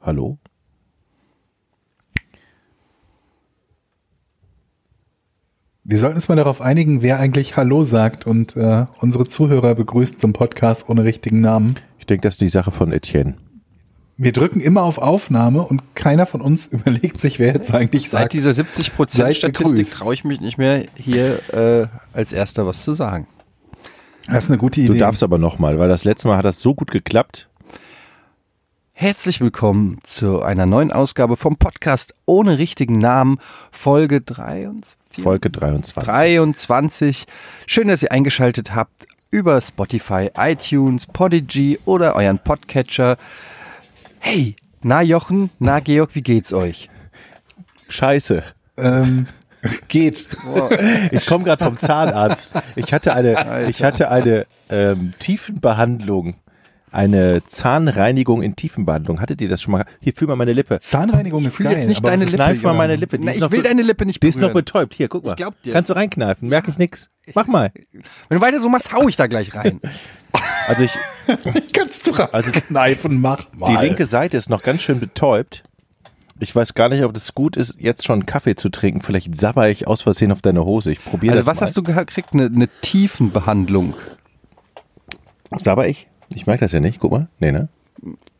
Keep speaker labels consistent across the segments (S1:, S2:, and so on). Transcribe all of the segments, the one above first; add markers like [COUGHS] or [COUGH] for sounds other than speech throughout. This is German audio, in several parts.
S1: Hallo? Wir sollten uns mal darauf einigen, wer eigentlich Hallo sagt und äh, unsere Zuhörer begrüßt zum Podcast ohne richtigen Namen.
S2: Ich denke, das ist die Sache von Etienne.
S1: Wir drücken immer auf Aufnahme und keiner von uns [LAUGHS] überlegt sich, wer jetzt eigentlich
S3: Seit
S1: sagt.
S3: dieser 70
S1: Seid
S3: Prozent Statistik
S1: gegrüßt.
S3: traue ich mich nicht mehr, hier äh, als Erster was zu sagen.
S1: Das ist eine gute Idee.
S2: Du darfst aber nochmal, weil das letzte Mal hat das so gut geklappt.
S3: Herzlich willkommen zu einer neuen Ausgabe vom Podcast ohne richtigen Namen, Folge 23.
S2: Folge 23.
S3: 23. Schön, dass ihr eingeschaltet habt über Spotify, iTunes, Podigy oder euren Podcatcher. Hey, na Jochen, na Georg, wie geht's euch?
S2: Scheiße.
S1: ähm, geht.
S2: Ich komme gerade vom Zahnarzt. Ich hatte eine, ich hatte eine ähm, Tiefenbehandlung. Eine Zahnreinigung in Tiefenbehandlung. Hattet ihr das schon mal? Hier, fühl mal meine Lippe.
S1: Zahnreinigung ist
S3: fühl
S1: geil.
S3: jetzt nicht
S1: aber
S3: deine
S1: es ist
S3: Lippe,
S1: live
S2: Kneif mal
S1: Johann.
S2: meine Lippe. Die
S3: Na,
S2: ist
S3: ich
S2: noch
S3: will
S2: be-
S3: deine Lippe nicht
S2: Die ist noch
S3: berühren.
S2: betäubt. Hier, guck mal.
S3: glaub dir.
S2: Kannst du reinkneifen, merke ich nix. Mach mal.
S3: Wenn du weiter so machst, hau ich da
S1: [LAUGHS]
S3: gleich rein.
S2: Also ich,
S1: Kannst du also, [LAUGHS] kneifen, mach mal.
S2: Die linke Seite ist noch ganz schön betäubt. Ich weiß gar nicht, ob das gut ist, jetzt schon Kaffee zu trinken. Vielleicht sabber ich aus Versehen auf deine Hose. Ich probiere
S3: Also
S2: das
S3: was
S2: mal.
S3: hast du gekriegt? Eine, eine Tiefenbehandlung.
S2: Sabber ich? Ich merke das ja nicht. Guck mal. Nee, ne?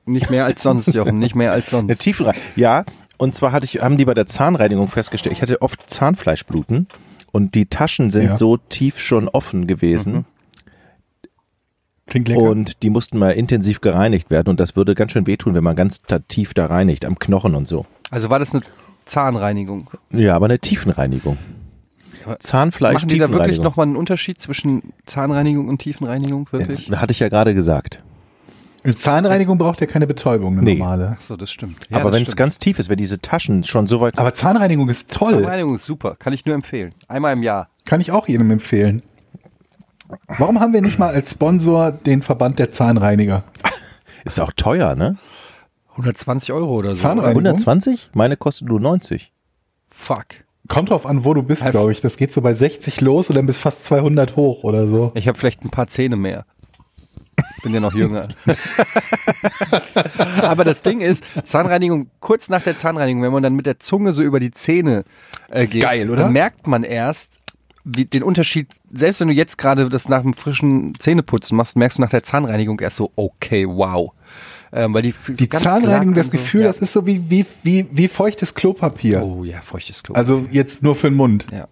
S3: Nicht mehr als sonst, Jochen, nicht mehr als
S2: Eine
S3: sonst.
S2: Tiefenreinigung. Ja, und zwar hatte ich, haben die bei der Zahnreinigung festgestellt, ich hatte oft Zahnfleischbluten und die Taschen sind
S1: Ja.
S2: so tief schon offen
S3: Mhm.
S2: gewesen
S1: Klingt lecker.
S2: und die mussten mal intensiv gereinigt werden und das würde ganz schön wehtun, wenn man ganz da tief da reinigt, am Knochen und so.
S3: Also war das eine Zahnreinigung?
S2: Ja, aber eine Tiefenreinigung. Zahnfleisch,
S3: Machen die da wirklich
S2: Tiefenreinigung.
S3: nochmal einen Unterschied zwischen Zahnreinigung und Tiefenreinigung? Wirklich?
S2: Das hatte ich ja gerade gesagt.
S1: Eine Zahnreinigung braucht ja keine Betäubung, eine
S2: Nee.
S1: normale.
S3: Achso, das stimmt.
S2: Aber
S3: das
S2: wenn es
S3: stimmt.
S2: ganz tief ist, wenn diese Taschen schon so weit.
S1: Aber Zahnreinigung ist toll.
S3: Zahnreinigung ist super, kann ich nur empfehlen. Einmal im Jahr.
S1: Kann ich auch jedem empfehlen. Warum haben wir nicht mal als Sponsor den Verband der Zahnreiniger?
S2: Ist auch teuer, ne?
S3: 120 Euro oder so.
S1: Zahnreinigung?
S2: 120? Meine kostet nur 90.
S3: Fuck.
S1: Kommt drauf an, wo du bist,
S3: Alf-
S1: glaube ich. Das geht so bei 60 los und dann bis fast 200 hoch oder so.
S3: Ich habe vielleicht ein paar Zähne mehr. Bin ja
S1: [LAUGHS]
S3: noch jünger. Aber das Ding ist, Zahnreinigung, kurz nach der Zahnreinigung, wenn man dann mit der Zunge so über die Zähne äh, geht,
S1: Geil, oder?
S3: dann merkt man erst wie, den Unterschied. Selbst wenn du jetzt gerade das nach dem frischen Zähneputzen machst, merkst du nach der Zahnreinigung erst so, okay, wow. Ähm, weil die
S1: Die Zahnreinigung, das Gefühl, das
S3: das
S1: ist so wie, wie, wie, wie feuchtes Klopapier.
S3: Oh ja, feuchtes Klo.
S1: Also jetzt nur für den Mund.
S3: Ja.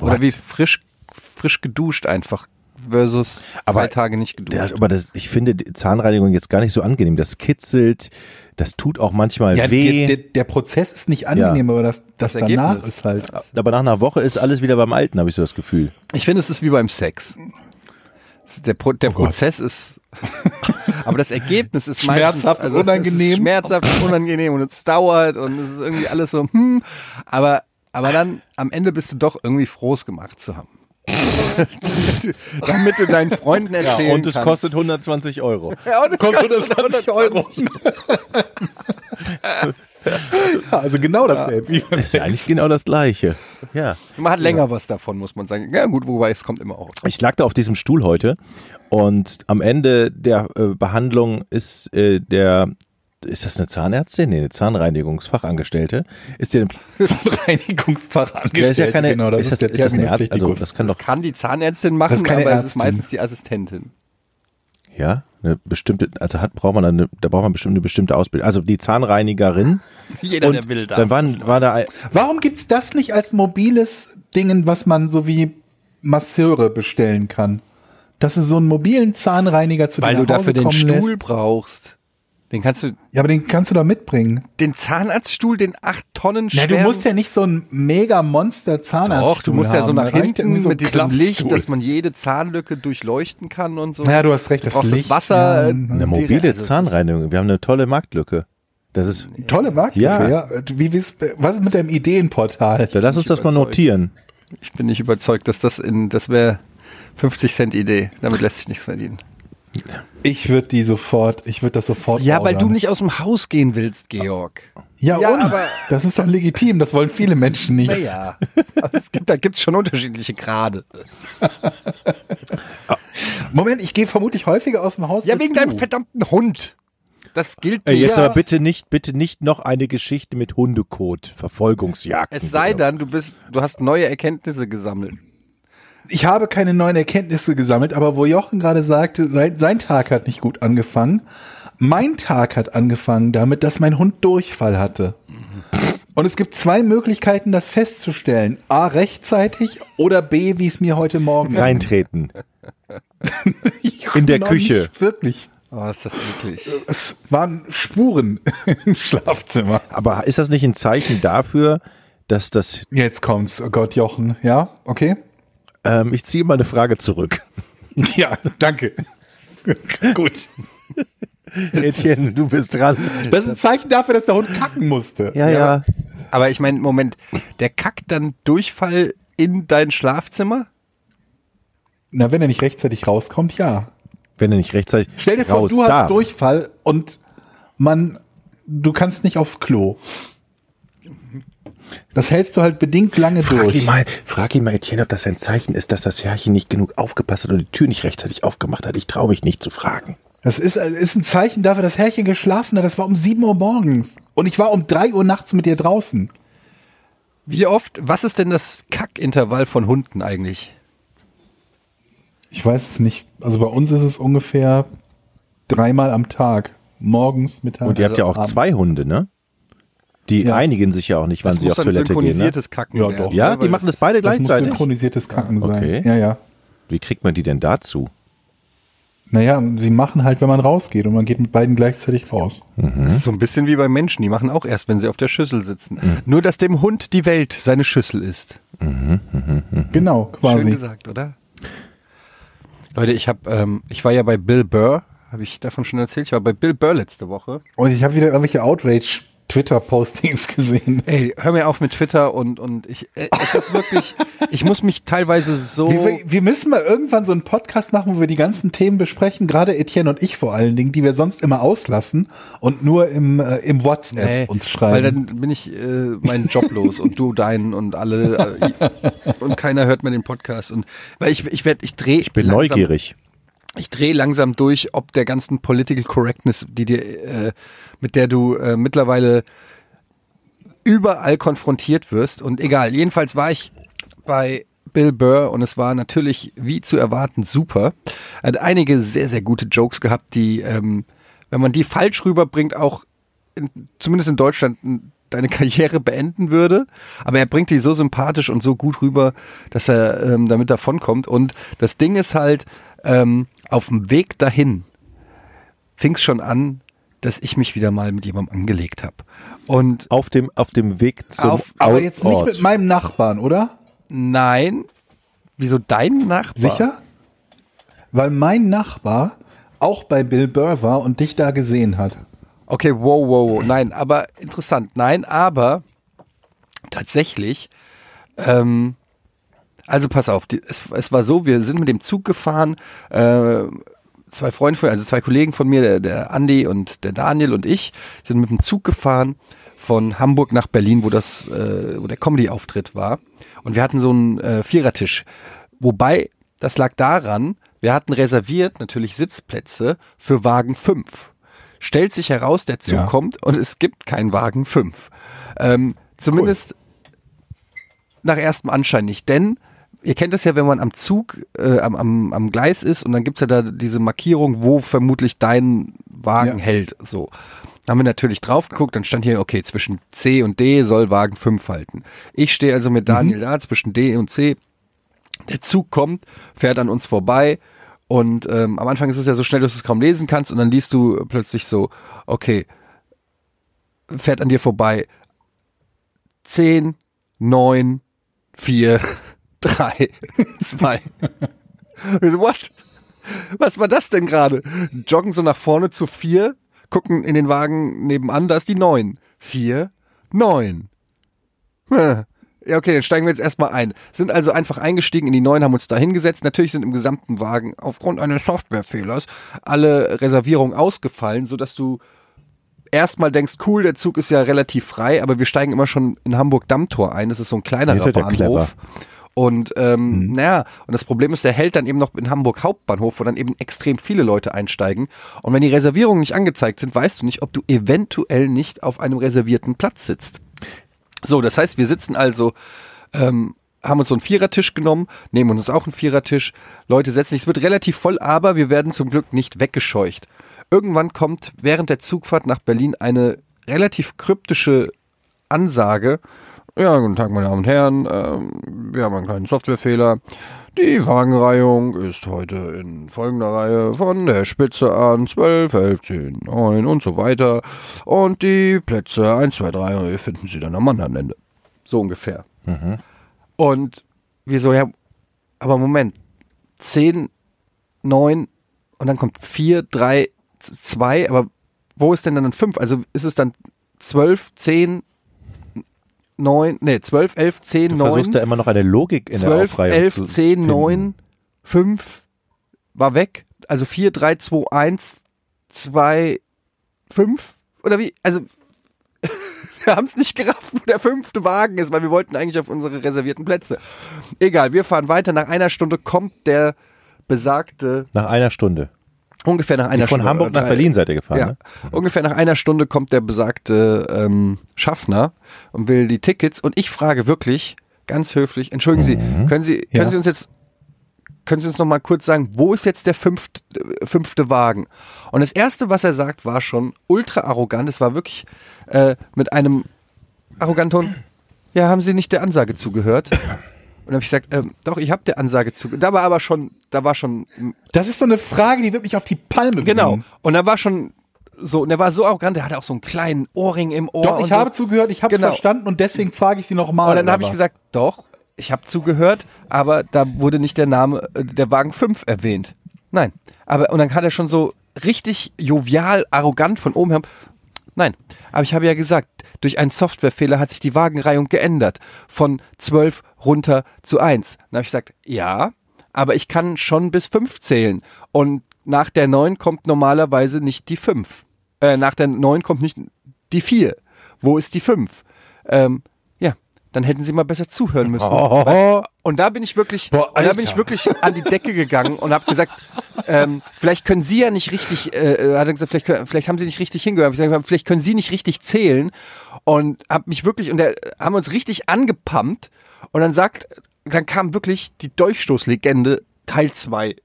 S3: Oder
S2: What?
S3: wie frisch, frisch geduscht einfach versus
S2: Aber
S3: drei Tage nicht geduscht.
S2: Der, aber das, ich finde die Zahnreinigung jetzt gar nicht so angenehm. Das kitzelt, das tut auch manchmal
S1: Ja,
S2: weh.
S1: der, der, der Prozess ist nicht angenehm, aber das, das,
S3: Das Ergebnis.
S1: danach ist halt.
S2: aber nach einer Woche ist alles wieder beim Alten, habe ich so das Gefühl.
S3: Ich finde, es ist wie beim Sex. Es ist Der, Pro der Prozess ist. aber das Ergebnis ist
S1: Schmerzhaft
S3: meistens, also
S1: und unangenehm.
S3: Es ist schmerzhaft und unangenehm und es dauert und es ist irgendwie alles so, hm. Aber, aber dann am Ende bist du doch irgendwie froh, es gemacht zu haben. [LAUGHS] damit, du, damit du deinen Freunden erzählen
S2: und es
S3: kannst.
S2: kostet 120 Euro.
S3: Ja, und es kostet
S1: 120 Euro. Ja, [LAUGHS] also genau dasselbe. Wie beim
S2: Das ist ja eigentlich genau das Gleiche. Ja.
S3: [LAUGHS] Man hat länger was davon, muss man sagen. Ja gut, wobei es kommt immer auch.
S2: Ich lag da auf diesem Stuhl heute und am Ende der äh, Behandlung ist äh, der, ist das eine Zahnärztin? Nee, eine Zahnreinigungsfachangestellte. Ist der,
S1: Reinigungsfachangestellte.
S2: der ist ja keine,
S1: genau, das ist, der
S2: das, ist das eine
S1: Terminus
S2: Ärztin? Also
S1: technicus.
S2: das kann doch,
S3: Kann die Zahnärztin machen,
S1: Das ist keine
S3: aber es ist
S1: Ärztin.
S3: meistens die Assistentin.
S2: ja, eine bestimmte, also hat, braucht man eine, da braucht man bestimmt eine bestimmte Ausbildung. Also die
S3: [LAUGHS]
S2: Zahnreinigerin.
S3: Jeder,
S2: und Dann waren, war da ein,
S1: Warum gibt's das nicht als mobiles Dingen, was man so wie Masseure bestellen kann? Dass du so einen mobilen Zahnreiniger zu
S3: Weil
S1: dir
S3: du
S1: nach Hause
S3: dafür den
S1: kommen
S3: Stuhl
S1: lässt.
S3: brauchst. Den kannst du,
S1: Ja, aber den kannst du doch mitbringen.
S3: den Zahnarztstuhl, den 8 Tonnen
S1: Na,
S3: schweren.
S1: du musst ja nicht so ein mega Monster Zahnarzt.
S3: Doch, du musst ja so nach hinten mit diesem Licht, dass
S1: Das
S3: man jede Zahnlücke durchleuchten kann und so.
S1: naja, du hast recht,
S3: Du
S1: das
S3: brauchst das
S1: Licht.
S3: Wasser,
S1: ja.
S3: äh,
S2: eine
S3: die-
S2: mobile
S3: also das ist-
S2: Zahnreinigung. Wir haben eine tolle Marktlücke. Das ist,
S1: Tolle Marke,
S2: Ja.
S1: ja. Wie, wie's- was ist mit deinem Ideenportal?
S2: da lass uns das mal
S3: überzeugt.
S2: notieren.
S3: Ich bin nicht überzeugt, dass das in, das wäre 50 Cent Idee. Damit lässt sich nichts verdienen.
S1: Ich würde die sofort, ich würde das sofort
S3: Ja, weil du
S1: ordern.
S3: nicht aus dem Haus gehen willst, Georg.
S1: Ja,
S3: Ja,
S1: und?
S3: aber-
S1: das ist doch legitim, das wollen viele Menschen nicht.
S3: Naja, Aber [LAUGHS] es gibt, da gibt es schon unterschiedliche Grade.
S1: Moment, ich gehe vermutlich häufiger aus dem Haus.
S3: Ja,
S1: als
S3: wegen
S1: du.
S3: deinem verdammten Hund. Das gilt
S2: Ey,
S3: nicht.
S2: jetzt aber bitte nicht, bitte nicht noch eine Geschichte mit Hundekot, Verfolgungsjagd.
S3: Es sei denn, du bist, du hast neue Erkenntnisse gesammelt.
S1: Ich habe keine neuen Erkenntnisse gesammelt, aber wo Jochen gerade sagte, sein, sein Tag hat nicht gut angefangen. Mein Tag hat angefangen damit, dass mein Hund Durchfall hatte. Und es gibt zwei Möglichkeiten, das festzustellen. A, rechtzeitig oder B, wie es mir heute Morgen
S2: Reintreten.
S1: Ich
S2: in der
S1: noch
S2: Küche.
S1: [LAUGHS] Nicht wirklich.
S3: Oh, ist das eklig.
S1: Es waren Spuren [LAUGHS] im Schlafzimmer.
S2: Aber ist das nicht ein Zeichen dafür, dass das,
S1: Jetzt kommt's. Oh Gott, Jochen. Ja, okay. [LAUGHS]
S2: ähm, ich ziehe meine Frage zurück.
S1: Ja, danke. [LAUGHS] Gut.
S2: Etienne, du bist dran.
S1: Das ist ein Zeichen dafür, dass der Hund kacken musste.
S2: Ja, ja.
S3: Aber ich meine, Moment, der kackt dann Durchfall in dein Schlafzimmer?
S1: Na, wenn er nicht rechtzeitig rauskommt, ja.
S2: Wenn er nicht rechtzeitig
S1: Stell dir vor,
S2: raus
S1: du hast
S2: darf.
S1: Durchfall und man, du kannst nicht aufs Klo. Das hältst du halt bedingt lange
S2: Frag ihn,
S1: durch.
S2: mal, frag ihn mal, Etienne, ob das ein Zeichen ist, dass das Herrchen nicht genug aufgepasst hat und die Tür nicht rechtzeitig aufgemacht hat. Ich traue mich nicht zu fragen.
S1: Das ist, äh, ist ein Zeichen dafür, dass Herrchen geschlafen hat. Das war um 7 Uhr morgens. Und ich war um 3 Uhr nachts mit dir draußen.
S3: Wie oft, was ist denn das Kackintervall von Hunden eigentlich?
S1: Ich weiß es nicht. Also bei uns ist es ungefähr dreimal am Tag. Morgens, mittags. Also
S2: Und ihr
S3: also
S2: habt ja auch
S1: abends.
S2: zwei Hunde, ne? Die
S1: Ja.
S2: einigen sich ja auch nicht, wann
S3: Das
S2: sie auf
S3: muss dann
S2: Toilette gehen. Ne?
S3: synchronisiertes Kacken
S1: Ja,
S3: werden,
S1: doch.
S2: Ja,
S3: ne?
S2: die
S3: Weil
S2: machen
S3: das-
S2: das beide
S1: Das muss
S2: gleichzeitig.
S1: synchronisiertes Kacken
S2: okay.
S1: sein. Ja, ja.
S2: Wie kriegt man die denn dazu?
S1: Naja, sie machen halt, wenn man rausgeht und man geht mit beiden gleichzeitig raus.
S3: Das
S2: Mhm.
S3: ist so ein bisschen wie bei Menschen, die machen auch erst, wenn sie auf der Schüssel sitzen.
S2: Mhm.
S3: Nur, dass dem Hund die Welt seine Schüssel ist.
S1: Genau,
S3: Schön
S1: quasi.
S3: gesagt, oder? Leute, ich habe, ähm, ich war ja bei Bill Burr, habe ich davon schon erzählt. Ich war bei Bill Burr letzte Woche.
S1: Und ich habe wieder irgendwelche Outrage-Twitter-Postings [LAUGHS] gesehen.
S3: Ey, hör mir auf mit Twitter und und ich, äh, es ist wirklich, ich muss mich teilweise so.
S1: Wir, wir- wir müssen mal irgendwann so einen Podcast machen, wo wir die ganzen Themen besprechen, gerade Etienne und ich vor allen Dingen, die wir sonst immer auslassen und nur im, äh, im WhatsApp
S3: Nee,
S1: uns schreiben.
S3: Weil dann bin ich äh, meinen Job los und du deinen und alle äh, und keiner hört mir den Podcast und weil ich ich werde ich drehe ich
S2: Bin neugierig.
S3: ich drehe langsam durch, ob der ganzen Political Correctness, die dir, äh, mit der du äh, mittlerweile überall konfrontiert wirst. Und egal, jedenfalls war ich bei Bill Burr und es war natürlich wie zu erwarten super. Er hat einige sehr, sehr gute Jokes gehabt, die, ähm, wenn man die falsch rüberbringt, auch in, zumindest in Deutschland n- deine [LAUGHS] Karriere beenden würde. Aber er bringt die so sympathisch und so gut rüber, dass er ähm, damit davonkommt. Und das Ding ist halt, ähm, auf dem Weg dahin fing es schon an, dass ich mich wieder mal mit jemandem angelegt habe. Und
S2: Auf dem, auf dem Weg zum
S3: Auf-
S1: Aber
S2: Outort.
S1: jetzt nicht mit meinem Nachbarn, oder?
S3: nein, wieso dein Nachbar?
S1: Sicher? Weil mein Nachbar auch bei Bill Burr war und dich da gesehen hat.
S3: Okay, wow, wow, wow. Nein, aber interessant. Nein, aber tatsächlich, ähm, also pass auf, die, es, es war so, wir sind mit dem Zug gefahren, äh, zwei Freunde von, also zwei Kollegen von mir, der, der Andi und der Daniel und ich, sind mit dem Zug gefahren von Hamburg nach Berlin, wo das, äh, wo der Comedy-Auftritt war. Und wir hatten so einen äh, Vierertisch. Wobei, das lag daran, wir hatten reserviert natürlich Sitzplätze für Wagen 5. Stellt sich heraus, der Zug
S1: Ja.
S3: kommt und es gibt keinen Wagen 5. Ähm, zumindest nach erstem Anschein nicht, denn ihr kennt das ja, wenn man am Zug, äh, am, am, am Gleis ist und dann gibt's ja da diese Markierung, wo vermutlich dein Wagen
S1: Ja.
S3: hält. So. Haben wir natürlich drauf geguckt, dann stand hier, okay, zwischen C und D soll Wagen 5 halten. Ich stehe also mit Daniel da, zwischen D und C. Der Zug kommt, fährt an uns vorbei und ähm, am Anfang ist es ja so schnell, dass du es kaum lesen kannst und dann liest du plötzlich so, okay, fährt an dir vorbei. 10, 9, 4, 3, 2. What? Was war das denn gerade? Joggen so nach vorne zu 4, gucken in den Wagen nebenan, da ist die 9. 4, 9. Ja, okay, dann steigen wir jetzt erstmal ein. Sind also einfach eingestiegen in die neuen, haben uns da hingesetzt. Natürlich sind im gesamten Wagen aufgrund eines Softwarefehlers alle Reservierungen ausgefallen, sodass du erstmal denkst, cool, der Zug ist ja relativ frei, aber wir steigen immer schon in Hamburg-Dammtor ein. Das ist so ein kleinerer
S2: Ihr seid ja
S3: Bahnhof. Und ähm, naja, und das Problem ist, der hält dann eben noch in Hamburg Hauptbahnhof, wo dann eben extrem viele Leute einsteigen. Und wenn die Reservierungen nicht angezeigt sind, weißt du nicht, ob du eventuell nicht auf einem reservierten Platz sitzt. So, das heißt, wir sitzen also, ähm, haben uns so einen Vierertisch genommen, nehmen uns auch einen Vierertisch. Leute setzen sich, es wird relativ voll, aber wir werden zum Glück nicht weggescheucht. Irgendwann kommt während der Zugfahrt nach Berlin eine relativ kryptische Ansage. Ja, guten Tag, meine Damen und Herren. Ähm, wir haben einen kleinen Softwarefehler. Die Wagenreihung ist heute in folgender Reihe von der Spitze an 12, 11, 10, 9 und so weiter. Und die Plätze 1, 2, 3 finden Sie dann am anderen Ende. So ungefähr. Und wir so, ja, aber Moment. 10, 9 und dann kommt 4, 3, 2, aber wo ist denn dann 5? Also ist es dann 12, 10, 9, nee, 12, 11, 10,
S2: Du
S3: 9.
S2: versuchst da immer noch eine Logik in der
S3: 12,
S2: Aufreihung
S3: 11,
S2: zu
S3: 10,
S2: finden.
S3: 9, 5 war weg. Also 4, 3, 2, 1, 2, 5 oder wie? Also [LAUGHS] wir haben es nicht gerafft, wo der fünfte Wagen ist, weil wir wollten eigentlich auf unsere reservierten Plätze. Egal, wir fahren weiter. Nach einer Stunde kommt der besagte,
S2: Nach einer Stunde.
S3: ungefähr nach einer
S2: Von
S3: Stunde.
S2: Hamburg
S3: oder
S2: nach
S3: drei-
S2: Berlin seid ihr gefahren,
S3: ja. Mhm.
S2: ne?
S3: Ungefähr nach einer Stunde kommt der besagte ähm, Schaffner und will die Tickets und ich frage wirklich ganz höflich, entschuldigen Sie,
S2: Mhm.
S3: können Sie, können
S1: Ja.
S3: Sie uns jetzt können Sie uns noch mal kurz sagen, wo ist jetzt der fünfte, äh, fünfte Wagen? Und das erste, was er sagt, war schon ultra arrogant. Es war wirklich äh, mit einem arroganten Ton. Ja, haben Sie nicht der Ansage zugehört? Und dann habe ich gesagt, ähm, doch, ich habe der Ansage zugehört. Da war aber schon, da war schon
S1: Das ist so eine Frage, die wird mich auf die Palme bringen.
S3: Genau. Und er war schon so, und er war so arrogant, er hatte auch so einen kleinen Ohrring im Ohr.
S1: Doch,
S3: und
S1: ich habe
S3: so.
S1: zugehört, ich habe es
S3: Genau.
S1: verstanden und deswegen frage ich sie nochmal.
S3: Und dann habe ich gesagt, doch, ich habe zugehört, aber da wurde nicht der Name, äh, der Wagen 5 erwähnt. Nein. Aber, und dann hat er schon so richtig jovial, arrogant von oben her. Nein, aber ich habe ja gesagt, durch einen Softwarefehler hat sich die Wagenreihung geändert. Von 12 runter zu 1. Dann habe ich gesagt, ja, aber ich kann schon bis 5 zählen. Und nach der 9 kommt normalerweise nicht die 5. Äh, nach der 9 kommt nicht die 4. Wo ist die 5? Ähm, ja, dann hätten sie mal besser zuhören müssen. Und da bin ich wirklich,
S1: Oh. Boah,
S3: und da bin
S1: Alter.
S3: ich wirklich an die Decke gegangen und habe gesagt, ähm, vielleicht können Sie ja nicht richtig, äh, äh, hat er gesagt, vielleicht, können- vielleicht haben Sie nicht richtig hingehört. Hab Ich gesagt, vielleicht können Sie nicht richtig zählen und habe mich wirklich und der, haben uns richtig angepumpt und dann sagt, dann kam wirklich die Dolchstoßlegende Teil 2.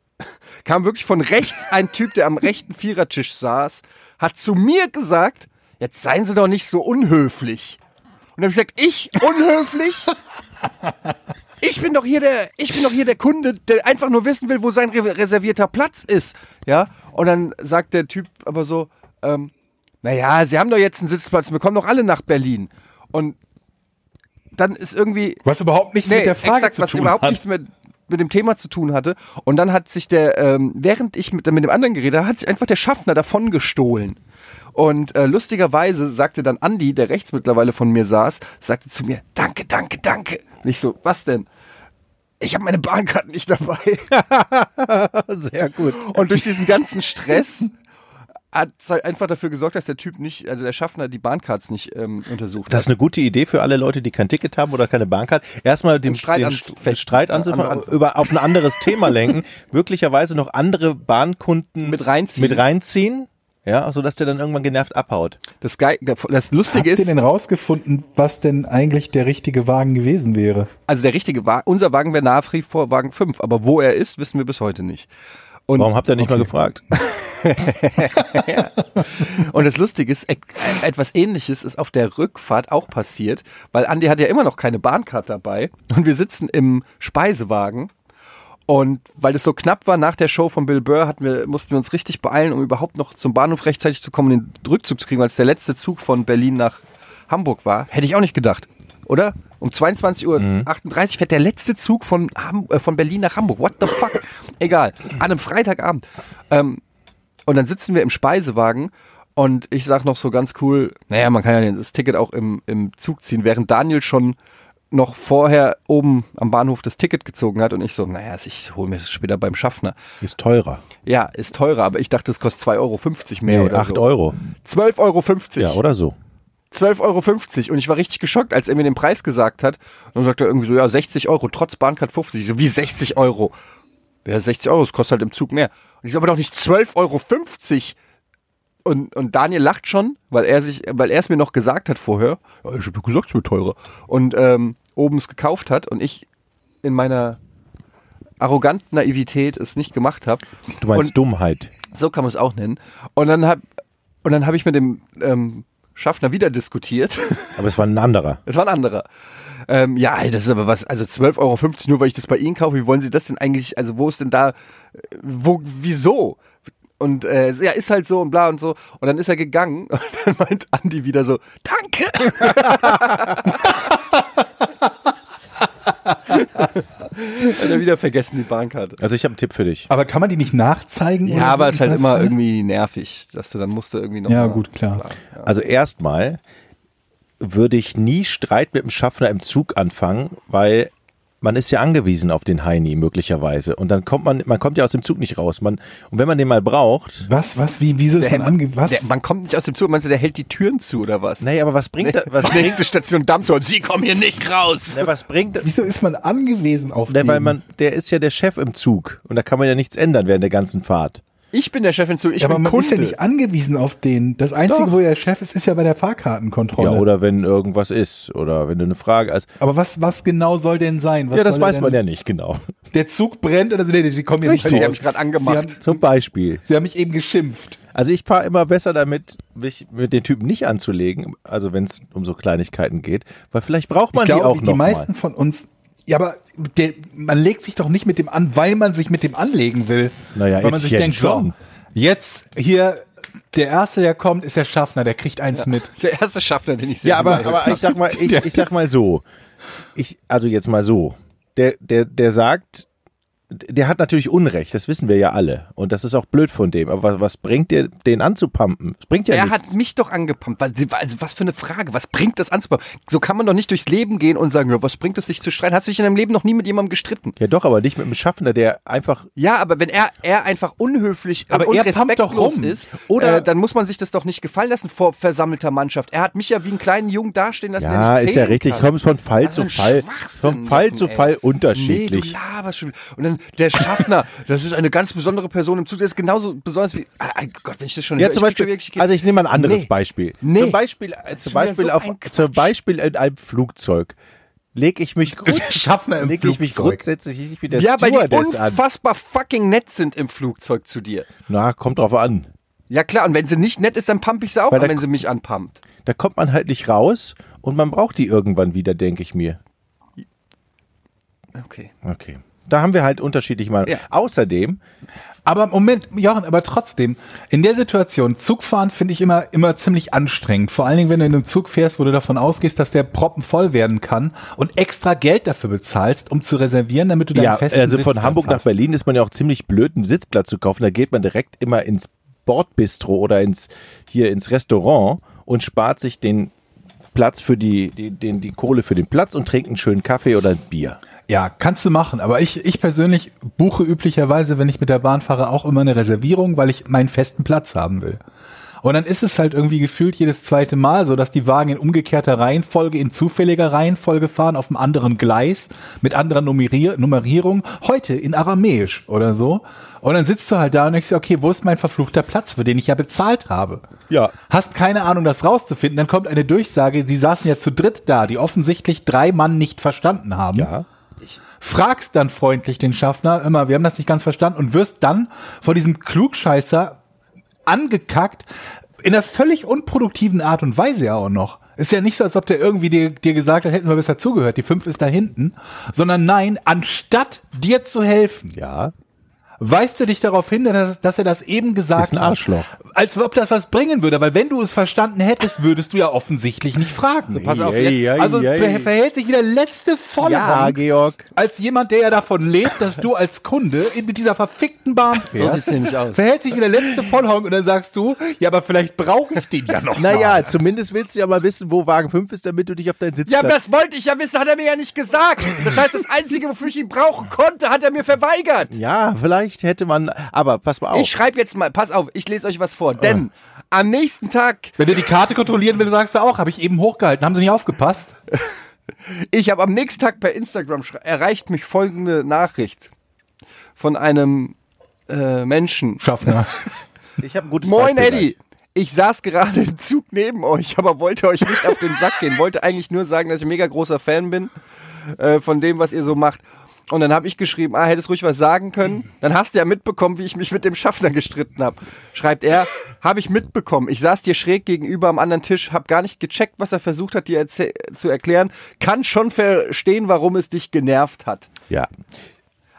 S3: Kam wirklich von rechts ein Typ, der am rechten Vierertisch saß, hat zu mir gesagt, jetzt seien Sie doch nicht so unhöflich. Und dann habe ich gesagt, ich unhöflich? Ich bin doch hier der, ich bin doch hier der Kunde, der einfach nur wissen will, wo sein re reservierter Platz ist. Ja. Und dann sagt der Typ aber so, ähm, naja, sie haben doch jetzt einen Sitzplatz, wir kommen doch alle nach Berlin. Und dann ist irgendwie,
S1: was überhaupt nichts mit der Frage
S3: exakt,
S1: zu
S3: was
S1: tun
S3: überhaupt
S1: hat.
S3: nichts mit, mit dem Thema zu tun hatte. Und dann hat sich der, ähm, während ich mit, mit dem anderen geredet habe, hat sich einfach der Schaffner davon gestohlen. Und äh, lustigerweise sagte dann Andi, der rechts mittlerweile von mir saß, sagte zu mir, danke, danke, danke. Und ich so, was denn? Ich habe meine Bahnkarte nicht dabei.
S1: [LAUGHS]
S3: [LAUGHS]
S2: Sehr gut.
S3: Und durch diesen ganzen Stress hat es halt einfach dafür gesorgt, dass der Typ nicht, also der Schaffner die Bahncards nicht ähm, untersucht
S2: Das ist eine gute Idee für alle Leute, die kein Ticket haben oder keine Bankkarte. Erstmal den
S3: Den Um Streit
S2: den
S3: anzu-
S2: St- Streit anzufangen, über, auf ein anderes Thema
S3: [LAUGHS]
S2: lenken, möglicherweise noch andere Bahnkunden
S3: Mit reinziehen.
S2: mit reinziehen ja, sodass der dann irgendwann genervt abhaut.
S3: Das, Geil, das
S1: Habt
S3: Lustige
S1: ihr
S3: ist,
S1: denn rausgefunden, was denn eigentlich der richtige Wagen gewesen wäre?
S3: Also der richtige Wagen, unser Wagen wäre nach wie vor Wagen 5, aber wo er ist, wissen wir bis heute nicht. Und,
S2: Warum habt ihr nicht mal
S3: [LAUGHS]
S2: gefragt?
S3: und das Lustige ist, e- äh, etwas ähnliches ist auf der Rückfahrt auch passiert, weil Andi hat ja immer noch keine Bahncard dabei und wir sitzen im Speisewagen. Und weil es so knapp war nach der Show von Bill Burr, hatten wir, mussten wir uns richtig beeilen, um überhaupt noch zum Bahnhof rechtzeitig zu kommen und den Rückzug zu kriegen, weil es der letzte Zug von Berlin nach Hamburg war. Hätte ich auch nicht gedacht, oder? Um 22.38 Uhr fährt der letzte Zug von, Ham äh, von Berlin nach Hamburg. What the fuck? Egal. An einem Freitagabend. Ähm, und dann sitzen wir im Speisewagen und ich sag noch so ganz cool, naja, man kann ja das Ticket auch im, im Zug ziehen, während Daniel schon noch vorher oben am Bahnhof das Ticket gezogen hat und ich so, naja, also ich hole mir das später beim Schaffner.
S2: Ist teurer.
S3: Ja, ist teurer, aber ich dachte, es kostet 2,50 Euro mehr
S2: Nee,
S3: oder
S2: 8
S3: so.
S2: Euro.
S3: 12,50 Euro.
S2: Ja, oder so.
S3: 12,50 Euro. Und ich war richtig geschockt, als er mir den Preis gesagt hat. Und dann sagt er irgendwie so, ja, 60 Euro, trotz Bahncard 50. Ich so, wie 60 Euro? Ja, 60 Euro, das kostet halt im Zug mehr. Und ich so, aber doch nicht 12,50 Euro. Und, und Daniel lacht schon, weil er sich, weil er es mir noch gesagt hat vorher. Ja, ich habe gesagt, es wird teurer. Und ähm, oben es gekauft hat und ich in meiner arroganten Naivität es nicht gemacht habe.
S2: Du meinst
S3: Und-
S2: Dummheit.
S3: So kann man es auch nennen. Und dann hab, und dann habe ich mit dem ähm, Schaffner wieder diskutiert.
S2: Aber es war ein anderer.
S3: Es war ein anderer. Ähm, ja, ey, das ist aber was. Also 12,50 Euro, nur weil ich das bei Ihnen kaufe. Wie wollen Sie das denn eigentlich? Also, wo ist denn da. äh, Wo, wieso? Und äh, ja, ist halt so und bla und so. Und dann ist er gegangen [LAUGHS] und dann meint Andi wieder so, danke. [LAUGHS] Hat er wieder vergessen die Bahnkarte.
S2: Also ich habe einen Tipp für dich.
S1: Aber kann man die nicht nachzeigen? oder
S3: Ja,
S1: so
S3: aber
S1: im
S3: es ist halt immer
S1: Zweifelsfall?
S3: irgendwie nervig, dass du dann musst du irgendwie noch.
S1: Ja,
S3: mal-
S1: gut, klar.
S2: Also erstmal würde ich nie Streit mit dem Schaffner im Zug anfangen, weil man ist ja angewiesen auf den Heini möglicherweise. Und dann kommt man, man kommt ja aus dem Zug nicht raus. Man, und wenn man den mal braucht,
S1: Was, was, wie, wieso ist
S3: Der,
S1: man ange... Was?
S3: Der, man kommt nicht aus dem Zug. Meinst du, der hält die Türen zu oder was?
S2: naja, aber was bringt, da- [LAUGHS] was bringt,
S3: Nächste Station Dammtor. Sie kommen hier nicht raus.
S2: na, was bringt,
S1: wieso ist man angewiesen auf
S2: na,
S1: den?
S2: weil man, der ist ja der Chef im Zug und da kann man ja nichts ändern während der ganzen Fahrt.
S3: Ich bin der Chef im Zug. Ich
S1: ja, aber
S3: bin
S1: man
S3: Kunde.
S1: ist ja nicht angewiesen auf den. Das Einzige,
S3: Doch.
S1: wo er Chef ist, ist ja bei der Fahrkartenkontrolle.
S2: Ja, oder wenn irgendwas ist oder wenn du eine Frage hast.
S1: Aber was, was genau soll denn sein? Was
S2: Ja, das
S1: soll er
S2: weiß
S1: denn?
S2: man ja nicht, genau.
S1: Der Zug brennt oder so. Nee, nee, die kommen jetzt
S3: Richtig.
S1: nicht
S3: Die
S1: raus.
S3: haben es grad angemacht.
S1: Sie haben,
S2: Zum Beispiel.
S1: sie haben mich eben geschimpft.
S2: Also ich fahre immer besser damit, mich mit den Typen nicht anzulegen, also wenn es um so Kleinigkeiten geht, weil vielleicht braucht man
S1: ich glaube,
S2: die auch
S1: die
S2: noch
S1: meisten
S2: mal.
S1: von uns. Ja, aber der, man legt sich doch nicht mit dem an, weil man sich mit dem anlegen will.
S2: Naja,
S1: weil man
S2: jetzt
S1: sich
S2: hier
S1: denkt,
S2: schon.
S1: so, jetzt hier der erste, der kommt, ist der Schaffner, der kriegt eins mit.
S3: der erste Schaffner, den ich sehe.
S2: Ja, aber, aber ich sag [LAUGHS] mal, ich, ich sag mal so, ich, also jetzt mal so, der, der, der sagt, der hat natürlich Unrecht, das wissen wir ja alle und das ist auch blöd von dem, aber was, was bringt dir, den anzupumpen? Das bringt ja
S3: er
S2: nichts.
S3: hat mich doch angepumpt. Was, also was für eine Frage. Was bringt das anzupumpen? So kann man doch nicht durchs Leben gehen und sagen, ja, was bringt es, sich zu streiten? Hast du dich in deinem Leben noch nie mit jemandem gestritten?
S2: Ja doch, aber nicht mit einem Schaffner, der einfach
S3: Ja, aber wenn er, er einfach unhöflich
S1: Aber
S3: und
S1: er pumpt doch
S3: respektlos
S1: rum.
S3: ist,
S2: Oder-
S3: äh, dann muss man sich das doch nicht gefallen lassen vor versammelter Mannschaft. Er hat mich ja wie einen kleinen Jungen dastehen lassen,
S2: ja,
S3: der nicht
S2: ist ja
S3: zählen
S2: richtig.
S3: kann.
S2: Kommst von Fall zu
S3: Also ein
S2: Fall,
S3: Schwachsinn,
S2: von Fall
S3: Jochen,
S2: zu
S3: ey.
S2: Fall
S3: Nee,
S2: unterschiedlich.
S3: du laberst schon wieder. Und dann
S2: [LAUGHS]
S3: der Schaffner, das ist eine ganz besondere Person im Zug, der ist genauso besonders wie. Ah, ah, Gott, wenn ich das schon
S2: Ja,
S3: höre,
S2: zum
S3: ich krieg
S2: Beispiel,
S3: schon wirklich-
S2: also ich nehme mal ein anderes
S3: Nee.
S2: Beispiel.
S3: Nee.
S2: Zum Beispiel, äh, zum
S3: wieder
S2: Beispiel,
S3: so
S2: auf,
S3: ein Quatsch.
S2: zum Beispiel in einem Flugzeug lege ich
S3: [LAUGHS]
S2: mich, grund
S1: Schaffner im
S2: leg ich mich
S1: Flugzeug.
S2: grundsätzlich nicht wie der
S3: ja, weil die
S2: Stewardess an.
S3: unfassbar fucking nett sind im Flugzeug zu dir.
S2: Na, kommt drauf an.
S3: Ja klar, und wenn sie nicht nett ist, dann pump ich sie auch
S2: Weil
S3: an,
S2: da-
S3: wenn sie mich anpumpt.
S2: Da kommt man halt nicht raus und man braucht die irgendwann wieder, denke ich mir.
S3: Okay.
S2: Okay. Da haben wir halt unterschiedliche Meinungen.
S3: Ja.
S2: Außerdem,
S1: Aber Moment, Jochen, aber trotzdem, in der Situation, Zugfahren finde ich immer, immer ziemlich anstrengend. Vor allen Dingen, wenn du in einem Zug fährst, wo du davon ausgehst, dass der Proppen voll werden kann und extra Geld dafür bezahlst, um zu reservieren, damit du deinen
S2: ja,
S1: festen
S2: also von
S1: Sitzplatz
S2: Hamburg nach
S1: hast.
S2: Berlin ist man ja auch ziemlich blöd, einen Sitzplatz zu kaufen. Da geht man direkt immer ins Bordbistro oder ins, hier ins Restaurant und spart sich den Platz für die, die, den, die Kohle für den Platz und trinkt einen schönen Kaffee oder ein Bier.
S1: Ja, kannst du machen. Aber ich, ich persönlich buche üblicherweise, wenn ich mit der Bahn fahre, auch immer eine Reservierung, weil ich meinen festen Platz haben will. Und dann ist es halt irgendwie gefühlt jedes zweite Mal so, dass die Wagen in umgekehrter Reihenfolge, in zufälliger Reihenfolge fahren, auf einem anderen Gleis, mit anderer Nummerier Nummerierung, heute in Aramäisch oder so. Und dann sitzt du halt da und denkst dir, okay, wo ist mein verfluchter Platz, für den ich ja bezahlt habe?
S2: Ja.
S1: Hast keine Ahnung, das rauszufinden. Dann kommt eine Durchsage, sie saßen ja zu dritt da, die offensichtlich drei Mann nicht verstanden haben
S2: Ja.
S1: fragst dann freundlich den Schaffner immer, wir haben das nicht ganz verstanden und wirst dann von diesem Klugscheißer angekackt in einer völlig unproduktiven Art und Weise ja auch noch. Ist ja nicht so, als ob der irgendwie dir, dir gesagt hat, hätten wir besser zugehört, die fünf ist da hinten, sondern nein, anstatt dir zu helfen,
S2: Ja.
S1: weist er dich darauf hin, dass, dass er das eben gesagt
S2: Ist ein Arschloch.
S1: hat. Als ob das was bringen würde, weil wenn du es verstanden hättest, würdest du ja offensichtlich nicht fragen.
S3: Pass auf,
S2: Ei,
S3: jetzt-
S2: ei,
S1: also
S2: ei.
S1: ver- verhält sich wie der letzte Vollhonk
S2: ja, Georg.
S1: als jemand, der ja davon lebt, dass du als Kunde in, mit dieser verfickten Bahn fährst.
S3: sieht's nämlich aus.
S1: Verhält sich wie der letzte Vollhonk und dann sagst du, ja, aber vielleicht brauche ich den ja noch.
S2: Naja, zumindest willst du ja mal wissen, wo Wagen 5 ist, damit du dich auf deinen
S3: Ja,
S2: Sitzplatz...
S3: aber das wollte ich ja wissen, hat er mir ja nicht gesagt. Das heißt, das Einzige, wofür ich ihn brauchen konnte, hat er mir verweigert.
S2: ja vielleicht. vielleicht hätte man, aber pass mal auf.
S3: Ich schreibe jetzt mal, pass auf, ich lese euch was vor. Denn
S2: Äh.
S3: am nächsten Tag,
S1: Wenn du die Karte kontrollieren willst, sagst du auch, habe ich eben hochgehalten, haben sie nicht aufgepasst?
S3: ich habe am nächsten Tag per Instagram schre- erreicht mich folgende Nachricht von einem äh, Menschen.
S1: Schaffner.
S2: ich habe ein gutes
S3: Moin
S2: Beispiel
S3: Eddie, ich saß gerade im Zug neben euch, aber wollte euch nicht auf den Sack gehen. Wollte eigentlich nur sagen, dass ich ein mega großer Fan bin äh, von dem, was ihr so macht. Und dann habe ich geschrieben, ah, hättest ruhig was sagen können. Dann hast du ja mitbekommen, wie ich mich mit dem Schaffner gestritten habe. Schreibt er, habe ich mitbekommen. Ich saß dir schräg gegenüber am anderen Tisch, habe gar nicht gecheckt, was er versucht hat, dir erzäh- zu erklären. Kann schon verstehen, warum es dich genervt hat.
S2: gleich. Ja.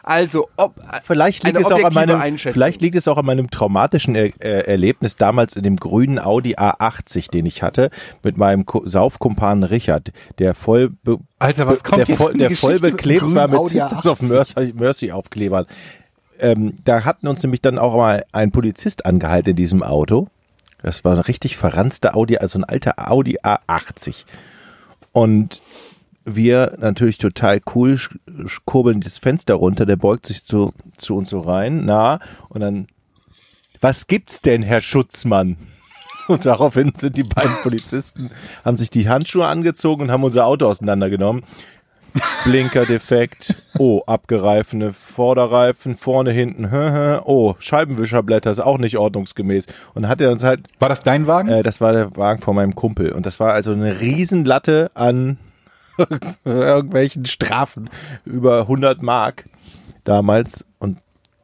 S3: Also, ob,
S2: Vielleicht liegt,
S3: Eine
S2: es auch an
S3: objektive
S2: meinem,
S3: Einschätzung.
S2: vielleicht liegt es auch an meinem traumatischen er äh, Erlebnis damals in dem grünen Audi A80, den ich hatte, mit meinem Ko Saufkumpan Richard, der voll, be-
S1: Alter, was
S2: be-
S1: kommt
S2: der
S1: jetzt für
S2: voll,
S1: eine
S2: der voll
S1: Geschichte mit dem
S2: beklebt war
S1: grünen
S2: mit
S1: Audi
S2: Sisters of
S1: A80?
S2: Mercy, Mercy Aufklebern. Ähm, da hatten uns nämlich dann auch mal ein Polizist angehalten in diesem Auto. Das war ein richtig verranzter Audi, also ein alter Audi A80. Und wir natürlich total cool sch- sch- kurbeln das Fenster runter, der beugt sich zu, zu uns so rein, na, und dann, was gibt's denn, Herr Schutzmann? [LAUGHS] Und daraufhin sind die beiden Polizisten, haben sich die Handschuhe angezogen und haben unser Auto auseinandergenommen. Blinker defekt, oh, abgereifene Vorderreifen, vorne, hinten, oh, Scheibenwischerblätter ist auch nicht ordnungsgemäß. Und hat er uns halt
S1: War das dein Wagen?
S2: äh, das war der Wagen von meinem Kumpel. Und das war also eine Riesenlatte an [LAUGHS] irgendwelchen Strafen über 100 Mark damals. Und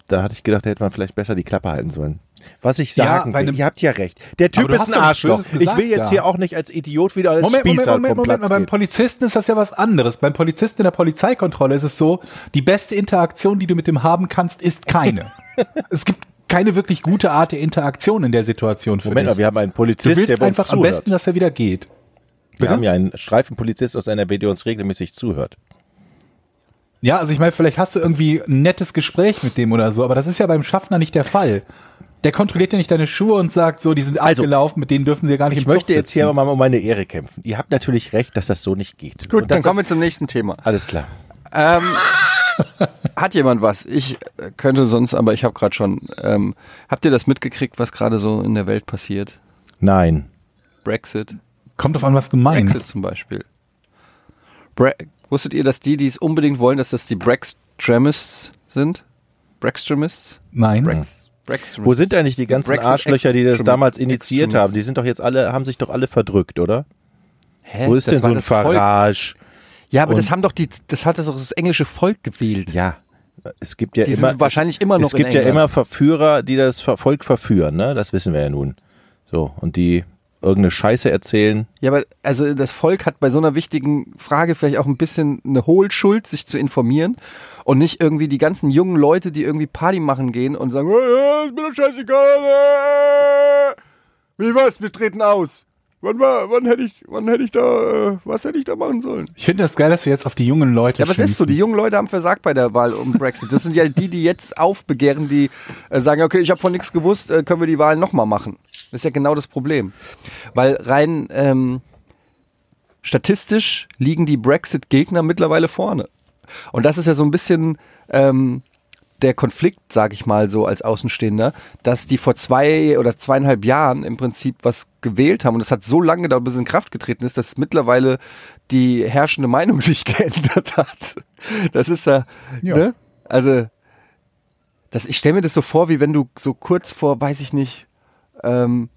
S2: da hatte ich gedacht, da hätte man vielleicht besser die Klappe halten sollen. Was ich
S1: Ja,
S2: sagen
S1: bei
S2: will,
S1: einem-
S2: ihr habt ja recht. Der Typ
S1: Aber du
S2: ist
S1: hast
S2: ein
S1: doch was
S2: Arschloch.
S1: Schönes
S2: Ich
S1: gesagt,
S2: will jetzt
S1: ja.
S2: hier auch nicht als Idiot wieder als
S1: Moment, Moment,
S2: Spießer
S1: Moment,
S2: vom
S1: Moment,
S2: Platz
S1: Moment, beim
S2: gehen.
S1: Polizisten ist das ja was anderes. Beim Polizisten in der Polizeikontrolle ist es so, die beste Interaktion, die du mit dem haben kannst, ist
S2: [LAUGHS]
S1: keine. es gibt keine wirklich gute Art der Interaktion in der Situation, finde
S2: Moment mal,
S1: ich.
S2: wir haben einen
S1: Du
S2: Polizist, der
S1: willst
S2: bei uns
S1: einfach am
S2: zuhört.
S1: besten, dass er wieder geht.
S2: wir haben ja einen Streifenpolizist aus NRW, der uns regelmäßig zuhört.
S1: Ja, also ich meine, vielleicht hast du irgendwie ein nettes Gespräch mit dem oder so, aber das ist ja beim Schaffner nicht der Fall. Der kontrolliert ja nicht deine Schuhe und sagt so, die sind
S2: Also,
S1: abgelaufen, mit denen dürfen sie gar nicht
S2: Ich
S1: im Zug
S2: möchte jetzt
S1: sitzen.
S2: hier mal um meine Ehre kämpfen. Ihr habt natürlich recht, dass das so nicht geht.
S3: gut,
S2: Und dass
S3: dann kommen wir
S2: das,
S3: zum nächsten Thema.
S2: Alles klar.
S3: Ähm, Hat jemand was? Ich äh, könnte sonst, aber ich habe gerade schon. Ähm, habt ihr das mitgekriegt, was gerade so in der Welt passiert?
S2: Nein.
S3: Brexit,
S1: Kommt drauf an, was du meinst.
S3: Brexit zum Beispiel. Bre Wusstet ihr, dass die, die es unbedingt wollen, dass das die Brextremists sind? Brextremists?
S1: Nein.
S3: Brex Brextremists.
S2: Hm. Wo sind eigentlich die ganzen
S3: Brexit
S2: Arschlöcher, die das
S3: Extremist-
S2: damals initiiert
S3: Extremist.
S2: haben? Die sind doch jetzt alle, haben sich doch alle verdrückt, oder?
S3: Hä?
S2: Wo ist
S3: Das
S2: denn so
S3: war
S2: ein
S3: das Volk.
S2: Farage?
S3: Ja, aber das
S2: und-
S3: haben doch die, das hat das doch das englische Volk gewählt.
S2: Ja, es gibt ja
S3: Die sind
S2: immer.
S3: wahrscheinlich immer noch
S2: Es gibt
S3: in
S2: ja
S3: England.
S2: immer Verführer, die das Ver- Volk verführen, ne? Das wissen wir ja nun. So, und die irgendeine Scheiße erzählen.
S3: Ja, aber also das Volk hat bei so einer wichtigen Frage vielleicht auch ein bisschen eine Hohlschuld, sich zu informieren und nicht irgendwie die ganzen jungen Leute, die irgendwie Party machen gehen und sagen, "Äh, ist mir doch scheißegal. äh, Wie war's? Wir treten aus. Wann war, wann hätte ich, wann hätte ich da, äh, was hätte ich da machen sollen?
S1: Ich finde das geil, dass wir jetzt auf die jungen Leute
S3: Ja, aber es ist so, die jungen Leute haben versagt bei der Wahl um Brexit. Das sind ja die, die jetzt aufbegehren, die äh, sagen, okay, ich habe von nichts gewusst, äh, können wir die Wahl nochmal machen. Das ist ja genau das Problem. Weil rein ähm, statistisch liegen die Brexit-Gegner mittlerweile vorne. Und das ist ja so ein bisschen ähm, der Konflikt, sage ich mal so als Außenstehender, dass die vor zwei oder zweieinhalb Jahren im Prinzip was gewählt haben und es hat so lange gedauert, bis es in Kraft getreten ist, dass mittlerweile die herrschende Meinung [LAUGHS] sich geändert hat. Das ist ja,
S1: Ja.
S3: ne? Also, das, ich stelle mir das so vor, wie wenn du so kurz vor, weiß ich nicht, ähm,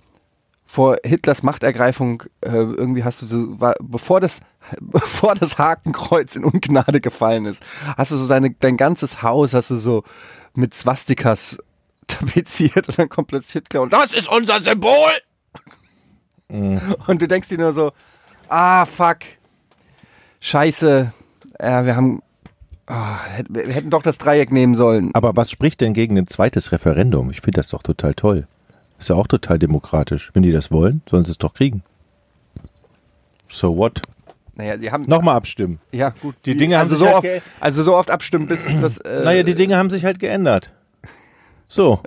S3: vor Hitlers Machtergreifung äh, irgendwie hast du so, war, bevor das [LAUGHS] bevor das Hakenkreuz in Ungnade gefallen ist, hast du so deine, dein ganzes Haus hast du so mit Swastikas [LAUGHS] tapeziert und dann kommt plötzlich Hitler und das ist unser Symbol. Und du denkst dir nur so, ah fuck, Scheiße, äh, wir haben, ah, hätten- wir hätten doch das Dreieck nehmen sollen.
S2: Aber was spricht denn gegen ein zweites Referendum? Ich finde das doch total toll. Ist ja auch total demokratisch. Wenn die das wollen, sollen sie es doch kriegen. So what?
S3: Naja, die haben
S2: Nochmal abstimmen.
S3: ja gut,
S2: die Dinge haben
S3: also
S2: sich
S3: so
S2: halt
S3: oft,
S2: ge-
S3: also so oft abstimmen, bis das. Äh,
S2: Naja, die Dinge haben sich halt geändert. So.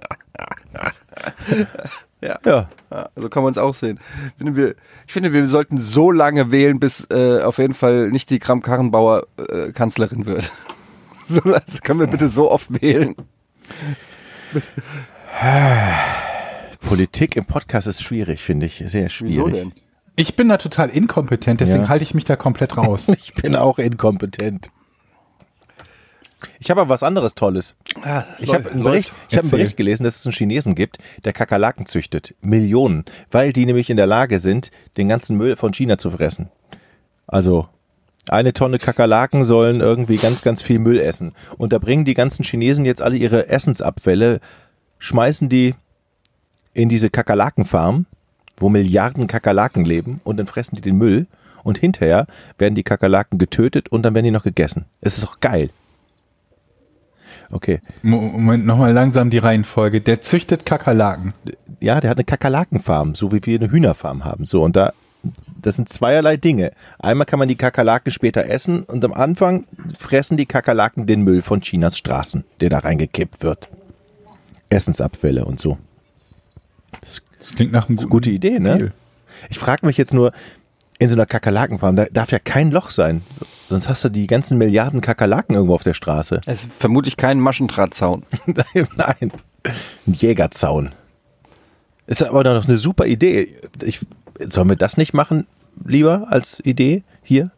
S3: [LAUGHS] Ja.
S2: ja.
S3: Ja, so kann man es auch sehen. Ich finde, wir, ich finde, wir sollten so lange wählen, bis äh, auf jeden Fall nicht die [LAUGHS] Kram-Karrenbauer äh, Kanzlerin wird. So, also können wir bitte so oft wählen.
S2: Politik im Podcast ist schwierig, finde ich. Sehr schwierig.
S1: Ich bin da total inkompetent, deswegen halte ich mich da
S2: [LAUGHS]
S1: komplett raus.
S2: [LAUGHS] Ich bin auch inkompetent. Ich habe aber was anderes Tolles. Ich habe einen, Bericht- ich habe einen
S1: Erzähl.
S2: Bericht gelesen, dass es einen Chinesen gibt, der Kakerlaken züchtet. Millionen. Weil die nämlich in der Lage sind, den ganzen Müll von China zu fressen. Also eine Tonne Kakerlaken sollen irgendwie ganz, ganz viel Müll essen. Und da bringen die ganzen Chinesen jetzt alle ihre Essensabfälle, schmeißen die in diese Kakerlakenfarm, wo Milliarden Kakerlaken leben und dann fressen die den Müll. Und hinterher werden die Kakerlaken getötet und dann werden die noch gegessen. Es ist doch geil. Okay.
S1: Mo- Moment, nochmal langsam die Reihenfolge. Der züchtet Kakerlaken.
S2: ja, der hat eine Kakerlakenfarm, so wie wir eine Hühnerfarm haben. So, und da, das sind zweierlei Dinge. Einmal kann man die Kakerlaken später essen und am Anfang fressen die Kakerlaken den Müll von Chinas Straßen, der da reingekippt wird. Essensabfälle und so.
S1: Das klingt nach einem guten
S2: Gute Idee, ne?
S1: Mhm. Deal.
S2: Ich frage mich jetzt nur, in so einer Kakerlakenfarm, da darf ja kein Loch sein. Sonst hast du die ganzen Milliarden Kakerlaken irgendwo auf der Straße.
S3: Es ist vermutlich kein Maschendrahtzaun.
S2: Nein, [LAUGHS] nein. Ein Jägerzaun. Ist aber doch eine super Idee. Ich, sollen wir das nicht machen, lieber als Idee hier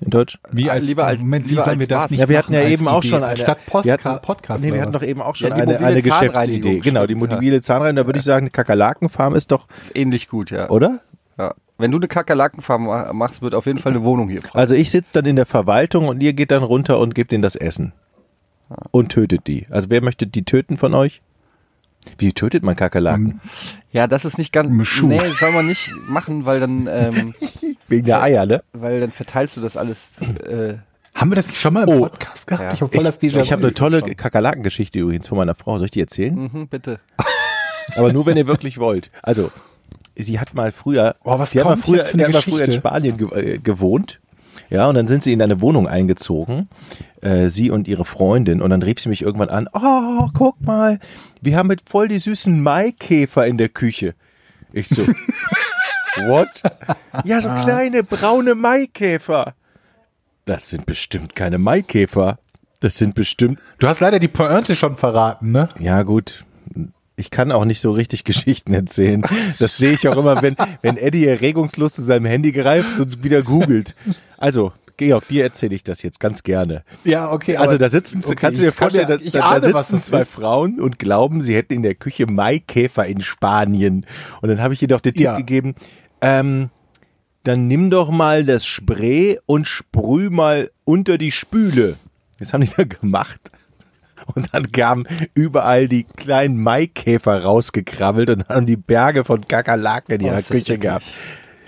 S2: in Deutsch?
S1: Wie als,
S3: Lieber als-
S1: Moment, wie
S3: lieber
S1: sollen
S3: als
S1: wir das
S3: was?
S1: nicht
S2: Ja, wir hatten ja
S1: machen als
S2: eben auch
S1: Idee?
S2: schon eine.
S1: Statt Postka
S2: wir hatten,
S1: Podcast.
S2: Nee, wir
S1: oder
S2: hatten
S1: was?
S2: doch eben auch schon
S3: Ja, die
S2: eine,
S3: mobile
S2: eine
S3: Zahnreinigung,
S2: Geschäftsidee. Genau, die
S3: stimmt, ja.
S2: mobile Zahnreinigung, da würde ich sagen, eine Kakerlakenfarm ist doch,
S3: Ist ähnlich gut, ja.
S2: oder?
S3: ja. Wenn du eine Kakerlakenfarm ma- machst, wird auf jeden Fall eine Wohnung hier frei.
S2: Also ich sitze dann in der Verwaltung und ihr geht dann runter und gebt ihnen das Essen. Und tötet die. Also wer möchte die töten von euch? Wie tötet man Kakerlaken?
S3: Ja, das ist nicht
S1: Mit
S3: ganz.
S1: Schuh.
S3: Nee, soll man nicht machen, weil dann, ähm,
S2: Wegen der Eier, ne?
S3: weil dann verteilst du das alles. Äh,
S1: Haben wir das nicht schon mal im
S2: Oh.
S1: Podcast gehabt?
S3: Ja.
S1: Ich habe voll das
S2: ich
S1: Déjà-vu.
S2: ich habe eine tolle Kakerlakengeschichte übrigens von meiner Frau. Soll ich die erzählen?
S3: mhm, bitte.
S2: Aber nur, wenn ihr wirklich wollt. Also, die hat mal früher,
S1: Oh, was
S2: die hat mal
S1: kommt
S2: früher,
S1: jetzt für
S2: die
S1: eine
S2: hat mal früher in
S1: Geschichte?
S2: Spanien ge äh, gewohnt. Ja, und dann sind sie in eine Wohnung eingezogen, äh, sie und ihre Freundin. Und dann rief sie mich irgendwann an, oh, guck mal, wir haben mit voll die süßen Maikäfer in der Küche. Ich so, what? Ja,
S1: Ah.
S2: so kleine braune Maikäfer. Das sind bestimmt keine Maikäfer. Das sind bestimmt
S1: Du hast leider die Pointe schon verraten, ne?
S2: ja, gut. Ich kann auch nicht so richtig [LAUGHS] Geschichten erzählen. Das sehe ich auch immer, wenn, wenn Eddie hier regungslos zu seinem Handy greift und wieder googelt. Also, Georg, dir erzähle ich das jetzt ganz gerne.
S1: Ja, okay.
S2: Also da sitzen, kannst du dir vorstellen, dass,
S1: ich
S2: da,
S1: ahne,
S2: da
S1: was
S2: sitzen
S1: das
S2: zwei
S1: ist.
S2: Frauen und glauben, sie hätten in der Küche Maikäfer in Spanien. Und dann habe ich ihr doch den Tipp
S1: Ja.
S2: gegeben, ähm, dann nimm doch mal das Spray und sprüh mal unter die Spüle. Das haben die da gemacht. Und dann kamen überall die kleinen Maikäfer rausgekrabbelt und haben die Berge von Kakerlaken in
S3: Oh,
S2: ihrer
S3: ist das
S2: Küche
S3: eklig.
S2: gehabt.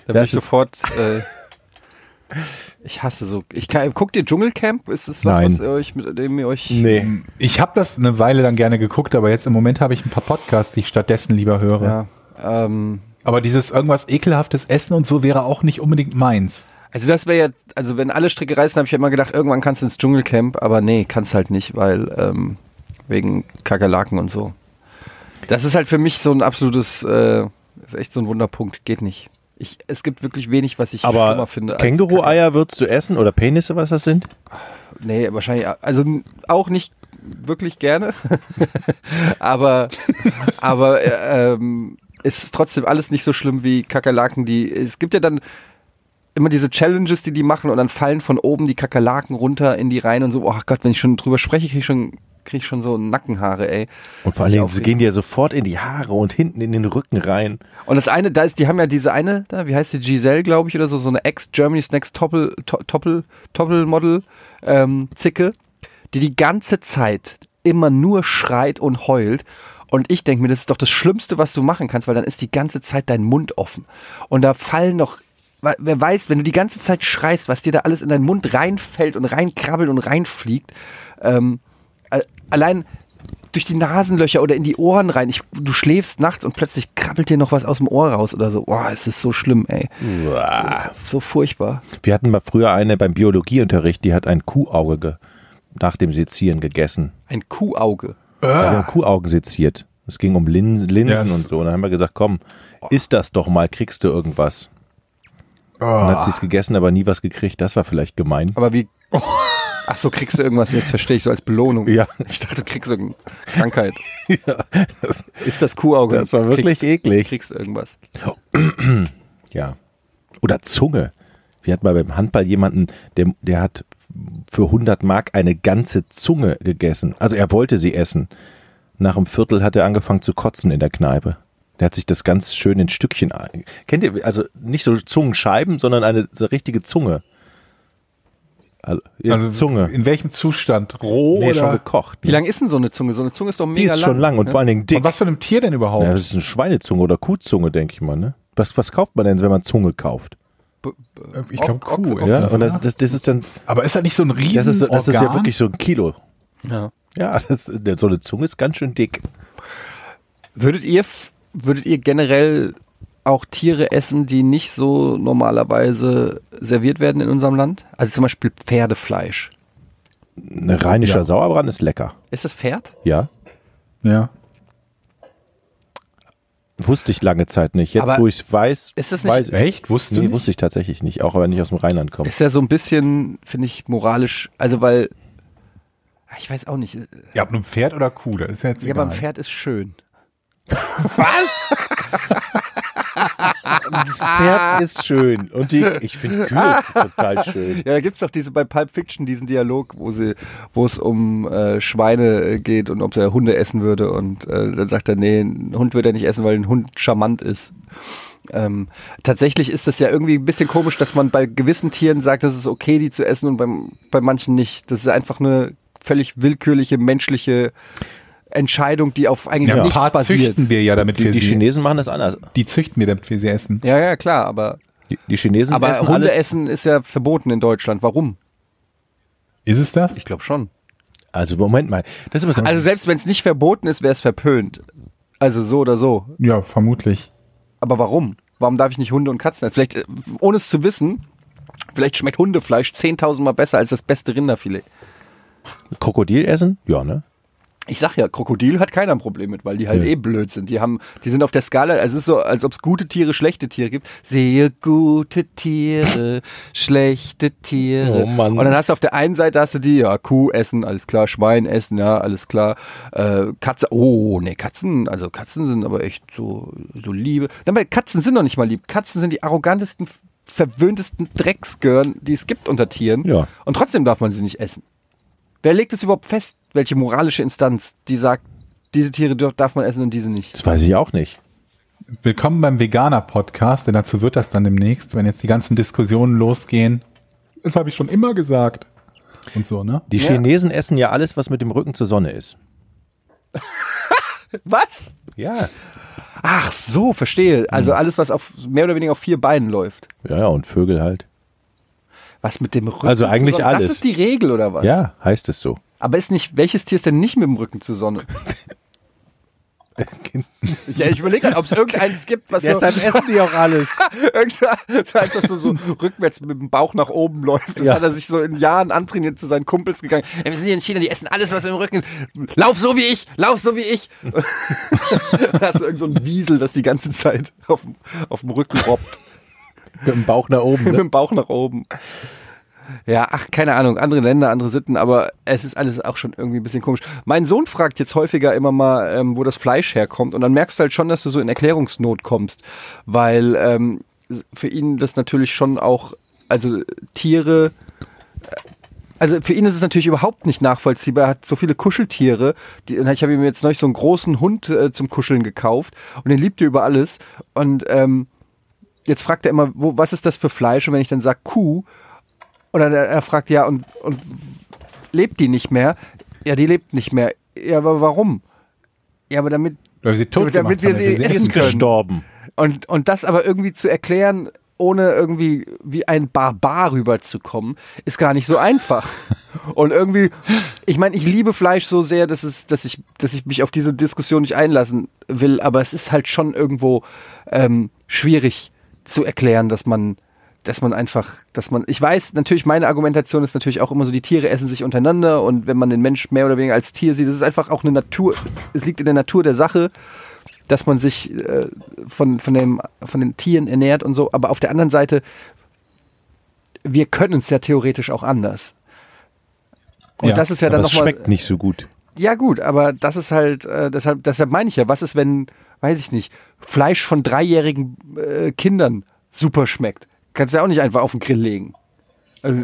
S3: Da bin
S2: Das
S3: ich
S2: ist-
S3: sofort. Äh, [LAUGHS] ich hasse so. Ich kann, guckt ihr Dschungelcamp? Ist das was,
S2: Nein.
S3: was ihr euch, mit dem ihr euch.
S2: Nee.
S1: Ich habe das eine Weile dann gerne geguckt, aber jetzt im Moment habe ich ein paar Podcasts, die ich stattdessen lieber höre.
S3: Ja. Ähm,
S1: Aber dieses irgendwas ekelhaftes Essen und so wäre auch nicht unbedingt meins.
S3: also das wäre ja, also wenn alle Stricke reißen, habe ich ja immer gedacht, irgendwann kannst du ins Dschungelcamp, aber nee, kannst halt nicht, weil ähm, wegen Kakerlaken und so. Das ist halt für mich so ein absolutes, äh, ist echt so ein Wunderpunkt, geht nicht. Ich, es gibt wirklich wenig, was ich schlimmer
S2: Aber
S3: finde. als
S2: Känguru-Eier würdest du essen oder Penisse, was das sind?
S3: Kaker- Nee, wahrscheinlich, also n- auch nicht wirklich gerne, [LAUGHS] aber, aber äh, ähm, es ist trotzdem alles nicht so schlimm wie Kakerlaken, die, es gibt ja dann, immer diese Challenges, die die machen und dann fallen von oben die Kakerlaken runter in die Reihen und so. Oh Gott, wenn ich schon drüber spreche, kriege ich schon, krieg ich schon so Nackenhaare, ey.
S2: Und vor allen
S3: Sich
S2: Dingen, sie
S3: aufregen.
S2: gehen dir sofort in die Haare und hinten in den Rücken rein.
S3: Und das eine, da ist, die haben ja diese eine, da, wie heißt die, Giselle, glaube ich, oder so, so eine Ex-Germany's Next Toppel, To- Toppel, Toppel-Model, ähm, Zicke, die die ganze Zeit immer nur schreit und heult. Und ich denke mir, das ist doch das Schlimmste, was du machen kannst, weil dann ist die ganze Zeit dein Mund offen. Und da fallen doch, we- wer weiß, wenn du die ganze Zeit schreist, was dir da alles in deinen Mund reinfällt und reinkrabbelt und reinfliegt, ähm, a- allein durch die Nasenlöcher oder in die Ohren rein. Ich, du schläfst nachts und plötzlich krabbelt dir noch was aus dem Ohr raus oder so. Boah, es ist so schlimm, ey. So furchtbar.
S2: Wir hatten mal früher eine beim Biologieunterricht, die hat ein Kuhauge ge nach dem Sezieren gegessen.
S3: Ein Kuhauge.
S2: Ja, wir haben Kuhaugen seziert. Es ging um Linsen, Linsen
S1: Ja,
S2: und so. Und dann haben wir gesagt, komm, isst das doch mal, kriegst du irgendwas. [LAUGHS] Und dann hat sie es gegessen, aber nie was gekriegt. Das war vielleicht gemein.
S3: Aber wie. Ach so, kriegst du irgendwas, jetzt verstehe ich, so als Belohnung.
S2: Ja.
S3: Ich dachte, du kriegst irgendeine Krankheit.
S2: [LAUGHS] Ja, das,
S3: Ist das Kuhauge?
S2: Das war wirklich
S3: kriegst,
S2: eklig.
S3: Kriegst irgendwas.
S2: ja. Oder Zunge. Wir hatten mal beim Handball jemanden, der, der hat für 100 Mark eine ganze Zunge gegessen. Also er wollte sie essen. Nach einem Viertel hat er angefangen zu kotzen in der Kneipe. Der hat sich das ganz schön in Stückchen. ein- Kennt ihr, also nicht so Zungenscheiben, sondern eine so richtige Zunge. Also, also Zunge.
S1: In welchem Zustand? Roh
S2: Nee,
S1: oder?
S2: schon gekocht. ne?
S3: Wie lang ist denn so eine Zunge? So eine Zunge ist doch
S2: Die
S3: mega
S2: ist schon lang ne? und vor allen Dingen dick.
S1: Von was für einem Tier denn überhaupt?
S2: Ja, das ist eine Schweinezunge oder Kuhzunge, denke ich mal. Ne? Was, was kauft man denn, wenn man Zunge kauft?
S1: ich glaube
S3: Ochs-
S1: Kuh.
S3: Ochs-
S2: Ja,
S1: Ja?
S2: und das, das, das ist dann,
S1: Aber ist das nicht so ein riesen
S2: das ist, so- das ist ja
S1: Organ?
S2: wirklich so ein Kilo.
S3: Ja.
S2: Ja, das, so eine Zunge ist ganz schön dick.
S3: Würdet ihr, f- würdet ihr generell auch Tiere essen, die nicht so normalerweise serviert werden in unserem Land? Also zum Beispiel Pferdefleisch.
S2: Ein rheinischer
S1: Ja.
S2: Sauerbraten ist lecker.
S3: Ist das Pferd?
S2: Ja,
S1: Ja.
S2: wusste ich lange Zeit nicht. Jetzt,
S3: Aber
S2: wo ich es weiß,
S3: ist das nicht-
S2: weiß
S1: Echt? Wusstest
S2: Nee,
S1: du nicht?
S2: wusste ich tatsächlich nicht, auch wenn ich aus dem Rheinland komme.
S3: Ist ja so ein bisschen, finde ich, moralisch. Also weil, Ah, ich weiß auch nicht.
S1: Ja, ob nun Pferd oder Kuh, das ist ja jetzt
S3: Ja,
S1: egal.
S3: beim Pferd ist schön. [LAUGHS]
S2: Pferd ist schön und die, ich finde Kühe total schön.
S3: Ja, da gibt es doch diese bei Pulp Fiction, diesen Dialog, wo sie, wo es um äh, Schweine äh, geht und ob der Hunde essen würde. Und äh, dann sagt er, nee, einen Hund wird er nicht essen, weil ein Hund charmant ist. Ähm, tatsächlich ist das ja irgendwie ein bisschen komisch, dass man bei gewissen Tieren sagt, es ist okay, die zu essen und beim, bei manchen nicht. Das ist einfach eine völlig willkürliche menschliche Entscheidung, die auf eigentlich
S1: ja, ein
S3: nichts
S1: paar
S3: basiert.
S1: züchten wir ja, damit
S2: Die,
S1: wir
S2: die
S1: sie-
S2: Chinesen machen das anders.
S1: die züchten wir, damit wir sie essen.
S3: Ja, ja, klar, aber,
S2: Die, die Chinesen
S3: aber
S2: essen
S3: Hunde
S2: alles,
S3: essen ist ja verboten in Deutschland. Warum?
S1: Ist es das?
S3: Ich glaube schon.
S2: Also Moment mal, das ist immer so
S3: Also selbst wenn es nicht verboten ist, wäre es verpönt. Also so oder so.
S1: Ja, vermutlich.
S3: Aber warum? Warum darf ich nicht Hunde und Katzen essen? Vielleicht, äh, ohne es zu wissen, vielleicht schmeckt Hundefleisch 10.000 Mal besser als das beste Rinderfilet. Also-
S2: Krokodil essen? Ja, ne?
S3: Ich sag ja, Krokodil hat keiner ein Problem mit, weil die halt
S2: Nee.
S3: eh blöd sind. Die haben, die sind auf der Skala, also es ist so, als ob es gute Tiere, schlechte Tiere gibt. Sehe gute Tiere, schlechte Tiere.
S2: Oh Mann.
S3: Und dann hast du auf der einen Seite hast du die, ja, Kuh essen, alles klar, Schwein essen, ja, alles klar. Äh, Katze, oh, nee, Katzen, also Katzen sind aber echt so, so liebe. Nein, aber Katzen sind doch nicht mal lieb. Katzen sind die arrogantesten, verwöhntesten Drecksgören, die es gibt unter Tieren.
S2: Ja.
S3: Und trotzdem darf man sie nicht essen. Wer legt es überhaupt fest, welche moralische Instanz, die sagt, diese Tiere dür- darf man essen und diese nicht?
S2: Das weiß ich auch nicht.
S1: Willkommen beim Veganer-Podcast, denn dazu wird das dann demnächst, wenn jetzt die ganzen Diskussionen losgehen. Das habe ich schon immer gesagt. Und so, ne?
S2: Die Chinesen essen ja alles, was mit dem Rücken zur Sonne ist.
S3: Was?
S2: Ja.
S3: Ach so, verstehe.
S2: Hm.
S3: Also alles, was auf mehr oder weniger auf vier Beinen läuft.
S2: Ja, ja, und Vögel halt.
S3: Was mit dem Rücken?
S2: Also eigentlich
S3: zur Sonne?
S2: alles.
S3: Das ist die Regel oder was?
S2: Ja, heißt es so.
S3: Aber ist nicht, welches Tier ist denn nicht mit dem Rücken
S2: [LAUGHS]
S3: zur Sonne? Ja, ich überlege gerade, ob es irgendeines gibt, was so,
S2: essen die auch
S3: [LAUGHS]
S2: alles.
S3: irgendeins, das so, so rückwärts mit dem Bauch nach oben läuft. Das
S2: Ja.
S3: hat er sich so in Jahren antrainiert zu seinen Kumpels gegangen. Ey, wir sind hier in China, die essen alles, was im Rücken ist. Lauf so wie ich, lauf so wie ich. [LAUGHS] da hast du irgend so ein Wiesel, das die ganze Zeit auf, dem- auf dem Rücken robbt.
S2: Mit dem Bauch nach oben.
S3: mit
S2: Ne?
S3: dem Bauch nach oben. Ja, ach, keine Ahnung, andere Länder, andere Sitten, aber es ist alles auch schon irgendwie ein bisschen komisch. Mein Sohn fragt jetzt häufiger immer mal, ähm, wo das Fleisch herkommt und dann merkst du halt schon, dass du so in Erklärungsnot kommst, weil ähm, für ihn das natürlich schon auch, also Tiere, also für ihn ist es natürlich überhaupt nicht nachvollziehbar. Er hat so viele Kuscheltiere. Die, und ich habe ihm jetzt neulich so einen großen Hund äh, zum Kuscheln gekauft und den liebt er über alles. Und ähm, jetzt fragt er immer, wo, was ist das für Fleisch? Und wenn ich dann sage Kuh, und dann er, er fragt ja, und, und lebt die nicht mehr? Ja, die lebt nicht mehr. Ja, aber warum? Ja, aber damit.
S1: Weil wir sie tot
S3: Damit
S1: gemacht
S3: wir
S1: haben,
S3: sie
S1: damit
S3: [LAUGHS] essen
S2: Ist
S3: können.
S2: gestorben.
S3: Und, und das aber irgendwie zu erklären, ohne irgendwie wie ein Barbar rüberzukommen, ist gar nicht so einfach. Und irgendwie, ich meine, ich liebe Fleisch so sehr, dass, es, dass, ich, dass ich mich auf diese Diskussion nicht einlassen will, aber es ist halt schon irgendwo ähm, schwierig zu erklären, dass man, dass man einfach, dass man, ich weiß, natürlich, meine Argumentation ist natürlich auch immer so, die Tiere essen sich untereinander und wenn man den Mensch mehr oder weniger als Tier sieht, das ist einfach auch eine Natur, es liegt in der Natur der Sache, dass man sich äh, von, von, dem, von den Tieren ernährt und so. Aber auf der anderen Seite, wir können es ja theoretisch auch anders. Und
S1: Ja,
S3: das ist ja
S2: Aber
S3: dann
S2: es
S3: nochmal.
S2: schmeckt nicht so gut.
S3: Ja, gut, aber das ist halt, äh, deshalb, deshalb meine ich ja, was ist, wenn, weiß ich nicht, Fleisch von dreijährigen äh, Kindern super schmeckt? Kannst du ja auch nicht einfach auf den Grill legen. Also,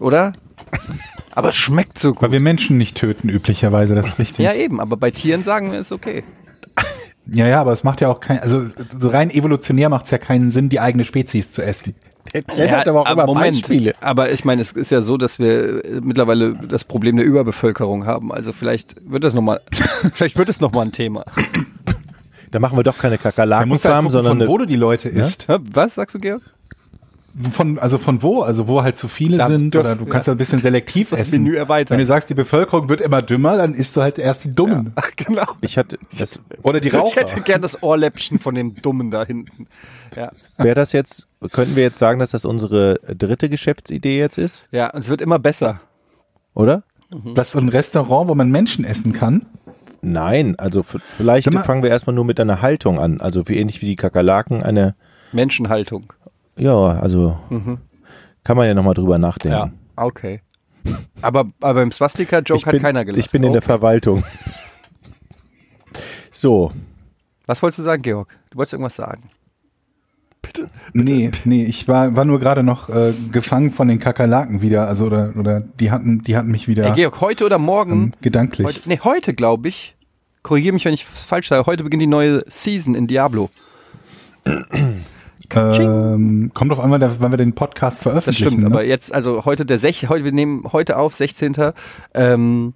S3: oder?
S2: [LAUGHS]
S3: Aber es schmeckt so gut.
S1: Weil wir Menschen nicht töten üblicherweise, das ist richtig.
S3: Ja, eben, aber bei Tieren sagen wir, ist okay.
S1: Ja, ja, aber es macht ja auch kein, also rein evolutionär macht es ja keinen Sinn, die eigene Spezies zu essen. Der nennt
S3: Aber ich meine, es ist ja so, dass wir äh, mittlerweile das Problem der Überbevölkerung haben. Also vielleicht wird das nochmal, [LAUGHS] vielleicht wird es nochmal ein Thema.
S2: Da machen wir doch keine
S1: Man muss halt
S2: Kakerlakenfarm,
S1: gucken,
S2: sondern
S1: von wo
S2: eine,
S1: du die Leute isst.
S3: Hä, Was sagst du, Georg? [LAUGHS]
S1: Von, also von wo, also wo halt zu viele
S3: Da
S1: sind.
S3: dürfen-
S1: Oder du kannst ja ein bisschen selektiv
S3: Das
S1: essen.
S3: Menü erweitern.
S1: Wenn du sagst, die Bevölkerung wird immer dümmer, dann isst du halt erst die Dummen.
S3: Ach, genau.
S2: ich hatte, das,
S1: Oder die
S3: Ich hätte
S1: Raucher.
S3: gern das Ohrläppchen von dem Dummen da hinten. Ja,
S2: wäre das jetzt, könnten wir jetzt sagen, dass das unsere dritte Geschäftsidee jetzt ist,
S3: ja und es wird immer besser.
S2: oder?
S1: Das ist ein Restaurant, wo man Menschen essen kann.
S2: Nein, also f- vielleicht
S1: Sag mal-
S2: fangen wir erstmal nur mit einer Haltung an, also wie ähnlich wie die Kakerlaken eine,
S3: Menschenhaltung.
S2: ja, also kann man ja nochmal drüber nachdenken.
S3: okay. Aber, aber beim Swastika-Joke
S2: Ich
S3: hat
S2: bin,
S3: keiner gelacht.
S2: ich bin in der
S3: Okay.
S2: Verwaltung. [LAUGHS] So,
S3: Oh, Was wolltest du sagen, Georg? Du wolltest irgendwas sagen.
S1: Nee, nee, ich war, war nur gerade noch äh, gefangen von den Kakerlaken wieder. Also oder, oder die hatten, die hatten mich wieder
S3: Ey, Georg, heute oder morgen?
S1: ähm, gedanklich.
S3: Heute, nee, heute glaube ich. Korrigiere mich, wenn ich es falsch sage. Heute beginnt die neue Season in Diablo.
S1: Ähm, kommt auf einmal, wann wir den Podcast
S3: Das
S1: veröffentlichen.
S3: stimmt,
S1: ne?
S3: aber jetzt, also heute der 16. Heute, wir nehmen heute auf, 16. Ähm,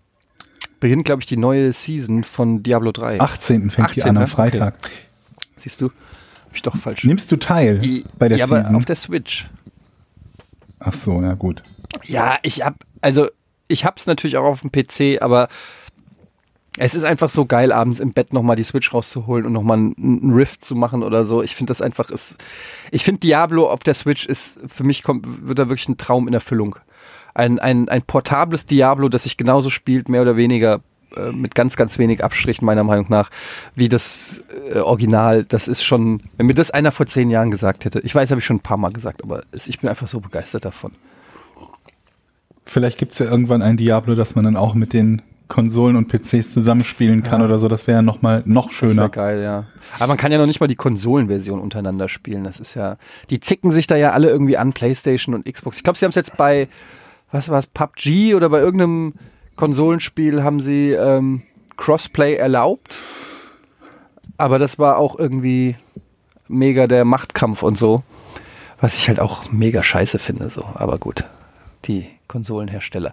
S3: beginnt, glaube ich, die neue Season von Diablo 3.
S1: 18. fängt die
S3: 18.,
S1: an am
S3: ne? okay.
S1: Freitag.
S3: Siehst du? Hab ich doch falsch.
S1: Nimmst du teil bei der
S3: ja, aber
S1: Season?
S3: auf der Switch.
S1: Ach so, ja gut.
S3: Ja, ich hab, also ich hab's natürlich auch auf dem PC, aber es ist einfach so geil, abends im Bett nochmal die Switch rauszuholen und nochmal einen Rift zu machen oder so. Ich finde das einfach ist. Ich finde Diablo auf der Switch ist, für mich kommt, wird da wirklich ein Traum in Erfüllung. Ein, ein, ein portables Diablo, das sich genauso spielt, mehr oder weniger äh, mit ganz, ganz wenig Abstrichen meiner Meinung nach, wie das äh, Original. Das ist schon, wenn mir das einer vor zehn Jahren gesagt hätte, ich weiß, habe ich schon ein paar Mal gesagt, aber es, ich bin einfach so begeistert davon.
S1: Vielleicht gibt es ja irgendwann ein Diablo, das man dann auch mit den Konsolen und PCs zusammenspielen kann oder so. Das wäre ja noch mal noch schöner.
S3: Ah. Das wär geil, ja. Aber man kann ja noch nicht mal die Konsolenversion untereinander spielen. Das ist ja, die zicken sich da ja alle irgendwie an PlayStation und Xbox. Ich glaube, sie haben es jetzt bei, was war's, PUBG oder bei irgendeinem Konsolenspiel haben sie ähm, Crossplay erlaubt. Aber das war auch irgendwie mega der Machtkampf und so, was ich halt auch mega scheiße finde. So, aber gut, die Konsolenhersteller.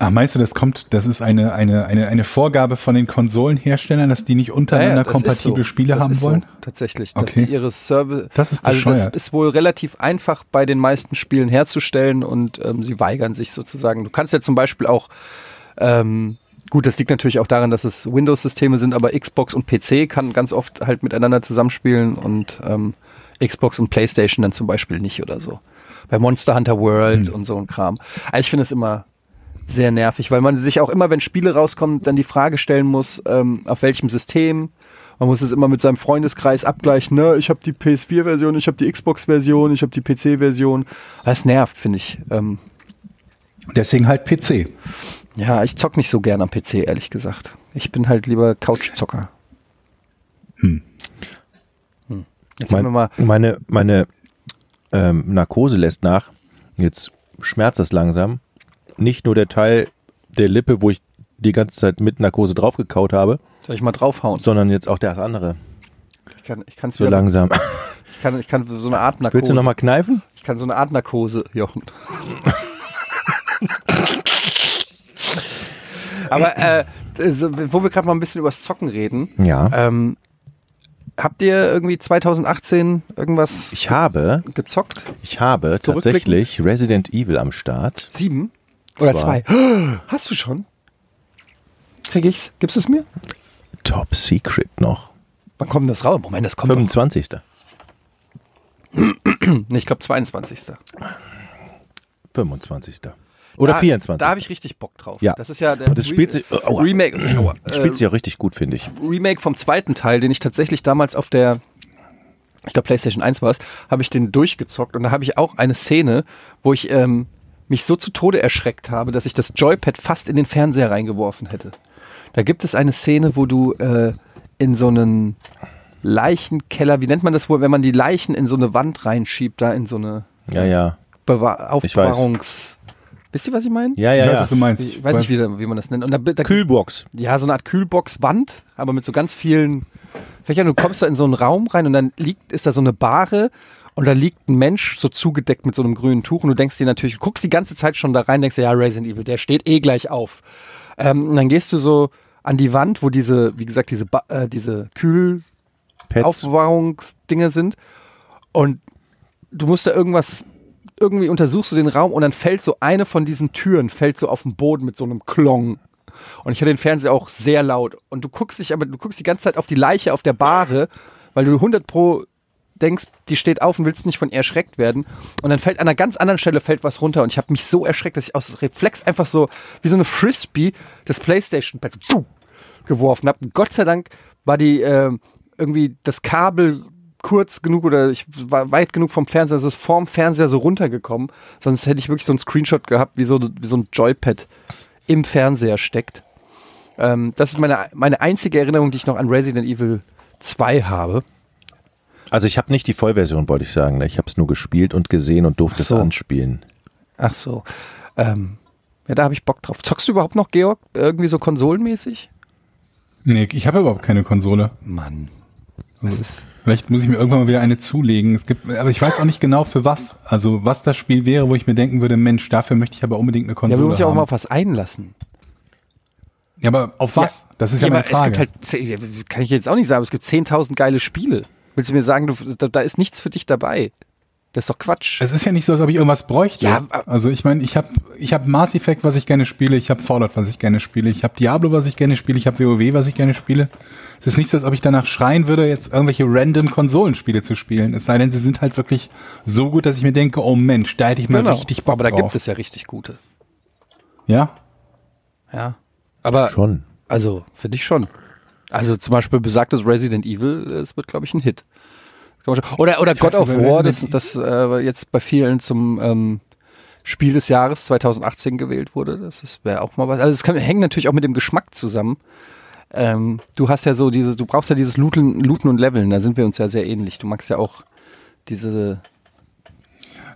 S1: Ach, meinst du, das kommt, das ist eine, eine, eine, eine Vorgabe von den Konsolenherstellern, dass die nicht untereinander
S3: das ist
S1: kompatible
S3: so.
S1: Spiele
S3: Das
S1: haben
S3: ist so,
S1: wollen?
S3: tatsächlich.
S1: Okay.
S3: Dass die ihre Service.
S1: Das ist
S3: also das
S1: bescheuert.
S3: ist wohl relativ einfach bei den meisten Spielen herzustellen und ähm, sie weigern sich sozusagen. Du kannst ja zum Beispiel auch, ähm, gut, das liegt natürlich auch daran, dass es Windows-Systeme sind, aber Xbox und PC kann ganz oft halt miteinander zusammenspielen und ähm, Xbox und PlayStation dann zum Beispiel nicht oder so. Bei Monster Hunter World
S1: Hm.
S3: und so ein Kram. Also ich finde es immer sehr nervig, weil man sich auch immer, wenn Spiele rauskommen, dann die Frage stellen muss, ähm, auf welchem System. Man muss es immer mit seinem Freundeskreis abgleichen. Ne? Ich habe die PS4-Version, ich habe die Xbox-Version, ich habe die PC-Version. Das nervt, finde ich. Ähm,
S1: Deswegen halt PC.
S3: ja, ich zock nicht so gern am PC, ehrlich gesagt. Ich bin halt lieber Couchzocker. Hm. Jetzt haben wir mal.
S2: meine meine ähm, Narkose lässt nach. Jetzt schmerzt das langsam. Nicht nur der Teil der Lippe, wo ich die ganze Zeit mit Narkose draufgekaut habe,
S3: Soll ich mal draufhauen?
S2: sondern jetzt auch das andere.
S3: Ich kann, ich kann's
S2: So
S3: wieder-
S2: langsam.
S3: Ich kann, ich kann so eine Art Narkose.
S2: Willst du nochmal kneifen?
S3: Ich kann so eine Art Narkose, Jochen. Aber äh, so, wo wir gerade mal ein bisschen übers Zocken reden,
S2: Ja.
S3: ähm, habt ihr irgendwie 2018 irgendwas
S2: Ich habe,
S3: gezockt?
S2: ich habe tatsächlich Resident Evil am Start.
S3: Sieben? Oder
S2: Zwei.
S3: zwei? [GASPS] Hast du schon? Krieg ich's? Gibst du es mir?
S2: Top Secret noch.
S3: Wann kommt das raus? Moment, das kommt doch.
S2: 25.
S3: Nee, ich glaube 22.
S2: 25. Oder
S3: da,
S2: 24.
S3: Da habe ich richtig Bock drauf.
S2: Ja.
S3: Das ist ja der
S2: Aber das spielt sich- aua.
S3: Remake. Äh, Aua.
S2: Spielt sich ja richtig gut, finde ich.
S3: Remake vom zweiten Teil, den ich tatsächlich damals auf der, ich glaube PlayStation 1 war es, habe ich den durchgezockt und da habe ich auch eine Szene, wo ich ähm, mich so zu Tode erschreckt habe, dass ich das Joypad fast in den Fernseher reingeworfen hätte. Da gibt es eine Szene, wo du äh, in so einen Leichenkeller, wie nennt man das wohl, wenn man die Leichen in so eine Wand reinschiebt, da in so eine
S2: Ja, ja.
S3: Bewahr
S2: Ich weiß.
S3: Aufbewahrungs... Wisst ihr, was ich meine?
S2: Ja,
S1: Ich
S2: ja,
S1: weiß,
S2: ja.
S1: was du meinst.
S3: Ich weiß nicht, wie, wie man das nennt. Und da, da,
S2: Kühlbox.
S3: ja, so eine Art Kühlboxwand, aber mit so ganz vielen Fächern. Du kommst da in so einen Raum rein und dann liegt, ist da so eine Bahre und da liegt ein Mensch so zugedeckt mit so einem grünen Tuch und du denkst dir natürlich, du guckst die ganze Zeit schon da rein, denkst dir, ja, Resident Evil, der steht eh gleich auf. Ähm, und dann gehst du so an die Wand, wo diese, wie gesagt, diese, ba äh, diese Kühl,
S2: Pets.
S3: Aufbewahrungsdinge sind. Und du musst da irgendwas, irgendwie untersuchst du den Raum und dann fällt so eine von diesen Türen, fällt so auf den Boden mit so einem Klong. Und ich hatte den Fernseher auch sehr laut. Und du guckst dich, aber du guckst die ganze Zeit auf die Leiche auf der Bahre, weil du 100 pro denkst, die steht auf und willst nicht von ihr erschreckt werden. Und dann fällt an einer ganz anderen Stelle fällt was runter. Und ich habe mich so erschreckt, dass ich aus Reflex einfach so, wie so eine Frisbee, das Playstation-Pad so, tschu, geworfen habe. Gott sei Dank war die ähm, irgendwie das Kabel kurz genug oder ich war weit genug vom Fernseher, es ist vorm Fernseher so runtergekommen. Sonst hätte ich wirklich so einen Screenshot gehabt, wie so, wie so ein Joypad im Fernseher steckt. Ähm, das ist meine, meine einzige Erinnerung, die ich noch an Resident Evil 2 habe.
S2: Also ich habe nicht die Vollversion, wollte ich sagen. ne? Ich habe es nur gespielt und gesehen und durfte
S3: Ach so.
S2: es anspielen.
S3: Ach so. Ähm, ja, da habe ich Bock drauf. Zockst du überhaupt noch, Georg? Irgendwie so konsolenmäßig?
S1: Nee, ich habe überhaupt keine Konsole.
S3: Mann.
S1: Also, vielleicht muss ich mir irgendwann mal wieder eine zulegen. Es gibt, aber ich weiß auch nicht genau für was. Also was das Spiel wäre, wo ich mir denken würde, Mensch, dafür möchte ich aber unbedingt eine
S3: Ja, aber
S1: Konsole
S3: du musst ja auch
S1: haben.
S3: mal auf was einlassen.
S1: ja, aber auf was? das ist ja,
S3: Ja,
S1: meine
S3: aber es
S1: Frage.
S3: gibt halt, zeh- kann ich jetzt auch nicht sagen, aber es gibt 10.000 geile Spiele. Willst du mir sagen, du, da, da ist nichts für dich dabei? Das ist doch Quatsch.
S1: es ist ja nicht so, als ob ich irgendwas bräuchte.
S3: Ja, äh, aber-
S1: also ich meine, ich habe ich hab Mass Effect, was ich gerne spiele, ich habe Fallout, was ich gerne spiele, ich habe Diablo, was ich gerne spiele, ich habe WoW, was ich gerne spiele. Es ist nicht so, als ob ich danach schreien würde, jetzt irgendwelche random Konsolenspiele zu spielen. Es sei denn, sie sind halt wirklich so gut, dass ich mir denke, oh Mensch, da hätte ich mal richtig Bock
S3: Genau. aber da
S1: drauf.
S3: gibt es ja richtig gute.
S1: Ja,
S3: Ja. Aber,
S2: Schon.
S3: also, finde ich schon. Also zum Beispiel besagtes Resident Evil, es wird, glaube ich, ein Hit. Kann man schon- Oder, oder God
S1: weiß
S3: of
S1: nicht, bei
S3: War, das,
S1: Resident
S3: das äh, jetzt bei vielen zum ähm, Spiel des Jahres 2018 gewählt wurde. Das ist- wäre auch mal was. Also es kann- hängt natürlich auch mit dem Geschmack zusammen. Ähm, du hast ja so diese, du brauchst ja dieses Looten, Looten und Leveln, da sind wir uns ja sehr ähnlich. Du magst ja auch diese,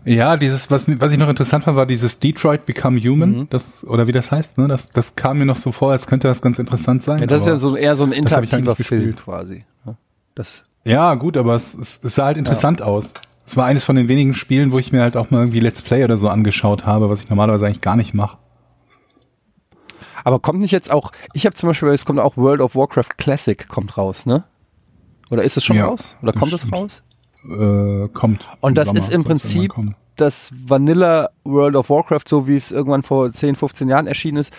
S1: Ja, dieses, was, mi- was ich noch interessant fand, war dieses Detroit Become Human,
S3: Mhm.
S1: das, oder wie das heißt, ne? Das, das kam mir noch so vor, als könnte das ganz interessant sein.
S3: ja, das ist ja
S1: aber-
S3: so eher so ein
S1: Genau. das hab ich halt
S3: interaktiver
S1: nicht
S3: Film
S1: gespielt.
S3: quasi. Ja, das,
S1: ja, gut, aber es, es, es sah halt interessant aus. Es war eines von den wenigen Spielen, wo ich mir halt auch mal irgendwie Let's Play oder so angeschaut habe, was ich normalerweise eigentlich gar nicht mache.
S3: Aber kommt nicht jetzt auch, ich habe zum Beispiel, es kommt auch World of Warcraft Classic kommt raus, ne? Oder ist es schon
S1: Ja,
S3: raus? Oder kommt
S1: das
S3: es
S1: stimmt.
S3: raus?
S1: Äh, kommt.
S3: Und das
S1: Sommer
S3: ist im
S1: soll's irgendwann
S3: Prinzip
S1: kommen.
S3: das Vanilla World of Warcraft, so wie es irgendwann vor 10, 15 Jahren erschienen ist,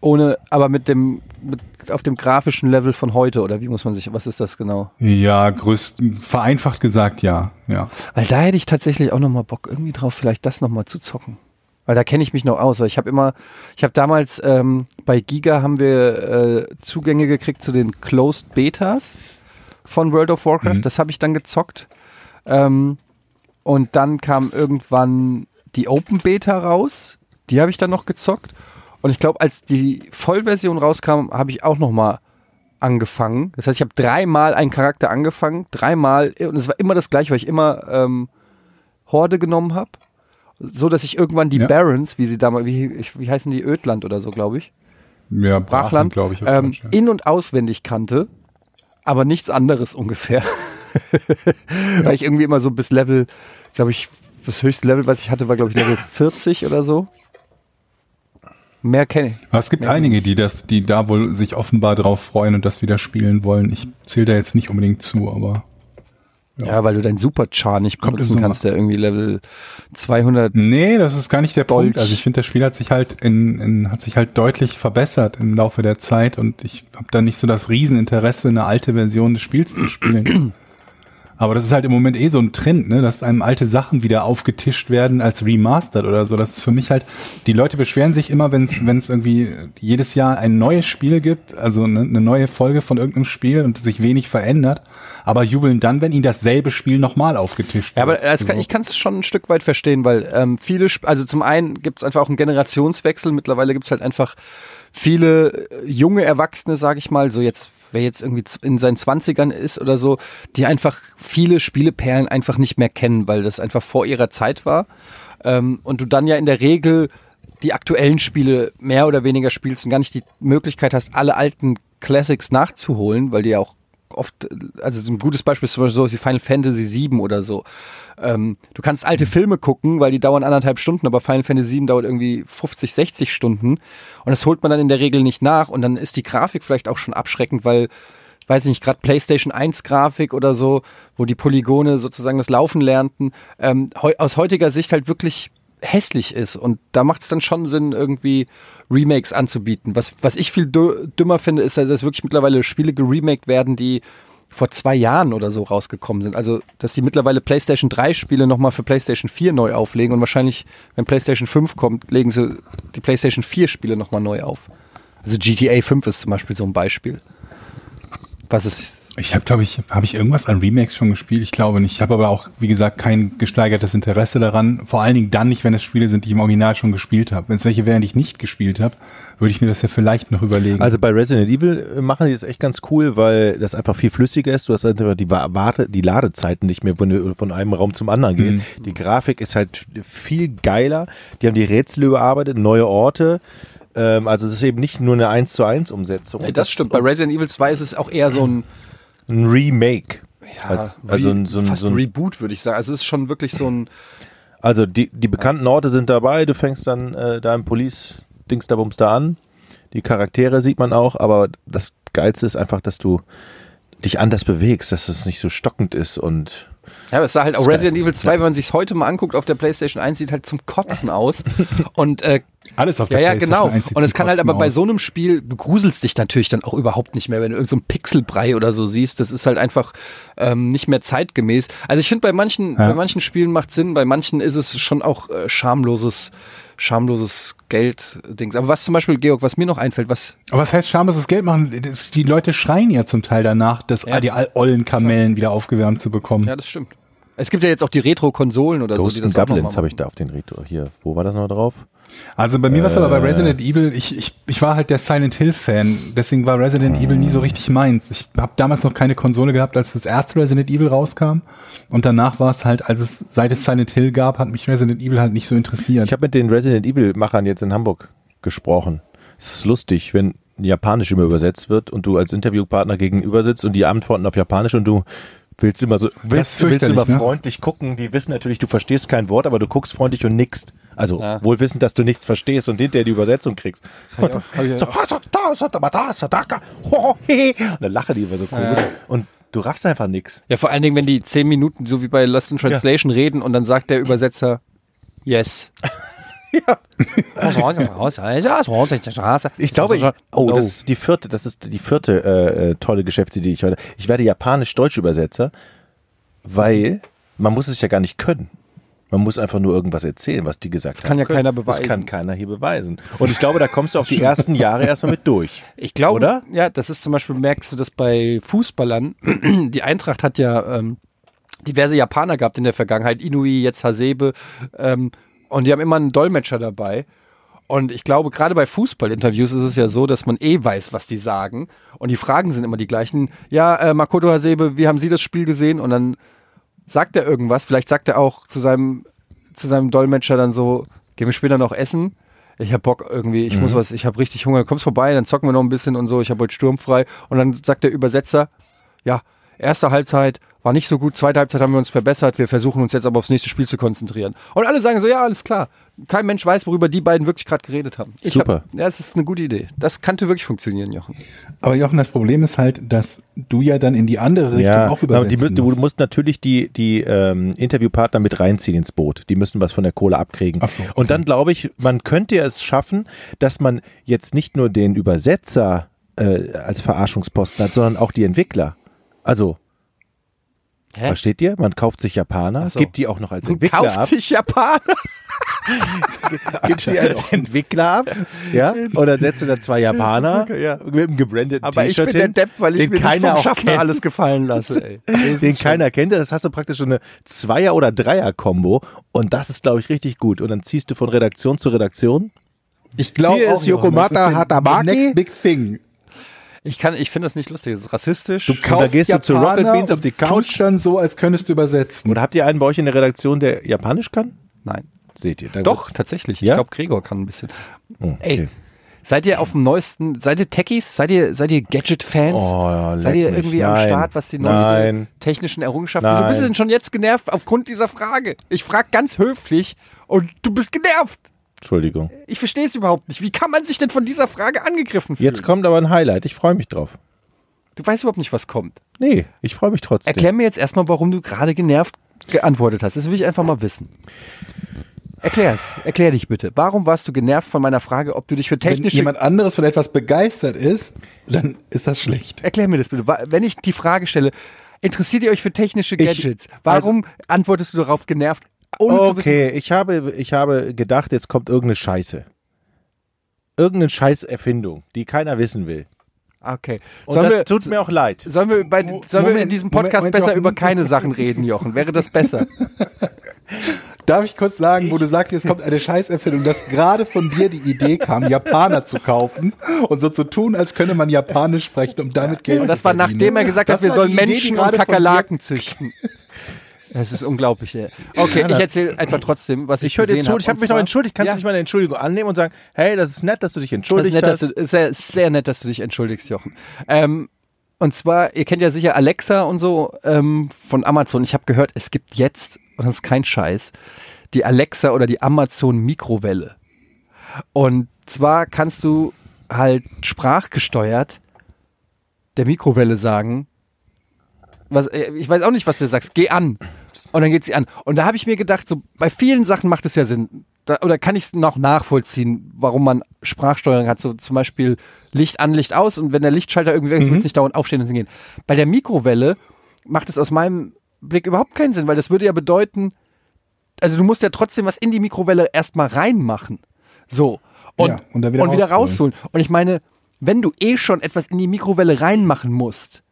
S3: ohne, aber mit dem, mit, auf dem grafischen Level von heute, oder wie muss man sich, was ist das genau?
S1: Ja, größten, vereinfacht gesagt, ja, ja.
S3: Weil da hätte ich tatsächlich auch nochmal Bock irgendwie drauf, vielleicht das nochmal zu zocken. Weil da kenne ich mich noch aus. Weil ich habe immer, ich habe damals ähm, bei Giga haben wir äh, Zugänge gekriegt zu den Closed Betas von World of Warcraft. Das habe ich dann gezockt. Ähm, und dann kam irgendwann die Open Beta raus. Die habe ich dann noch gezockt. Und ich glaube, als die Vollversion rauskam, habe ich auch noch mal angefangen. Das heißt, ich habe dreimal einen Charakter angefangen, dreimal und es war immer das gleiche, weil ich immer ähm, Horde genommen habe, so dass ich irgendwann die
S1: Ja.
S3: Barons, wie sie damals, wie, ich- wie heißen die Ödland oder so, glaube ich,
S1: Ja,
S3: Brachland,
S1: glaube ich. auf
S3: ähm,
S1: Deutsch, ja.
S3: in und auswendig kannte, aber nichts anderes ungefähr, [LAUGHS] weil ich irgendwie immer so bis Level, glaube ich, das höchste Level, was ich hatte, war glaube ich Level 40 oder so. Mehr kenne ich.
S1: Aber Es gibt einige, die das, die da wohl sich offenbar drauf freuen und das wieder spielen wollen. Ich zähle da jetzt nicht unbedingt zu, aber.
S3: Ja, weil du deinen Superchar nicht
S1: Kommt im
S3: benutzen
S1: Sommer.
S3: kannst, der irgendwie Level 200.
S1: Nee, das ist gar nicht der
S3: Dolch.
S1: Punkt. Also ich finde, das Spiel hat sich halt in, in, hat sich halt deutlich verbessert im Laufe der
S3: [CLEARS THROAT]
S1: Zeit und ich habe da nicht so das Rieseninteresse, eine alte Version des Spiels zu spielen. Aber das ist halt im Moment eh so ein Trend, ne? dass einem alte Sachen wieder aufgetischt werden als remastered oder so. Das ist für mich halt, die Leute beschweren sich immer, wenn es irgendwie jedes Jahr ein neues Spiel gibt, also ne, eine neue Folge von irgendeinem Spiel und sich wenig verändert, aber jubeln dann, wenn ihnen dasselbe Spiel nochmal aufgetischt wird.
S3: Ja, aber es kann, ich kann es schon ein Stück weit verstehen, weil ähm, viele, Sp- also zum einen gibt es einfach auch einen Generationswechsel. Mittlerweile gibt es halt einfach viele äh, junge Erwachsene, sage ich mal, so jetzt, wer jetzt irgendwie z- in seinen Zwanzigern ist oder so, die einfach viele Spieleperlen einfach nicht mehr kennen, weil das einfach vor ihrer Zeit war. Ähm, und du dann ja in der Regel die aktuellen Spiele mehr oder weniger spielst und gar nicht die Möglichkeit hast, alle alten Classics nachzuholen, weil die ja auch oft, also so ein gutes Beispiel ist zum Beispiel so wie Final Fantasy VII oder so. Ähm, du kannst alte Filme gucken, weil die dauern anderthalb Stunden, aber Final Fantasy VII dauert irgendwie 50, 60 Stunden. Und das holt man dann in der Regel nicht nach. Und dann ist die Grafik vielleicht auch schon abschreckend, weil, weiß nicht, gerade PlayStation 1 Grafik oder so, wo die Polygone sozusagen das Laufen lernten, ähm, heu aus heutiger Sicht halt wirklich hässlich ist. Und da macht es dann schon Sinn, irgendwie Remakes anzubieten. Was, was ich viel dü dümmer finde, ist, dass wirklich mittlerweile Spiele geremaked werden, die vor zwei Jahren oder so rausgekommen sind. Also, dass die mittlerweile PlayStation 3 Spiele nochmal für PlayStation 4 neu auflegen und wahrscheinlich, wenn PlayStation 5 kommt, legen sie die PlayStation 4 Spiele nochmal neu auf. Also GTA 5 ist zum Beispiel so ein Beispiel. Was ist.
S1: Ich habe, glaube ich, habe ich irgendwas an Remakes schon gespielt? Ich glaube nicht. Ich habe aber auch, wie gesagt, kein gesteigertes Interesse daran. Vor allen Dingen dann nicht, wenn es Spiele sind, die ich im Original schon gespielt habe. Wenn es welche wären, die ich nicht gespielt habe, würde ich mir das ja vielleicht noch überlegen.
S2: Also bei Resident Evil äh, machen die das echt ganz cool, weil das einfach viel flüssiger ist. Du hast halt immer die Wa- Warte, die Ladezeiten nicht mehr, wenn du von einem Raum zum anderen gehst. Die Grafik ist halt viel geiler. Die haben die Rätsel überarbeitet, neue Orte. Ähm, also es ist eben nicht nur eine 1 zu 1 Umsetzung.
S3: Das, stimmt. Bei Resident Evil 2 ist es auch eher so ein.
S2: Ein Remake.
S3: Ja,
S2: als, also ein, so ein,
S3: fast
S2: so ein
S3: Reboot, würde ich sagen. Also es ist schon wirklich so ein.
S2: Also die, die bekannten Orte sind dabei, du fängst dann äh, da im Police-Dings da bums da an. Die Charaktere sieht man auch, aber das Geilste ist einfach, dass du dich anders bewegst, dass es nicht so stockend ist und
S3: Ja, aber es sah halt auch
S2: Sky.
S3: Resident Evil 2, wenn man sich heute mal anguckt, auf der PlayStation 1 sieht halt zum Kotzen [LAUGHS] aus. Und äh,
S1: Alles auf
S3: ja,
S1: der
S3: ja,
S1: PlayStation
S3: genau.
S1: 1 sieht
S3: Und es
S1: zum
S3: kann halt
S1: Kotzen
S3: aber bei
S1: aus.
S3: so einem Spiel, du gruselst dich natürlich dann auch überhaupt nicht mehr, wenn du irgendeinen so einen Pixelbrei oder so siehst. Das ist halt einfach ähm, nicht mehr zeitgemäß. Also ich finde, bei manchen, bei manchen Spielen macht Sinn, bei manchen ist es schon auch äh, schamloses, schamloses Geld-Dings. Aber was zum Beispiel, Georg, was mir noch einfällt, was
S1: Aber was heißt schamloses Geld machen? Das, die Leute schreien ja zum Teil danach, dass
S3: Ja.
S1: die all- ollen Kamellen wieder aufgewärmt zu bekommen.
S3: Ja, das stimmt. Es gibt ja jetzt auch die Retro-Konsolen oder
S2: Ghost
S3: so, die
S2: and
S3: Also, das auch noch
S2: Goblins
S3: mal
S2: habe ich
S3: machen.
S2: da auf den Reto. Hier, wo war das noch drauf?
S1: Also bei mir war es aber bei Resident Evil, ich, ich, ich war halt der Silent Hill-Fan, deswegen war Resident Evil nie so richtig meins. Ich habe damals noch keine Konsole gehabt, als das erste Resident Evil rauskam. Und danach war es halt, als es seit es Silent Hill gab, hat mich Resident Evil halt nicht so interessiert.
S2: Ich habe mit den Resident Evil-Machern jetzt in Hamburg gesprochen. Es ist lustig, wenn Japanisch immer übersetzt wird und du als Interviewpartner gegenüber sitzt und die antworten auf Japanisch und du willst immer so willst, willst
S1: fürchterlich,
S2: immer
S1: ne?
S2: freundlich gucken. Die wissen natürlich, du verstehst kein Wort, aber du guckst freundlich und nickst. Also wohl wissend, dass du nichts verstehst und hinterher die Übersetzung kriegst. Und so, und dann lachen die immer so komisch. Und du raffst einfach nichts.
S3: Ja, vor allen Dingen, wenn die zehn Minuten so wie bei Lost in Translation reden und dann sagt der Übersetzer [LAUGHS] Yes.
S2: Ich glaube, oh, das ist die vierte, das ist die vierte äh, äh, tolle Geschäftsidee, die ich heute. Ich werde Japanisch-Deutsch-Übersetzer, weil man muss es ja gar nicht können. Man muss einfach nur irgendwas erzählen, was die gesagt haben.
S3: kann ja keiner beweisen.
S2: Das kann keiner hier beweisen. Und ich glaube, da kommst du auch die ersten Jahre erstmal mit durch.
S3: Ich glaube,
S2: Oder?
S3: ja, das ist zum Beispiel, merkst du das bei Fußballern. [CLEARS THROAT] Die Eintracht hat ja ähm, diverse Japaner gehabt in der Vergangenheit, Inui, jetzt Hasebe. Ähm, und die haben immer einen Dolmetscher dabei. Und ich glaube, gerade bei Fußballinterviews ist es ja so, dass man eh weiß, was die sagen. Und die Fragen sind immer die gleichen. Ja, äh, Makoto Hasebe, wie haben Sie das Spiel gesehen? Und dann sagt er irgendwas. Vielleicht sagt er auch zu seinem, zu seinem Dolmetscher dann so, gehen wir später noch essen? Ich hab Bock irgendwie, ich
S2: Mhm.
S3: muss was, ich hab richtig Hunger, kommst vorbei, dann zocken wir noch ein bisschen und so, ich hab heute sturmfrei. Und dann sagt der Übersetzer, ja, erste Halbzeit war nicht so gut, zweite Halbzeit haben wir uns verbessert, wir versuchen uns jetzt aber aufs nächste Spiel zu konzentrieren. Und alle sagen so, ja, alles klar. Kein Mensch weiß, worüber die beiden wirklich gerade geredet haben. Ich
S2: Super.
S3: Hab, ja, es ist eine gute Idee. Das könnte wirklich funktionieren, Jochen.
S1: Aber Jochen, das Problem ist halt, dass du ja dann in die andere Richtung
S2: Ja, aber
S1: auch übersetzen
S2: die müssen, du
S1: musst.
S2: musst natürlich die, die ähm, Interviewpartner mit reinziehen ins Boot. Die müssen was von der Kohle abkriegen.
S1: Ach so, okay.
S2: Und dann glaube ich, man könnte es schaffen, dass man jetzt nicht nur den Übersetzer äh, als Verarschungsposten hat, sondern auch die Entwickler. Also
S3: Hä?
S2: Versteht ihr? Man kauft sich Japaner,
S4: so.
S2: gibt die auch noch als
S4: Und
S2: Entwickler
S4: kauft
S2: ab.
S4: sich Japaner.
S2: gibt sie [LAUGHS] als Entwickler ab,
S4: [LAUGHS]
S2: ja, und dann setzt du da zwei Japaner
S4: Super, ja.
S2: mit einem gebrandeten
S4: Aber ich
S2: T-Shirt
S4: bin der
S2: hin,
S4: Depp, weil ich
S2: den
S4: mir nicht
S2: keiner
S4: vom
S2: auch
S4: Schaffner
S2: kennt,
S4: alles gefallen lasse. Ey.
S2: den keiner kennt. Das hast du praktisch so eine Zweier- oder Dreier-Kombo und das ist, glaube ich, richtig gut. Und dann ziehst du von Redaktion zu Redaktion.
S1: Ich glaube
S2: Hier
S1: auch
S2: ist
S1: noch,
S2: Yokomata
S1: das ist
S2: Hatamaki.
S1: the Next big thing.
S4: Ich, kann- ich finde das nicht lustig, das ist rassistisch.
S1: Du kaufst
S2: gehst du zu Rocket
S1: Japaner
S2: Beans auf
S1: und
S2: die Couch.
S1: Genau, tust dann so, als könntest du übersetzen.
S2: Oder habt ihr einen bei euch in der Redaktion, der Japanisch kann?
S4: Nein.
S2: Seht ihr? dann
S4: Doch,
S2: wird's-
S4: tatsächlich.
S2: Ja?
S4: Ich glaube, Gregor kann ein bisschen.
S2: Oh,
S3: Ey,
S2: okay.
S3: seid ihr auf dem neuesten, seid ihr Techies? Seid ihr, seid ihr Gadget-Fans?
S2: Oh, ja, leck
S3: seid ihr
S2: mich.
S3: irgendwie am
S2: Nein.
S3: Start, was die neuesten
S2: Nein.
S3: technischen Errungenschaften? Wieso
S2: Nein.
S3: bist du denn schon jetzt genervt aufgrund dieser Frage? Ich frage ganz höflich und du bist genervt.
S2: Entschuldigung.
S3: Ich verstehe es überhaupt nicht. Wie kann man sich denn von dieser Frage angegriffen fühlen?
S2: Jetzt kommt aber ein Highlight. Ich freue mich drauf.
S3: Du weißt überhaupt nicht, was kommt.
S2: Nee, ich freue mich trotzdem.
S3: Erklär mir jetzt erstmal, warum du gerade genervt geantwortet hast. Das will ich einfach mal wissen. Erklär's. Erklär dich bitte. Warum warst du genervt von meiner Frage, ob du dich für
S1: Wenn
S3: technische
S1: jemand anderes von etwas begeistert ist, dann ist das schlecht.
S3: Erklär mir das bitte. Wa- Wenn ich die Frage stelle, interessiert ihr euch für technische
S2: Ich-
S3: Gadgets? Warum antwortest du darauf genervt, ohne zu wissen?
S2: Okay, ich habe, ich habe gedacht, jetzt kommt irgendeine Scheiße. Irgendeine Scheißerfindung, die keiner wissen will.
S3: Ah, Okay.
S2: Und
S3: Sollen
S2: das
S3: wir,
S2: tut mir auch leid.
S3: sollen, wir, bei, sollen wir in
S1: Moment,
S3: diesem Podcast
S1: Moment, Moment,
S3: besser
S1: Jochen.
S3: über keine Sachen reden, Jochen? Wäre das besser?
S1: Darf ich kurz sagen, wo du sagst, jetzt kommt eine Scheißerfindung, dass gerade von dir die Idee kam, Japaner zu kaufen und so zu tun, als könne man Japanisch sprechen, um damit Geld
S3: Und das
S1: zu
S3: war
S1: verdienen.
S3: nachdem er gesagt hat,
S1: Das
S3: wir
S1: war
S3: sollen
S1: die Idee, die
S3: Menschen und
S1: gerade von dir-
S2: [LAUGHS]
S3: Kakerlaken züchten. Das ist unglaublich. Ey. Okay, ich erzähle einfach trotzdem, was ich
S2: Ich höre dir
S3: gesehen
S2: zu, ich habe
S3: Und
S2: mich noch
S3: zwar-
S2: entschuldigt. Kannst
S3: Ja.
S2: du nicht mal eine Entschuldigung annehmen und sagen, hey, das ist nett, dass du dich
S3: Das ist
S2: entschuldigt
S3: nett, dass
S2: hast.
S3: du, ist sehr, sehr nett, dass du dich entschuldigst, Jochen. Ähm, und zwar, ihr kennt ja sicher Alexa und so ähm, von Amazon. Ich habe gehört, es gibt jetzt, und das ist kein Scheiß, die Alexa oder die Amazon Mikrowelle. Und zwar kannst du halt sprachgesteuert der Mikrowelle sagen, was, äh, ich weiß auch nicht, was du sagst, geh an. Und dann geht sie an. Und da habe ich mir gedacht, so bei vielen Sachen macht es ja Sinn. Da, oder kann ich es noch nachvollziehen, warum man Sprachsteuerung hat? So zum Beispiel Licht an, Licht aus und wenn der Lichtschalter irgendwie weg
S1: Mhm.
S3: ist, es nicht dauernd aufstehen und hingehen. Bei der Mikrowelle macht es aus meinem Blick überhaupt keinen Sinn, weil das würde ja bedeuten, also du musst ja trotzdem was in die Mikrowelle erstmal reinmachen. So. Und,
S1: Ja, und dann wieder
S3: rausholen.
S1: rausholen.
S3: Und ich meine, wenn du eh schon etwas in die Mikrowelle reinmachen musst,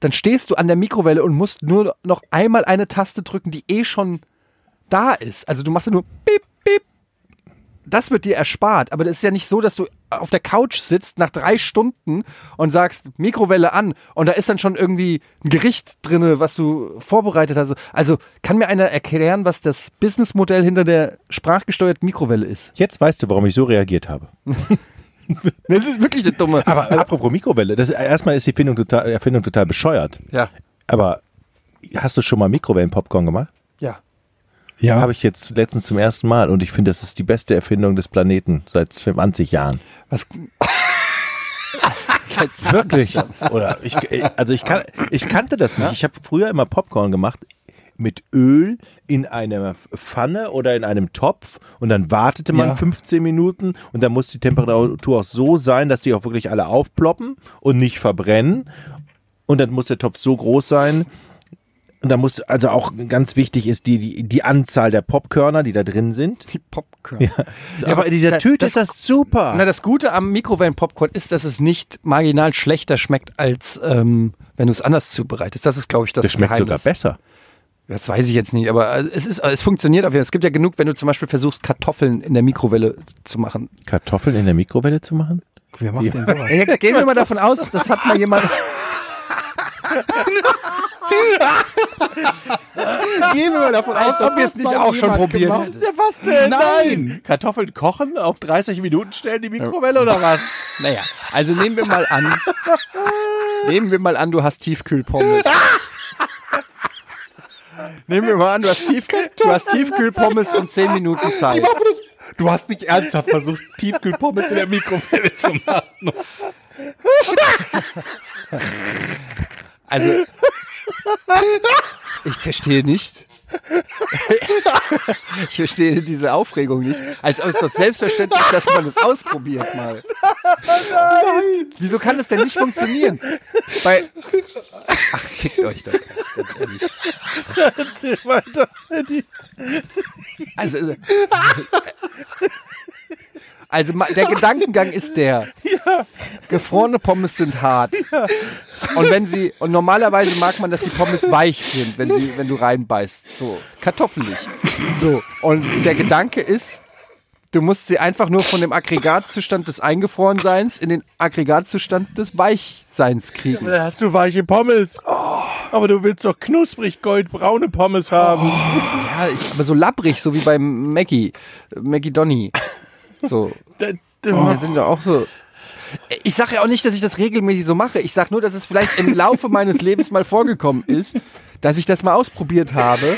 S3: dann stehst du an der Mikrowelle und musst nur noch einmal eine Taste drücken, die eh schon da ist. Also du machst ja nur piep, piep. Das wird dir erspart. Aber das ist ja nicht so, dass du auf der Couch sitzt nach drei Stunden und sagst, Mikrowelle an. Und da ist dann schon irgendwie ein Gericht drinne, was du vorbereitet hast. Also kann mir einer erklären, was das Businessmodell hinter der sprachgesteuerten Mikrowelle ist?
S2: Jetzt weißt du, warum ich so reagiert habe. Also,
S3: Das ist wirklich eine dumme.
S2: Aber apropos Mikrowelle, das, erstmal ist die Erfindung total, Erfindung total bescheuert.
S3: ja,
S2: Aber hast du schon mal Mikrowellenpopcorn gemacht?
S3: ja.
S1: Ja,
S2: Habe ich jetzt letztens zum ersten Mal und ich finde, das ist die beste Erfindung des Planeten seit 20 Jahren.
S3: Was?
S2: Wirklich? Oder
S3: [LAUGHS]
S2: ich, also ich, kann, ich kannte das nicht. Ich habe früher immer Popcorn gemacht mit Öl in einer Pfanne oder in einem Topf und dann wartete man
S1: Ja.
S2: 15 Minuten und dann muss die Temperatur auch so sein, dass die auch wirklich alle aufploppen und nicht verbrennen und dann muss der Topf so groß sein und dann muss also auch ganz wichtig ist die, die, die Anzahl der Popkörner, die da drin sind.
S3: Die Popcorn. Ja.
S2: So, aber in dieser
S3: da-
S2: Tüte
S3: das-
S2: ist das super.
S3: Na, das Gute am Mikrowellenpopcorn ist, dass es nicht marginal schlechter schmeckt, als ähm, wenn du es anders zubereitest. Das ist, glaube ich, das
S2: das schmeckt sogar
S3: Geheimnis.
S2: besser.
S3: Ja, Das weiß ich jetzt nicht, aber äh, es, ist, es funktioniert auf jeden Fall. Es gibt ja genug, wenn du zum Beispiel versuchst, Kartoffeln in der Mikrowelle zu machen.
S2: Kartoffeln in der Mikrowelle zu machen?
S1: wer macht denn sowas?
S3: Ja, gehen wir mal davon aus, das hat mal jemand.
S1: Gehen wir mal davon
S3: Als ob wir es
S1: das
S3: nicht
S1: mal
S3: auch schon
S1: jemand
S3: probieren
S1: gemacht
S3: hätten.
S1: hat.
S2: was denn?
S1: Nein!
S2: Kartoffeln kochen, auf 30 Minuten stellen die Mikrowelle oder was?
S3: [LAUGHS] Naja, also nehmen wir mal an. Nehmen wir mal an, du hast Tiefkühlpommes. [LAUGHS] Nehmen wir mal an, du hast, Tief, du hast Tiefkühlpommes und 10 Minuten Zeit.
S1: [LAUGHS] Du hast nicht
S2: [LAUGHS]
S1: ernsthaft versucht, Tiefkühlpommes in der Mikrowelle zu machen.
S3: Also. Ich verstehe nicht. Ich verstehe diese Aufregung nicht. Als ob es doch selbstverständlich, dass man es ausprobiert [LAUGHS] mal. Wieso kann das denn nicht funktionieren? Bei,
S5: Ach, fickt euch doch. Ganz ehrlich.
S2: [LAUGHS] Erzähl weiter. Die-
S3: Also, also, also ma- der Gedankengang ist der. Gefrorene Pommes sind hart. Und wenn sie und normalerweise mag man, dass die Pommes weich sind, wenn sie wenn du reinbeißt, so kartoffelig. So, und der Gedanke ist, du musst sie einfach nur von dem Aggregatzustand des Eingefrorenseins in den Aggregatzustand des Weichseins kriegen.
S2: Dann hast du weiche Pommes.
S1: Oh.
S2: Aber du willst doch knusprig goldbraune Pommes haben.
S3: Ja, Ah, ich, aber so lapprig, so wie beim Maggie, Maggie Donny. So,
S2: Da-
S3: Oh.
S2: da-
S3: Das sind ja auch so. Ich sage ja auch nicht, dass ich das regelmäßig so mache. Ich sage nur, dass es vielleicht im Laufe meines Lebens mal vorgekommen ist, dass ich das mal ausprobiert habe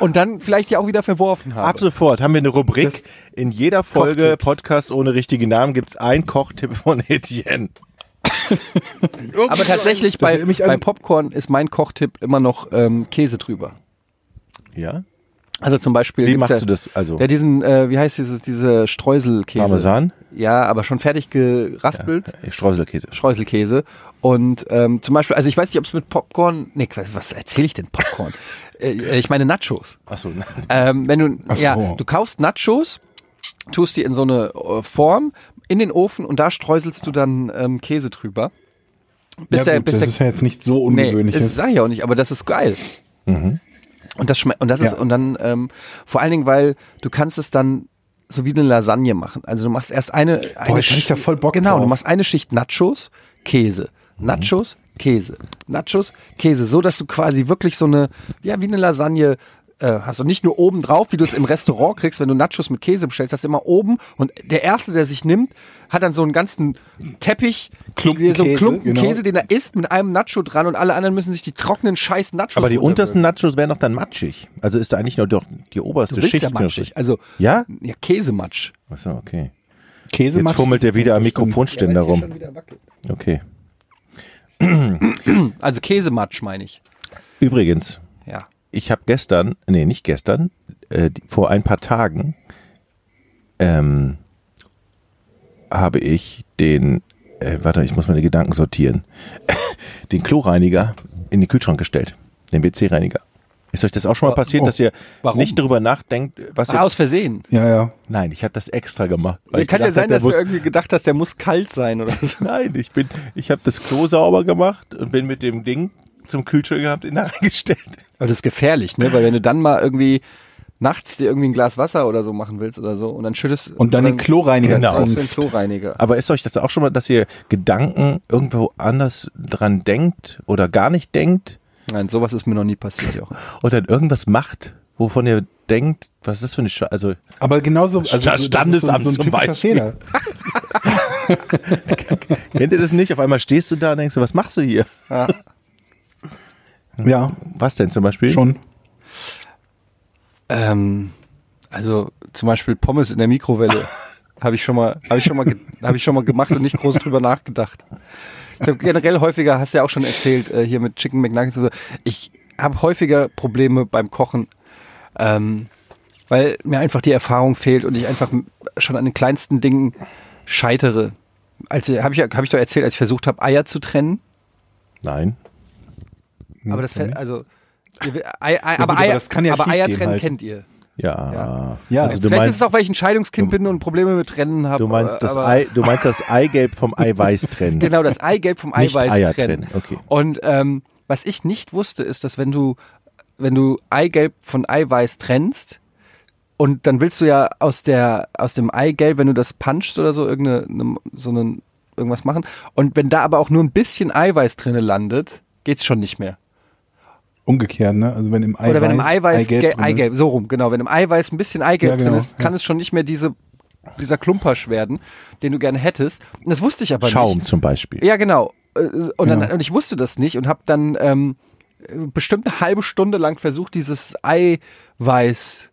S3: und dann vielleicht ja auch wieder verworfen habe.
S2: Ab sofort haben wir eine Rubrik. In jeder Folge
S3: Kochtipps.
S2: Podcast ohne richtigen Namen gibt es einen Kochtipp von Etienne.
S3: Aber tatsächlich bei,
S1: erinnert mich an-
S3: bei Popcorn ist mein Kochtipp immer noch ähm, Käse drüber.
S2: Ja?
S3: Also zum Beispiel.
S2: Wie
S3: gibt's
S2: machst du
S3: ja,
S2: das? Also
S3: Ja, diesen, äh, wie heißt dieses, diese Streuselkäse?
S2: Parmesan?
S3: Ja, aber schon fertig geraspelt.
S1: Äh,
S2: Streuselkäse.
S3: Streuselkäse. Und ähm, zum Beispiel, also ich weiß nicht, ob es mit Popcorn. Nee, was, was erzähle ich denn
S1: [LAUGHS]
S3: Popcorn? äh, äh, ich meine Nachos.
S2: Achso.
S3: Ähm, wenn du,
S1: Ach so.
S3: ja, du kaufst Nachos, tust die in so eine äh, Form in den Ofen und da streuselst du dann ähm, Käse drüber. Bis
S1: ja,
S3: der,
S1: gut,
S3: bis
S1: das
S3: der,
S1: ist ja jetzt nicht so
S3: nee,
S1: ungewöhnlich. Mhm.
S3: das sag ich auch nicht, aber das ist geil. Und das schmeckt und das ist
S1: Ja.
S3: und dann ähm, vor allen Dingen, weil du kannst es dann so wie eine Lasagne machen. Also du machst erst eine, eine
S1: jetzt hab ich da voll Bock
S3: Genau, du
S1: drauf. Mhm.
S3: machst eine Schicht Nachos, Käse, Nachos, Käse, Nachos, Käse, so dass du quasi wirklich so eine ja wie eine Lasagne äh, hast und nicht nur oben drauf, wie du es im Restaurant kriegst, wenn du Nachos mit Käse bestellst, hast du immer oben und der erste, der sich nimmt, hat dann so einen ganzen Teppich,
S1: Klumpen
S3: so einen
S1: Käse,
S3: Klumpen
S1: genau.
S3: Käse, den er isst mit einem Nacho dran und alle anderen müssen sich die trockenen Scheiß Nachos
S2: Aber die untersten
S3: runterwürgen.
S2: Nachos wären doch dann matschig. Also ist da eigentlich nur doch die oberste
S3: Du willst
S2: Schicht
S3: ja
S2: knusprig.
S3: matschig. Also,
S2: Ja?
S3: ja, Käsematsch.
S2: Achso, okay.
S1: Käse
S2: Jetzt
S1: macht-
S2: fummelt er wieder am Mikrofonständer rum. Okay.
S3: Also Käsematsch meine ich.
S2: Übrigens,
S3: Ja.
S2: ich habe gestern, nee, nicht gestern, äh, die- vor ein paar Tagen ähm, habe ich den, äh, warte, ich muss meine Gedanken sortieren, [LAUGHS] den Kloreiniger in den Kühlschrank gestellt, den WC-Reiniger. Ist euch das auch schon mal passiert,
S1: oh,
S2: dass ihr
S3: warum?
S2: nicht darüber nachdenkt, was ihr...
S3: Ah, aus Versehen.
S1: Ja, ja.
S2: Nein, ich habe das extra gemacht. weil
S3: Mir
S2: ich
S3: kann ja
S2: gedacht
S3: sein,
S2: hab, der
S3: dass du
S2: muss-
S3: irgendwie gedacht hast, der muss kalt sein oder so.
S2: Nein, ich bin, ich habe das Klo sauber gemacht und bin mit dem Ding zum Kühlschrank gehabt in reingestellt.
S3: Aber das ist gefährlich, ne? Weil wenn du dann mal irgendwie nachts dir irgendwie ein Glas Wasser oder so machen willst oder so und dann schüttest
S1: Und dann den Kloreiniger
S2: Genau.
S3: auf den
S1: trinkst.
S3: Kloreiniger.
S2: Aber ist euch das auch schon mal, dass ihr Gedanken irgendwo anders dran denkt oder gar nicht denkt
S3: Nein, sowas ist mir noch nie passiert, Jochen.
S2: und dann irgendwas macht, wovon ihr denkt, was ist das für eine Sche Also
S1: Aber genauso, also
S2: Sta-
S1: das ist
S2: Standesamt
S1: so, ein- so
S2: zum
S1: ein typischer
S2: Beispiel.
S1: Fehler.
S2: kennt ihr das nicht? Auf einmal stehst du da und denkst, was machst du hier?
S1: Ja,
S2: Was denn zum Beispiel?
S1: schon.
S3: Ähm, also zum Beispiel Pommes in
S1: [LAUGHS]
S3: der Mikrowelle habe ich schon mal, habe ich schon mal, ge- habe ich schon mal gemacht und nicht groß drüber nachgedacht. Ich habe generell häufiger, hast du ja auch schon erzählt, äh, hier mit Chicken McNuggets. und so. Ich habe häufiger Probleme beim Kochen, ähm, weil mir einfach die Erfahrung fehlt und ich einfach m- schon an den kleinsten Dingen scheitere. Als habe ich, ja- hab ich doch erzählt, als ich versucht habe, Eier zu trennen.
S2: Nein.
S3: Aber das, fällt- also, ihr, will- Ei, Ei,
S1: Mhm. gut,
S3: aber
S1: aber
S3: Eier,
S1: das kann ja
S3: aber Eier
S1: schiefgehen
S3: trennen
S1: halt.
S3: kennt ihr.
S2: Ja.
S3: Ja.
S1: Ja,
S2: also du
S3: Vielleicht
S2: meinst,
S3: ist es auch, weil ich ein Scheidungskind bin und Probleme mit Trennen habe.
S2: du meinst das
S3: aber-
S2: Ei, du meinst das Eigelb vom Eiweiß trennen.
S3: [LAUGHS] Genau, das Eigelb vom
S2: [LAUGHS] Nicht
S3: Eiweiß
S2: Eier
S3: trennen.
S2: trennen, okay.
S3: Und ähm, was ich nicht wusste, ist, dass wenn du, wenn du Eigelb von Eiweiß trennst, und dann willst du ja aus, der, aus dem Eigelb, wenn du das punchst oder so, irgendeine, ne- so einen, irgendwas machen. Und wenn da aber auch nur ein bisschen Eiweiß drinne landet, geht's schon nicht mehr.
S1: Umgekehrt, ne? Also wenn im Eiweiß
S3: Oder wenn im Eiweiß
S1: Eigelb
S3: Eigelb,
S1: drin ist.
S3: Eigelb so rum, genau, wenn im Eiweiß ein bisschen Eigelb
S1: Ja, genau,
S3: drin ist, kann
S1: ja.
S3: es schon nicht mehr diese, dieser Klumpersch werden, den du gerne hättest. Und das wusste ich aber
S2: Schaum
S3: nicht.
S2: zum Beispiel.
S3: Ja, genau. Äh, Und, dann,
S1: Genau.
S3: und ich wusste das nicht und habe dann ähm, bestimmt eine halbe Stunde lang versucht, dieses Eiweiß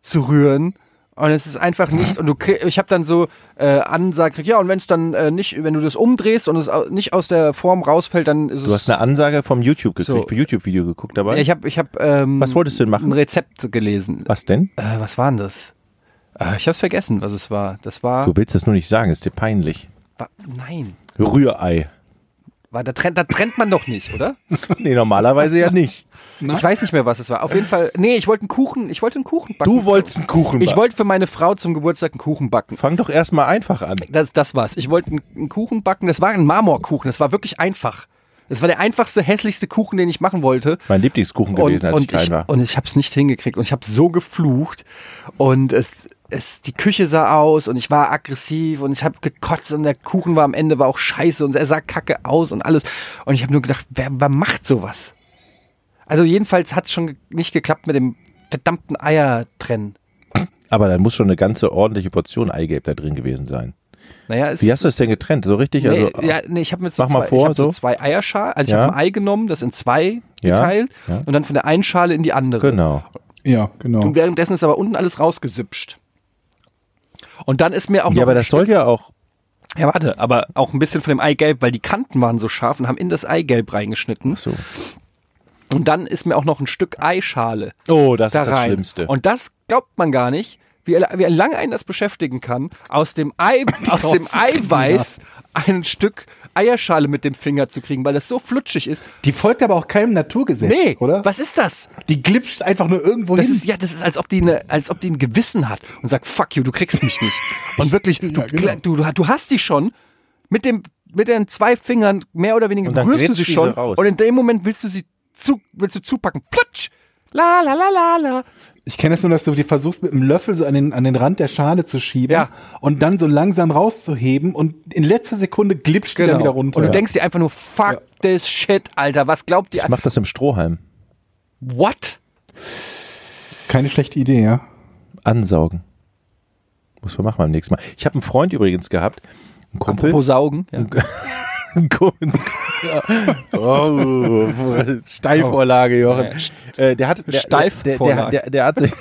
S3: zu rühren. Und es ist einfach nicht, und du krieg, ich habe dann so äh, Ansage, gekriegt, ja, und wenn es dann äh, nicht, wenn du das umdrehst und es au- nicht aus der Form rausfällt, dann ist
S2: Du
S3: es.
S2: hast eine Ansage vom YouTube gekriegt,
S3: So.
S2: für YouTube-Video geguckt dabei.
S3: ja, ich habe ich hab, ähm,
S2: Was wolltest du denn machen?
S3: ein Rezept gelesen.
S2: was denn?
S3: Äh, was war denn das? Äh, ich hab's vergessen, was es war. Das war.
S2: Du willst das nur nicht sagen, ist dir peinlich.
S3: [LAUGHS] war nein.
S2: Rührei.
S3: War, da, trennt, da trennt man doch nicht, oder?
S2: Nee, normalerweise ja nicht.
S3: Ich weiß nicht mehr, was es war. Auf jeden Fall, nee, ich wollte einen Kuchen, ich wollte einen Kuchen backen.
S2: Du wolltest einen Kuchen
S3: Ich wollte für meine Frau zum Geburtstag einen Kuchen backen.
S2: Fang doch erstmal einfach an.
S3: Das, das war's. Ich wollte einen- einen Kuchen backen. Das war ein Marmorkuchen. Das war wirklich einfach. Das war der einfachste, hässlichste Kuchen, den ich machen wollte.
S2: Mein Lieblingskuchen gewesen, als ich klein war.
S3: Und ich habe es nicht hingekriegt und ich habe so geflucht und es, es, die Küche sah aus und ich war aggressiv und ich habe gekotzt und der Kuchen war am Ende war auch scheiße und er sah kacke aus und alles und ich habe nur gedacht, wer, wer macht sowas? Also jedenfalls hat es schon ge- nicht geklappt mit dem verdammten Eiertrennen.
S2: Aber dann muss schon eine ganze ordentliche Portion Eigelb da drin gewesen sein.
S3: Naja, es
S2: Wie hast du das denn getrennt? So richtig?
S3: Nee,
S2: also,
S3: ja, nee, ich habe mir so
S2: mach
S3: zwei,
S2: mal vor,
S3: ich hab so
S2: so.
S3: zwei Eierschalen, also ich
S2: Ja.
S3: habe ein Ei genommen, das in zwei
S2: Ja,
S3: geteilt
S2: ja.
S3: und dann von der einen Schale in die andere.
S2: Genau.
S1: Ja, genau.
S3: Und währenddessen ist aber unten alles rausgesipscht. Und dann ist mir auch
S2: Ja,
S3: noch
S2: aber das soll ja auch.
S3: ja, warte, aber auch ein bisschen von dem Eigelb, weil die Kanten waren so scharf und haben in das Eigelb reingeschnitten.
S2: So.
S3: Und dann ist mir auch noch ein Stück Eischale
S2: Oh, das
S3: da
S2: ist das
S3: rein.
S2: Schlimmste.
S3: Und das glaubt man gar nicht, wie, wie lange einen das beschäftigen kann, aus dem,
S2: [LAUGHS]
S3: Ei, aus dem Eiweiß ein Stück Eierschale mit dem Finger zu kriegen, weil das so flutschig ist.
S1: Die folgt aber auch keinem Naturgesetz,
S3: Nee,
S1: oder?
S3: was ist das?
S1: Die glitscht einfach nur irgendwo
S3: Das
S1: hin.
S3: ist, ja, das ist, als ob, die eine, als ob die ein Gewissen hat und sagt, fuck you, du kriegst mich
S2: [LAUGHS]
S3: nicht. Und wirklich, du,
S1: genau.
S3: du, du, du hast die schon mit, dem, mit den zwei Fingern mehr oder weniger
S2: Und dann
S3: berührst du
S2: grätscht
S3: sie
S2: die
S3: schon.
S2: so raus.
S3: Und in dem Moment willst du sie zu, willst du zupacken. Plutsch! La la la la la.
S1: Ich kenne das nur, dass du die versuchst, mit dem Löffel so an den, an den Rand der Schale zu schieben
S3: Ja.
S1: und dann so langsam rauszuheben und in letzter Sekunde glitscht die dann wieder runter.
S3: Genau. Und du denkst dir einfach nur, fuck this shit, Alter. Was glaubt ihr?
S2: Ich mach das im Strohhalm.
S3: What?
S1: Keine schlechte Idee, ja.
S2: Ansaugen. Muss man machen beim nächsten Mal. Ich habe einen Freund übrigens gehabt. Ein Kumpel.
S3: Apropos Saugen. Ja.
S2: Ein Kumpel. [LAUGHS] oh, Steilvorlage, Jochen. Äh, der hat, der, der, der,
S3: Oh. Steilvorlage.
S2: der, der hat
S3: [LAUGHS]
S2: sich,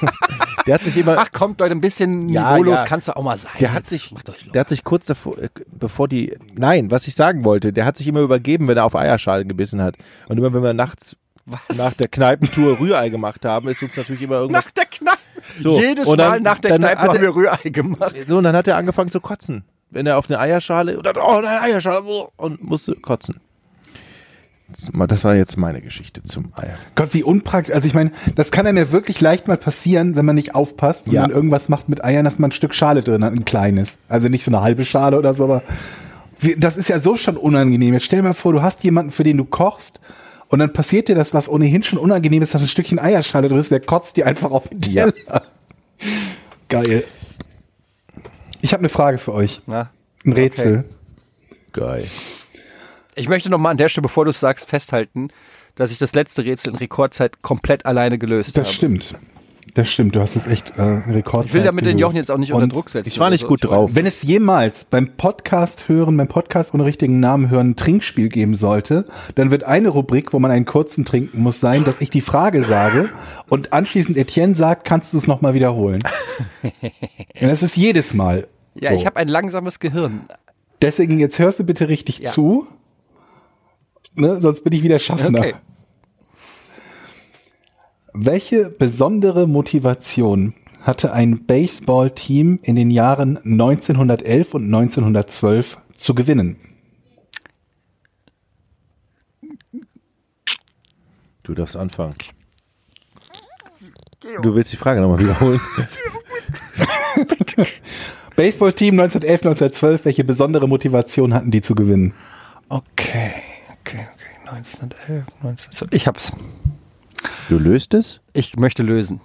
S2: der hat sich immer,
S3: Ach kommt, Leute, ein bisschen
S2: Ja,
S3: niveaulos
S2: ja.
S3: kannst du auch mal sein.
S2: Der hat
S3: Jetzt
S2: sich,
S3: macht euch locker.
S2: der hat sich kurz davor, äh, bevor die, nein, was ich sagen wollte, der hat sich immer übergeben, wenn er auf Eierschalen gebissen hat. Und immer wenn wir nachts
S3: Was?
S2: nach der Kneipentour Rührei gemacht haben, ist uns natürlich immer irgendwas.
S3: Nach der Kneipe.
S2: So,
S3: Jedes
S2: und dann-
S3: Mal nach der
S2: dann
S3: Kneipe
S2: hat
S3: haben
S2: er-
S3: wir Rührei gemacht.
S2: so, und dann hat er angefangen zu kotzen. Wenn er auf eine Eierschale, und dann, oh, eine Eierschale, oh, und musste kotzen. Das war jetzt meine Geschichte zum Eier.
S1: Gott, wie unpraktisch. Also ich meine, das kann einem ja wirklich leicht mal passieren, wenn man nicht aufpasst und
S2: Ja.
S1: man irgendwas macht mit Eiern, dass man ein Stück Schale drin hat, ein kleines. Also nicht so eine halbe Schale oder so, aber wie- das ist ja so schon unangenehm. Jetzt stell dir mal vor, du hast jemanden, für den du kochst und dann passiert dir das, was ohnehin schon unangenehm ist, dass ein Stückchen Eierschale drin ist, der kotzt dir einfach auf den
S2: Ja.
S1: Teller. Geil. Ich habe eine Frage für euch.
S3: Na?
S1: Ein Rätsel.
S2: Geil.
S3: Ich möchte nochmal an der Stelle, bevor du es sagst, festhalten, dass ich das letzte Rätsel in Rekordzeit komplett alleine gelöst
S1: Das
S3: habe.
S1: stimmt. Das stimmt. Du hast es echt äh, Rekord.
S3: Ich will damit den Jochen jetzt auch nicht unter Druck setzen.
S2: Ich war
S3: oder
S2: nicht
S3: so.
S2: gut
S3: Ich
S2: drauf.
S1: Wenn es jemals beim Podcast hören, beim Podcast ohne richtigen Namen hören, ein Trinkspiel geben sollte, dann wird eine Rubrik, wo man einen kurzen trinken muss, sein, dass ich die Frage sage und anschließend Etienne sagt, kannst du es nochmal
S3: [LAUGHS]
S1: wiederholen. Und das ist jedes Mal.
S3: Ja,
S1: so.
S3: ich habe ein langsames Gehirn.
S1: Deswegen, jetzt hörst du bitte richtig
S3: Ja.
S1: zu. Ne, sonst bin ich wieder Schaffner.
S3: Okay.
S1: Welche besondere Motivation hatte ein Baseballteam in den Jahren 1911 und 1912 zu gewinnen?
S2: Du darfst anfangen. Du willst die Frage nochmal
S3: [LAUGHS]
S2: wiederholen?
S1: Baseballteam 1911, 1912, welche besondere Motivation hatten die zu gewinnen?
S3: Okay, okay, okay. 1911, 1912. Ich hab's.
S2: Du löst es?
S3: Ich möchte lösen.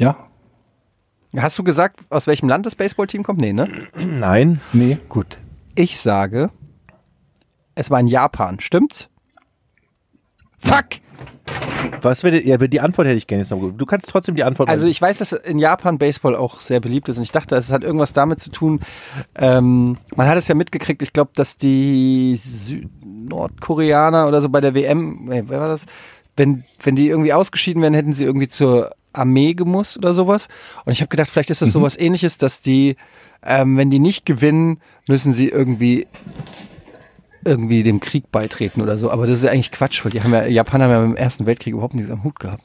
S1: Ja?
S3: Hast du gesagt, aus welchem Land das Baseballteam kommt? Nee, ne?
S2: Nein.
S1: Nee?
S3: Gut. Ich sage, es war in Japan, stimmt's? Fuck!
S2: Was wäre ja, die Antwort hätte ich gerne jetzt noch. Du kannst trotzdem die Antwort.
S3: Also ich weiß, dass in Japan Baseball auch sehr beliebt ist und ich dachte, es hat irgendwas damit zu tun. Ähm, man hat es ja mitgekriegt, ich glaube, dass die Sü Nordkoreaner oder so bei der WM, nee, wer war das? Wenn, wenn die irgendwie ausgeschieden wären, hätten sie irgendwie zur Armee gemusst oder sowas. Und ich habe gedacht, vielleicht ist das sowas ähnliches, dass die, ähm, wenn die nicht gewinnen, müssen sie irgendwie irgendwie dem Krieg beitreten oder so. Aber das ist ja eigentlich Quatsch, weil die haben ja, Japaner haben ja im Ersten Weltkrieg überhaupt nichts am Hut gehabt.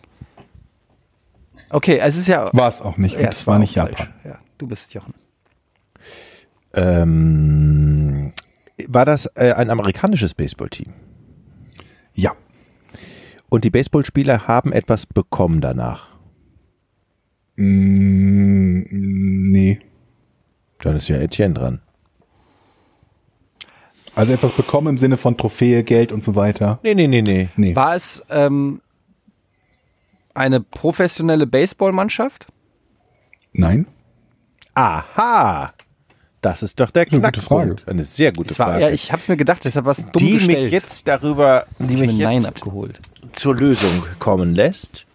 S3: Okay, also es ist ja
S1: War es auch nicht. Und
S3: ja,
S1: es war nicht
S3: auch
S1: Japan.
S3: falsch. Ja, du bist Jochen.
S2: ähm, war das äh, ein amerikanisches Baseballteam.
S1: Ja.
S2: Und die Baseballspieler haben etwas bekommen danach.
S1: Mm, nee.
S2: Dann ist ja Etienne dran.
S1: Also etwas bekommen im Sinne von Trophäe, Geld und so weiter.
S2: Nee, nee, nee, nee.
S1: Nee.
S3: War es ähm, eine professionelle Baseballmannschaft?
S1: Nein.
S2: Aha! Das ist doch der
S1: Eine gute
S2: Knackpunkt.
S1: Frage.
S2: Eine sehr gute
S3: Es war,
S2: Frage.
S3: ja, ich hab's mir gedacht, deshalb war es dumm
S2: die
S3: gestellt.
S2: mich jetzt darüber, die
S3: Ich
S2: mich
S3: hab mir Nein
S2: jetzt
S3: abgeholt.
S2: zur Lösung kommen lässt.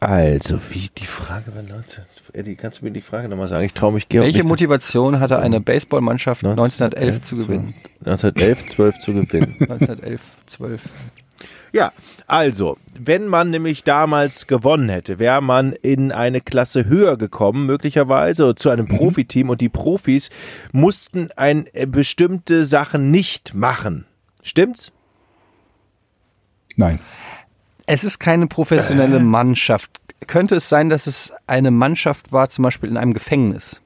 S2: Also, wie die Frage war 19. Eddie, kannst du mir die Frage nochmal sagen? Ich traue mich Georg
S3: Welche
S2: nicht zu-
S3: Motivation hatte eine Baseballmannschaft 1911 zu
S2: 1911
S3: [LAUGHS] gewinnen?
S2: 1911, 12 zu gewinnen.
S3: 1911, 12.
S2: [LAUGHS] Ja, also, wenn man nämlich damals gewonnen hätte, wäre man in eine Klasse höher gekommen, möglicherweise zu einem Profiteam und die Profis mussten ein, äh, bestimmte Sachen nicht machen. Stimmt's?
S1: Nein.
S3: Es ist keine [LAUGHS] professionelle Mannschaft. Könnte es sein, dass es eine Mannschaft war, zum Beispiel in einem Gefängnis?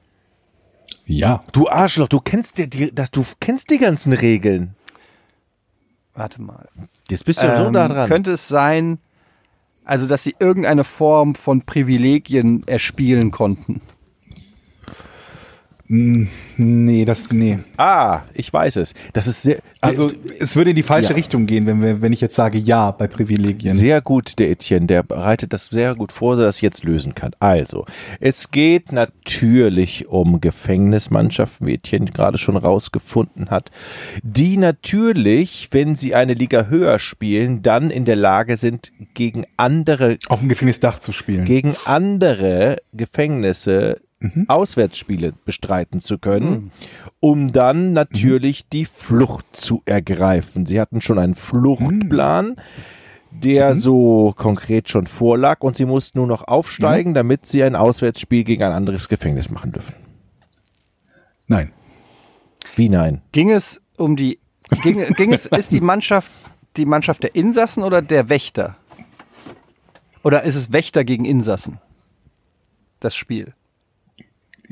S1: Ja.
S2: Du Arschloch, du kennst dir die, das, du kennst die ganzen Regeln.
S3: Warte mal.
S2: Jetzt bist du ja so
S3: Ähm,
S2: nah dran.
S3: Könnte es sein, also dass sie irgendeine Form von Privilegien erspielen konnten?
S1: Nee, das, nee.
S2: ah, ich weiß es. Das ist sehr,
S1: Also,
S2: sehr,
S1: es würde in die falsche
S2: Ja.
S1: Richtung gehen, wenn, wir, wenn ich jetzt sage Ja bei Privilegien.
S2: sehr gut, der Etienne. Der bereitet das sehr gut vor, dass er das jetzt lösen kann. Also, es geht natürlich um Gefängnismannschaften, wie Etienne gerade schon rausgefunden hat, die natürlich, wenn sie eine Liga höher spielen, dann in der Lage sind, gegen andere
S1: Auf dem Gefängnisdach zu spielen.
S2: gegen andere Gefängnisse Auswärtsspiele bestreiten zu können, um dann natürlich die Flucht zu ergreifen. Sie hatten schon einen Fluchtplan, der so konkret schon vorlag und sie mussten nur noch aufsteigen, damit sie ein Auswärtsspiel gegen ein anderes Gefängnis machen dürfen.
S1: Nein.
S2: Wie nein?
S3: Ging es um die, ging, ging es, ist die Mannschaft die Mannschaft der Insassen oder der Wächter? Oder ist es Wächter gegen Insassen? Das Spiel.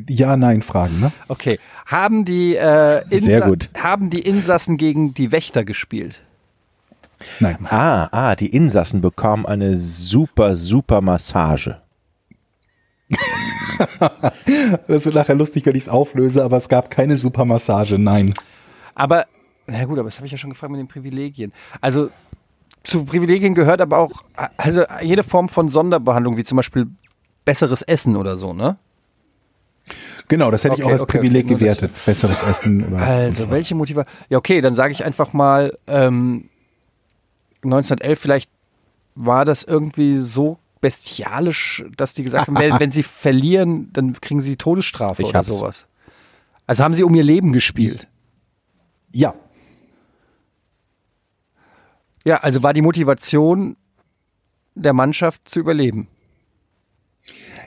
S1: Ja, nein Fragen, ne?
S3: Okay. Haben die, äh, Insa
S2: Sehr gut.
S3: haben die Insassen gegen die Wächter gespielt?
S1: Nein.
S2: Ah, ah, die Insassen bekamen eine super, super Massage.
S1: Das wird nachher lustig, wenn ich es auflöse, aber es gab keine Supermassage, nein.
S3: Aber, na gut, aber das habe ich ja schon gefragt mit den Privilegien. Also, zu Privilegien gehört aber auch, also jede Form von Sonderbehandlung, wie zum Beispiel besseres Essen oder so, ne?
S1: Genau, das hätte ich
S3: Okay,
S1: auch als
S3: okay,
S1: Privileg
S3: okay, nur das-
S1: gewertet. Besseres Essen oder.
S3: Also, welche Motivation? Ja, okay, dann sage ich einfach mal, ähm, 1911 vielleicht war das irgendwie so bestialisch, dass die gesagt haben,
S2: [LAUGHS]
S3: wenn, wenn sie verlieren, dann kriegen sie die Todesstrafe
S2: Ich
S3: oder
S2: hab's.
S3: sowas. Also haben sie um ihr Leben gespielt.
S1: ja.
S3: Ja, also war die Motivation der Mannschaft zu überleben.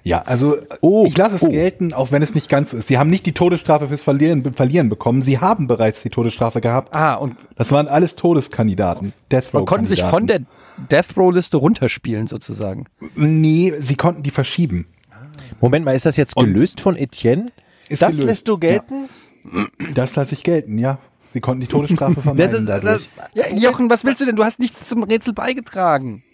S1: Ja, also
S2: Oh,
S1: ich lasse es
S2: oh.
S1: gelten, auch wenn es nicht ganz so ist. Sie haben nicht die Todesstrafe fürs Verlieren, Verlieren bekommen. Sie haben bereits die Todesstrafe gehabt.
S3: Ah, und
S1: Das waren alles Todeskandidaten. Death Row.
S3: man konnten sich von der Death Row Liste runterspielen sozusagen.
S1: Nee, sie konnten die verschieben.
S2: Moment mal, ist das jetzt
S1: Und-
S2: gelöst von Etienne?
S1: Ist
S2: das
S1: gelöst,
S2: lässt du gelten?
S1: Das lasse ich gelten, ja. Sie konnten die Todesstrafe vermeiden
S2: Das ist- das-
S1: dadurch.
S3: Ja, Jochen, was willst du denn? Du hast nichts zum Rätsel beigetragen.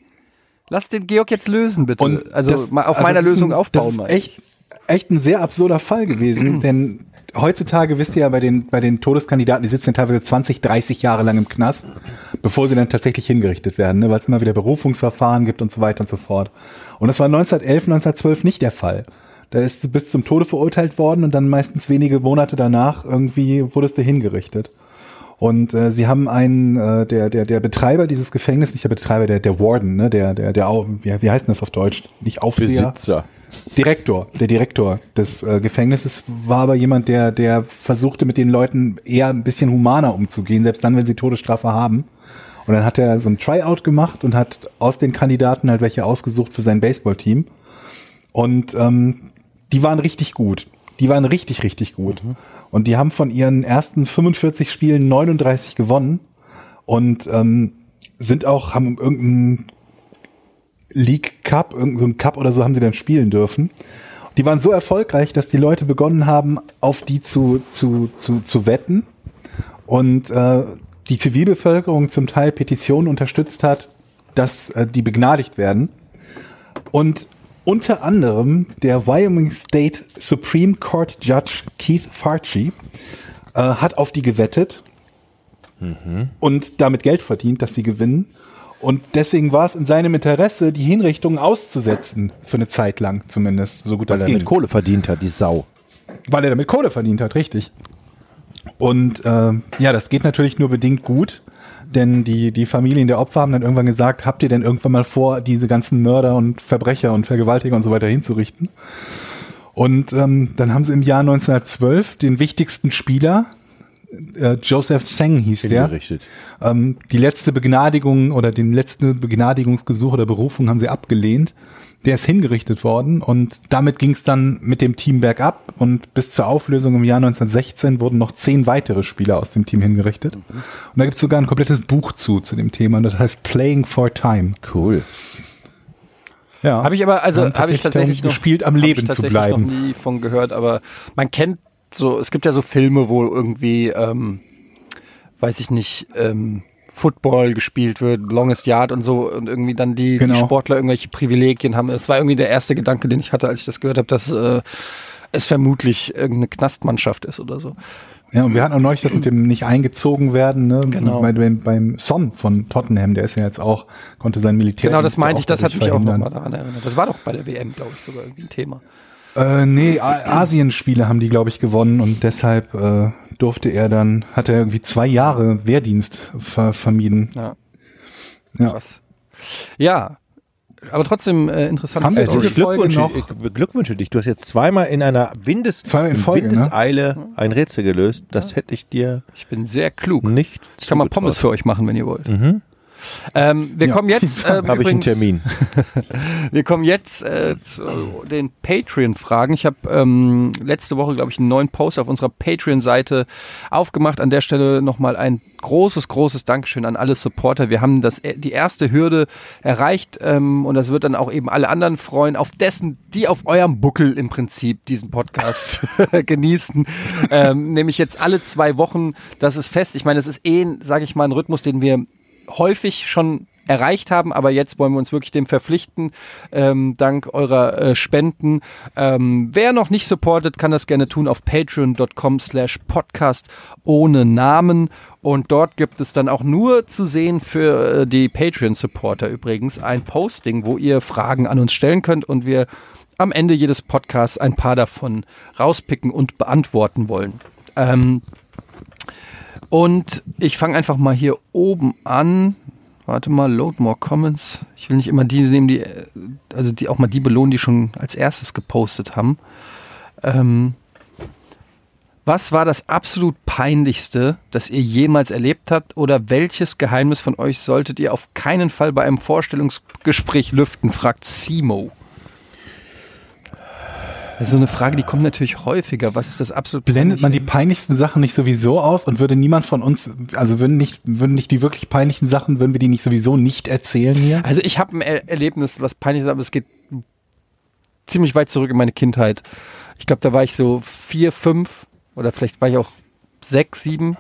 S3: Lass den Georg jetzt lösen, bitte. also
S1: das-
S3: mal auf
S1: also
S3: meiner
S1: das ist
S3: Lösung
S1: ein,
S3: aufbauen.
S1: Das
S3: mal. Mhm.
S1: ist echt, echt ein sehr absurder Fall gewesen, denn heutzutage wisst ihr ja bei den, bei den Todeskandidaten, die sitzen ja teilweise 20, 30 Jahre lang im Knast, bevor sie dann tatsächlich hingerichtet werden, ne, weil es immer wieder Berufungsverfahren gibt und so weiter und so fort. Und das war 1911, 1912 nicht der Fall. Da ist du bis zum Tode verurteilt worden und dann meistens wenige Monate danach irgendwie wurdest du hingerichtet. Und äh, sie haben einen, äh, der, der, der Betreiber dieses Gefängnisses, nicht der Betreiber, der, der Warden, ne, der, der, der, Au- wie, wie heißt denn das auf Deutsch? Nicht Aufseher. Direktor, der Direktor des äh, Gefängnisses war aber jemand, der, der versuchte, mit den Leuten eher ein bisschen humaner umzugehen, selbst dann, wenn sie Todesstrafe haben. Und dann hat er so ein Tryout gemacht und hat aus den Kandidaten halt welche ausgesucht für sein Baseballteam. Und ähm, die waren richtig gut. Die waren richtig, richtig gut. Und die haben von ihren ersten 45 Spielen 39 gewonnen und ähm, sind auch, haben irgendeinen League Cup, irgendeinen so einen Cup oder so haben sie dann spielen dürfen. Die waren so erfolgreich, dass die Leute begonnen haben, auf die zu, zu, zu, zu wetten. Und äh, die Zivilbevölkerung zum Teil Petitionen unterstützt hat, dass äh, die begnadigt werden. Und unter anderem der Wyoming State Supreme Court Judge Keith Farchi äh, hat auf die gewettet und damit Geld verdient, dass sie gewinnen. Und deswegen war es in seinem Interesse, die Hinrichtungen auszusetzen, für eine Zeit lang zumindest, so gut
S2: Weil
S1: das
S2: er
S1: ging.
S2: mit Kohle verdient hat, die Sau.
S1: Weil er damit Kohle verdient hat, richtig. Und ähm, ja, das geht natürlich nur bedingt gut, denn die, die Familien der Opfer haben dann irgendwann gesagt, habt ihr denn irgendwann mal vor, diese ganzen Mörder und Verbrecher und Vergewaltiger und so weiter hinzurichten? Und ähm, dann haben sie im Jahr 1912 den wichtigsten Spieler, äh, Joseph Seng hieß der,
S2: Hingerichtet.
S1: ähm, die letzte Begnadigung oder den letzten Begnadigungsgesuch oder Berufung haben sie abgelehnt. Der ist hingerichtet worden und damit ging es dann mit dem Team bergab und bis zur Auflösung im Jahr 1916 wurden noch zehn weitere Spieler aus dem Team hingerichtet. Und da gibt es sogar ein komplettes Buch zu, zu dem Thema, und das heißt Playing for Time.
S2: Cool.
S1: Ja.
S3: Habe ich aber, also
S1: Haben
S3: habe ich tatsächlich
S1: darum
S3: noch,
S1: gespielt, am
S3: hab ich
S1: Leben zu
S3: tatsächlich
S1: bleiben.
S3: Noch nie von gehört, aber man kennt so, es gibt ja so Filme, wo irgendwie, ähm, weiß ich nicht, ähm, Football gespielt wird, Longest Yard und so und irgendwie dann die,
S1: Genau.
S3: die Sportler irgendwelche Privilegien haben. Es war irgendwie der erste Gedanke, den ich hatte, als ich das gehört habe, dass äh, es vermutlich irgendeine Knastmannschaft ist oder so.
S1: Ja, und wir hatten auch neulich das mit dem nicht eingezogen werden, ne?
S3: Genau.
S1: Bei, beim, beim Son von Tottenham, der ist ja jetzt auch, konnte sein Militär.
S3: genau, das meinte ich, das hat mich auch
S1: verhindern.
S3: nochmal daran erinnert. Das war doch bei der WM, glaube ich, sogar irgendwie ein Thema.
S1: Äh, nee, A- Asienspiele haben die, glaube ich, gewonnen und deshalb äh, durfte er dann, hat er irgendwie zwei Jahre Wehrdienst ver vermieden.
S3: Ja.
S1: Ja.
S3: Krass. Ja, aber trotzdem äh, interessant.
S1: Haben wir
S2: Also
S1: diese Folge
S2: Glückwünsche,
S1: noch-
S2: ich beglückwünsche dich. Du hast jetzt zweimal in einer Windes,
S1: Zweimal in Folge, ne?
S2: Windeseile ein Rätsel gelöst. Das hätte ich dir
S3: Ich bin sehr klug.
S1: Hm?
S2: nicht
S3: Ich kann mal Pommes für euch machen, wenn ihr wollt. Ähm, wir
S1: Mhm. Ja. [LAUGHS]
S3: kommen jetzt. Äh,
S2: Habe ich einen
S3: übrigens-
S2: Termin.
S3: Wir kommen jetzt äh, zu den Patreon-Fragen. Ich habe ähm, letzte Woche, glaube ich, einen neuen Post auf unserer Patreon-Seite aufgemacht. An der Stelle nochmal ein großes, großes Dankeschön an alle Supporter. Wir haben das, äh, die erste Hürde erreicht ähm, und das wird dann auch eben alle anderen freuen, auf dessen, die auf eurem Buckel im Prinzip diesen Podcast [LAUGHS] genießen. Ähm, nämlich jetzt alle zwei Wochen, das ist fest. Ich meine, es ist eh, sage ich mal, ein Rhythmus, den wir häufig schon erreicht haben, aber jetzt wollen wir uns wirklich dem verpflichten, ähm, dank eurer äh, Spenden. Ähm, wer noch nicht supportet, kann das gerne tun auf patreon.com slash podcast ohne Namen und dort gibt es dann auch nur zu sehen für äh, die Patreon-Supporter übrigens ein Posting, wo ihr Fragen an uns stellen könnt und wir am Ende jedes Podcasts ein paar davon rauspicken und beantworten wollen. Ähm, und ich fange einfach mal hier oben an. Warte mal, load more comments. Ich will nicht immer die nehmen, die, äh, also die auch mal die belohnen, die schon als erstes gepostet haben. Ähm, was war das absolut peinlichste, das ihr jemals erlebt habt? Oder welches Geheimnis von euch solltet ihr auf keinen Fall bei einem Vorstellungsgespräch lüften? fragt Simo. Das ist so eine Frage, die kommt natürlich häufiger. Was ist das absolut
S1: Blendet man die
S3: Peinliche?
S1: peinlichsten Sachen nicht sowieso aus und würde niemand von uns, also würden nicht, würden nicht die wirklich peinlichen Sachen, würden wir die nicht sowieso nicht erzählen hier?
S3: Also ich habe ein er Erlebnis, was peinlich war, aber es geht ziemlich weit zurück in meine Kindheit. Ich glaube, da war ich so vier, fünf oder vielleicht war ich auch sechs, sieben.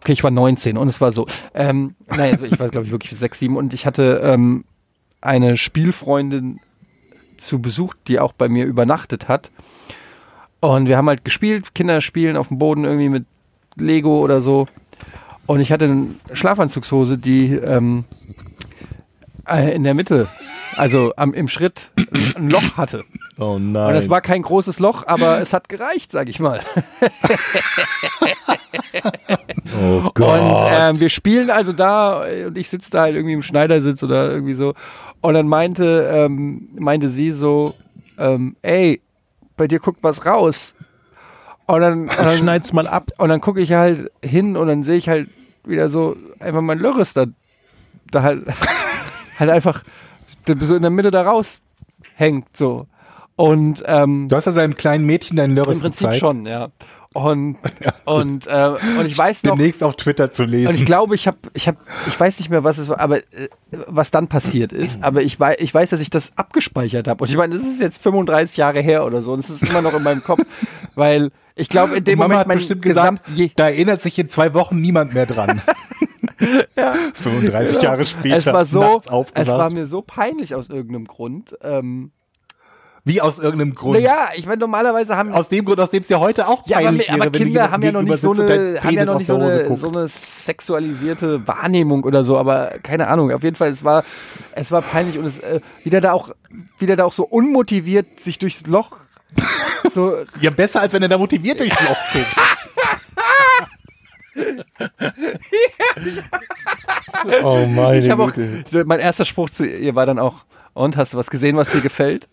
S3: Okay, ich war 19 und es war so. Ähm, nein, also ich war, glaube ich, wirklich sechs, sieben und ich hatte ähm, eine Spielfreundin zu Besuch, die auch bei mir übernachtet hat. Und wir haben halt gespielt, Kinder spielen auf dem Boden irgendwie mit Lego oder so. Und ich hatte eine Schlafanzugshose, die ähm, äh, in der Mitte, also am, im Schritt, ein Loch hatte.
S2: [LAUGHS] Oh nein.
S3: Und das war kein großes Loch, aber es hat gereicht, sag ich mal.
S2: oh
S3: Und
S2: Gott.
S3: ähm, wir spielen also da äh, und ich sitze da halt irgendwie im Schneidersitz oder irgendwie so. Und dann meinte, ähm, meinte sie so, ähm, ey, bei dir guckt was raus. Und dann, und dann
S2: Schneid's mal
S3: [LAUGHS]
S2: ab.
S3: Und dann gucke ich halt hin und dann sehe ich halt wieder so einfach mein Lörres da, da halt, [LAUGHS] halt einfach so in der Mitte da raus hängt so. Und ähm,
S1: Du hast ja seinem kleinen Mädchen deinen Lörres
S3: im Prinzip
S1: gezeigt.
S3: schon, ja.
S1: [LAUGHS]
S3: Und, und, äh, und ich weiß noch,
S1: Demnächst auf Twitter zu lesen.
S3: und ich glaube, ich habe, ich habe, ich weiß nicht mehr, was es war, aber äh, was dann passiert
S1: Mhm.
S3: ist. Aber ich weiß, ich weiß, dass ich das abgespeichert habe. Und ich meine, das ist jetzt 35 Jahre her oder so. Und es ist immer noch in
S1: [LAUGHS]
S3: meinem Kopf, weil ich glaube, in dem
S1: Mama
S3: Moment
S1: hat
S3: mein
S1: bestimmt
S3: gesamt
S1: gesagt,
S3: je,
S1: da erinnert sich in zwei Wochen niemand mehr
S3: [LAUGHS]
S1: dran. [LAUGHS] 35 Jahre später.
S3: es war so,
S1: nachts
S3: es
S1: aufgewacht.
S3: war mir so peinlich aus irgendeinem Grund. Ähm,
S1: Wie aus irgendeinem Grund.
S3: naja, ich meine, normalerweise haben
S1: Aus dem Grund, aus dem es dir heute auch
S3: Ja, aber,
S1: peinlich wäre,
S3: aber
S1: wenn du
S3: Kinder haben ja noch
S1: jemandem
S3: nicht so
S1: gegenüber sitzt und
S3: eine,
S1: dein
S3: haben ja
S1: Penis
S3: noch
S1: aus
S3: nicht
S1: der
S3: so
S1: Hose
S3: eine,
S1: guckt.
S3: so eine sexualisierte Wahrnehmung oder so, aber keine Ahnung. Auf jeden Fall, es war, es war peinlich und es, äh, wieder da auch, wieder da auch so unmotiviert sich durchs Loch
S1: [LAUGHS]
S3: so,
S1: Ja, besser, als wenn er da motiviert durchs Loch guckt.
S2: Oh meine
S3: ich habe auch, mein erster Spruch zu ihr war dann auch, und hast du was gesehen, was dir gefällt?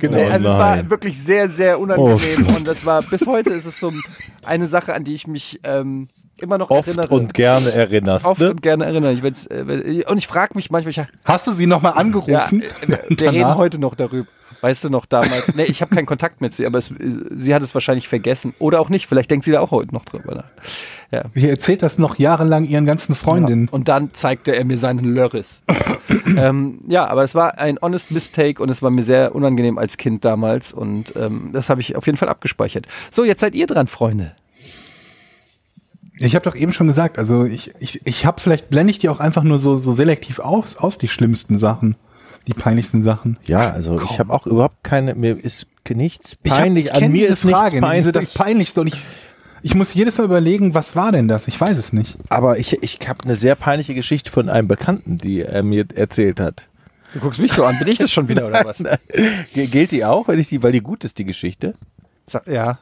S1: genau.
S2: Oh
S3: also
S2: nein.
S3: es
S2: Oh.
S3: war wirklich sehr, sehr unangenehm und das war, bis heute ist es so eine Sache, an die ich mich, ähm, immer noch
S2: Oft
S3: erinnere.
S2: und gerne erinnerst.
S3: oft
S2: ne?
S3: und gerne erinnere ich, wenn's, äh, wenn, und ich frage mich manchmal, ich
S1: Hast du sie nochmal angerufen?
S2: [LAUGHS]
S3: Ja,
S1: [LAUGHS]
S3: äh, wir reden heute noch darüber. Weißt du noch damals? Nee, ich habe keinen Kontakt mit sie, aber es, äh, sie hat es wahrscheinlich vergessen. Oder auch nicht. Vielleicht denkt sie da auch heute noch drüber nach.
S1: Ihr erzählt das noch jahrelang ihren ganzen Freundinnen.
S3: Und dann zeigte er mir seinen
S2: [COUGHS]
S3: Lörris. ähm, ja, aber es war ein honest mistake und es war mir sehr unangenehm als Kind damals. Und ähm, das habe ich auf jeden Fall abgespeichert. So, jetzt seid ihr dran, Freunde.
S1: Ich habe doch eben schon gesagt, also ich, ich, ich habe vielleicht blende ich die auch einfach nur so, so selektiv aus, aus die schlimmsten Sachen, die peinlichsten Sachen.
S2: Ja, also ich habe auch überhaupt keine, mir ist nichts
S1: Ich hab-
S2: peinlich,
S1: ich
S2: an
S1: kenn
S2: mir
S1: diese
S2: ist
S1: Frage, ne?
S2: nichts
S1: Diese,
S2: peinlich,
S1: das Peinlichste und ich, ich muss jedes Mal überlegen, was war denn das? Ich weiß es nicht.
S2: aber ich, ich habe eine sehr peinliche Geschichte von einem Bekannten, die er mir erzählt hat.
S3: Du guckst mich so an. Bin ich das schon wieder
S2: [LAUGHS]
S3: oder was?
S2: G- Gilt die auch, wenn ich die, weil die gut ist, die Geschichte?
S3: Sag- Ja.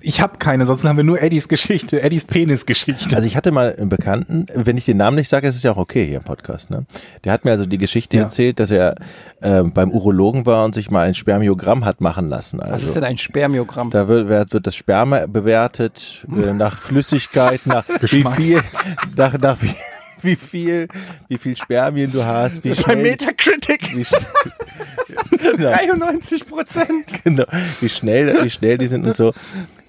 S1: Ich habe keine, sonst haben wir nur Eddies Geschichte, Eddies Penis-Geschichte.
S2: Also ich hatte mal einen Bekannten, wenn ich den Namen nicht sage, ist es ja auch okay hier im Podcast. Ne? Der hat mir also die Geschichte
S1: Ja.
S2: erzählt, dass er äh, beim Urologen war und sich mal ein Spermiogramm hat machen lassen. Also
S3: Was ist denn ein Spermiogramm?
S2: Da wird, wird, wird das Sperma bewertet
S3: [LAUGHS]
S2: äh, nach Flüssigkeit, nach wie
S1: Geschmack.
S2: viel, nach, nach wie, [LAUGHS] wie viel, wie viel Spermien du hast, wie schnell,
S3: Metacritic [LAUGHS]
S2: wie, sch- genau,
S3: 93 Prozent.
S2: genau, wie schnell, wie schnell die sind und so.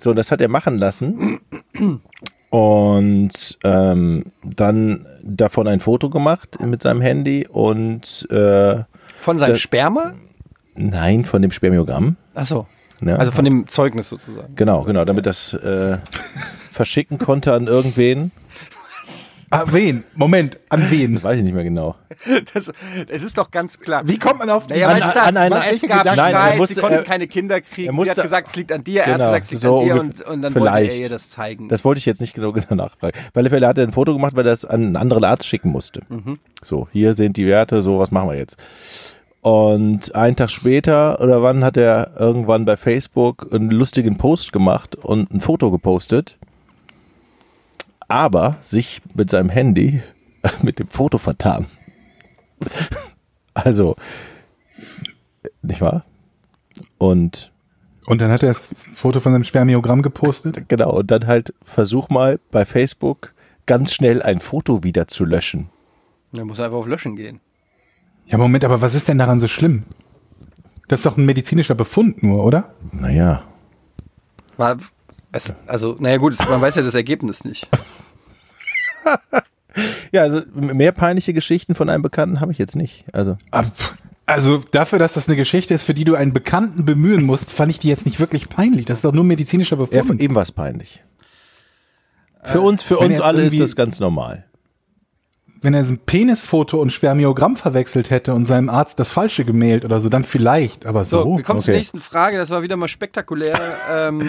S2: So, und das hat er machen lassen. Und ähm, dann davon ein Foto gemacht mit seinem Handy und äh,
S3: Von seinem
S2: Das-
S3: Sperma?
S2: nein, von dem Spermiogramm.
S3: Achso.
S2: Ne?
S3: Also von dem Zeugnis sozusagen.
S2: genau, genau, damit das äh, verschicken konnte an irgendwen.
S1: an Ah, wen? Moment, an wen?
S2: Weiß ich nicht mehr genau.
S3: Das, es ist doch ganz klar.
S1: Wie kommt man auf
S3: Naja,
S2: An-
S3: weil es, da-
S2: an einen-
S3: es
S1: welche
S3: gab
S1: Gedanken-
S3: Streit,
S2: Nein, er musste-
S3: sie konnten
S2: er-
S3: keine Kinder kriegen.
S2: er musste-
S3: sie hat gesagt, es liegt an dir, er
S2: Genau,
S3: hat gesagt, es liegt
S2: so
S3: an dir
S2: ungefähr-
S3: und, und dann wollte
S2: vielleicht.
S3: er ihr das zeigen.
S2: Das wollte ich jetzt nicht genau, [LAUGHS] genau nachfragen. Weil auf jeden Fall hat er ein Foto gemacht, weil er es an einen anderen Arzt schicken musste. So, hier sind die Werte, so, was machen wir jetzt? Und einen Tag später oder wann hat er irgendwann bei Facebook einen lustigen Post gemacht und ein Foto gepostet, aber sich mit seinem Handy [LAUGHS] mit dem Foto vertan. [LAUGHS] Also, nicht wahr? Und
S1: Und dann hat er das Foto von seinem Spermiogramm gepostet.
S2: Genau, und dann halt versuch mal bei Facebook ganz schnell ein Foto wieder zu löschen.
S3: Er muss einfach auf Löschen gehen.
S1: Ja, Moment, aber was ist denn daran so schlimm? Das ist doch ein medizinischer Befund nur, oder?
S2: Naja.
S3: War, es, also, naja gut, es, man weiß ja das Ergebnis nicht.
S2: Ja, also mehr peinliche Geschichten von einem Bekannten habe ich jetzt nicht. Also,
S1: Ah, pff, Also dafür, dass das eine Geschichte ist, für die du einen Bekannten bemühen musst, fand ich die jetzt nicht wirklich peinlich. Das ist doch nur ein medizinischer
S2: ja,
S1: Befund.
S2: von ihm war es peinlich. Für uns, für
S1: wenn
S2: uns
S1: jetzt
S2: alle ist
S1: irgendwie-
S2: das ganz normal.
S1: Wenn er ein Penisfoto und Spermiogramm verwechselt hätte und seinem Arzt das Falsche gemailt oder so, dann vielleicht, aber
S3: So,
S1: so.
S3: wir kommen zur
S2: okay.
S3: nächsten Frage. Das war wieder mal spektakulär. [LAUGHS] ähm,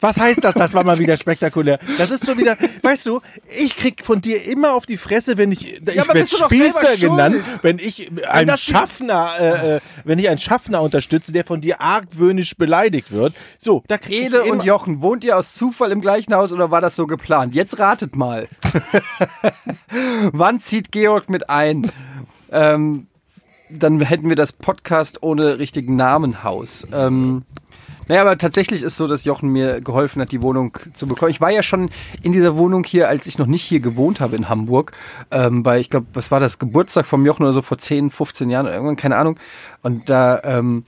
S2: Was heißt das? Das war mal wieder spektakulär. Das ist so wieder, weißt du, ich krieg von dir immer auf die Fresse, wenn ich, ich
S3: aber
S2: werde
S3: bist du doch selber
S2: Spießer
S3: schuld.
S2: genannt, wenn ich einen
S3: das-
S2: Schaffner, äh, äh, wenn ich einen Schaffner unterstütze, der von dir argwöhnisch beleidigt wird. So, da krieg
S3: Ede
S2: ich immer,
S3: und Jochen, wohnt ihr aus Zufall im gleichen Haus oder war das so geplant? Jetzt ratet [LAUGHS] mal. Wann zieht Georg mit ein? Ähm, dann hätten wir das Podcast ohne richtigen Namen Haus. Ähm, naja, aber tatsächlich ist so, dass Jochen mir geholfen hat, die Wohnung zu bekommen. Ich war ja schon in dieser Wohnung hier, als ich noch nicht hier gewohnt habe in Hamburg. Ähm, bei, ich glaube, was war das? Geburtstag vom Jochen oder so vor 10, 15 Jahren oder irgendwann, keine Ahnung. Und da ähm,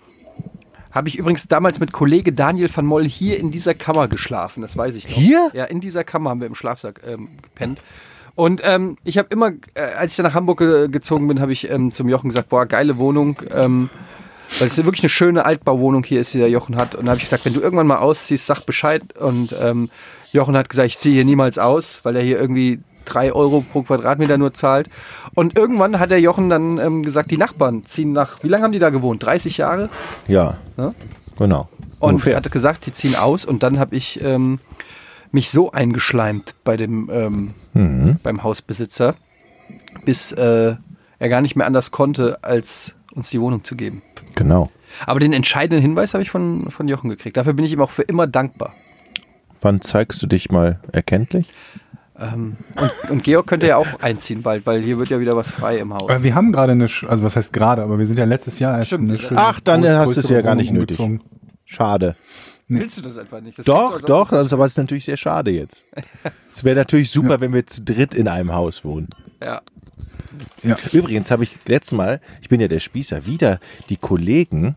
S3: Habe ich übrigens damals mit Kollege Daniel van Moll hier in dieser Kammer geschlafen, das weiß ich noch.
S2: Hier?
S3: Ja, in dieser Kammer haben wir im Schlafsack ähm, gepennt. Und ähm, ich habe immer, äh, als ich dann nach Hamburg äh, gezogen bin, habe ich ähm, zum Jochen gesagt, boah, geile Wohnung. Ähm, weil es wirklich eine schöne Altbauwohnung hier ist, die der Jochen hat. Und da habe ich gesagt, wenn du irgendwann mal ausziehst, sag Bescheid. Und ähm, Jochen hat gesagt, ich ziehe hier niemals aus, weil er hier irgendwie drei Euro pro Quadratmeter nur zahlt. Und irgendwann hat der Jochen dann ähm, gesagt, die Nachbarn ziehen nach, wie lange haben die da gewohnt? 30 Jahre?
S2: Ja.
S3: Ja.
S2: Genau.
S3: Und
S2: Ungefähr.
S3: hat gesagt, die ziehen aus. Und dann habe ich ähm, mich so eingeschleimt bei dem ähm, beim Hausbesitzer, bis äh, er gar nicht mehr anders konnte, als uns die Wohnung zu geben.
S2: Genau.
S3: Aber den entscheidenden Hinweis habe ich von, von Jochen gekriegt. Dafür bin ich ihm auch für immer dankbar.
S2: Wann zeigst du dich mal erkenntlich?
S3: Ähm, Und Georg könnte ja auch einziehen bald, weil hier wird ja wieder was frei im Haus.
S1: Äh, Wir haben gerade eine, sch- also was heißt gerade, aber wir sind ja letztes Jahr erst
S3: Stimmt.
S1: eine schöne,
S2: Ach, dann
S1: groß-
S2: hast du es ja
S1: größere
S2: gar nicht
S1: Wohnung
S2: nötig.
S1: umgezogen.
S2: Schade.
S3: Willst du das einfach nicht? Das
S2: Doch,
S3: klingt so, als ob-
S2: doch, also, aber es ist natürlich sehr schade jetzt. Es wäre natürlich super, wenn wir zu dritt in einem Haus wohnen.
S3: Ja.
S1: Ja.
S2: Übrigens habe ich letztes Mal, ich bin ja der Spießer, wieder die Kollegen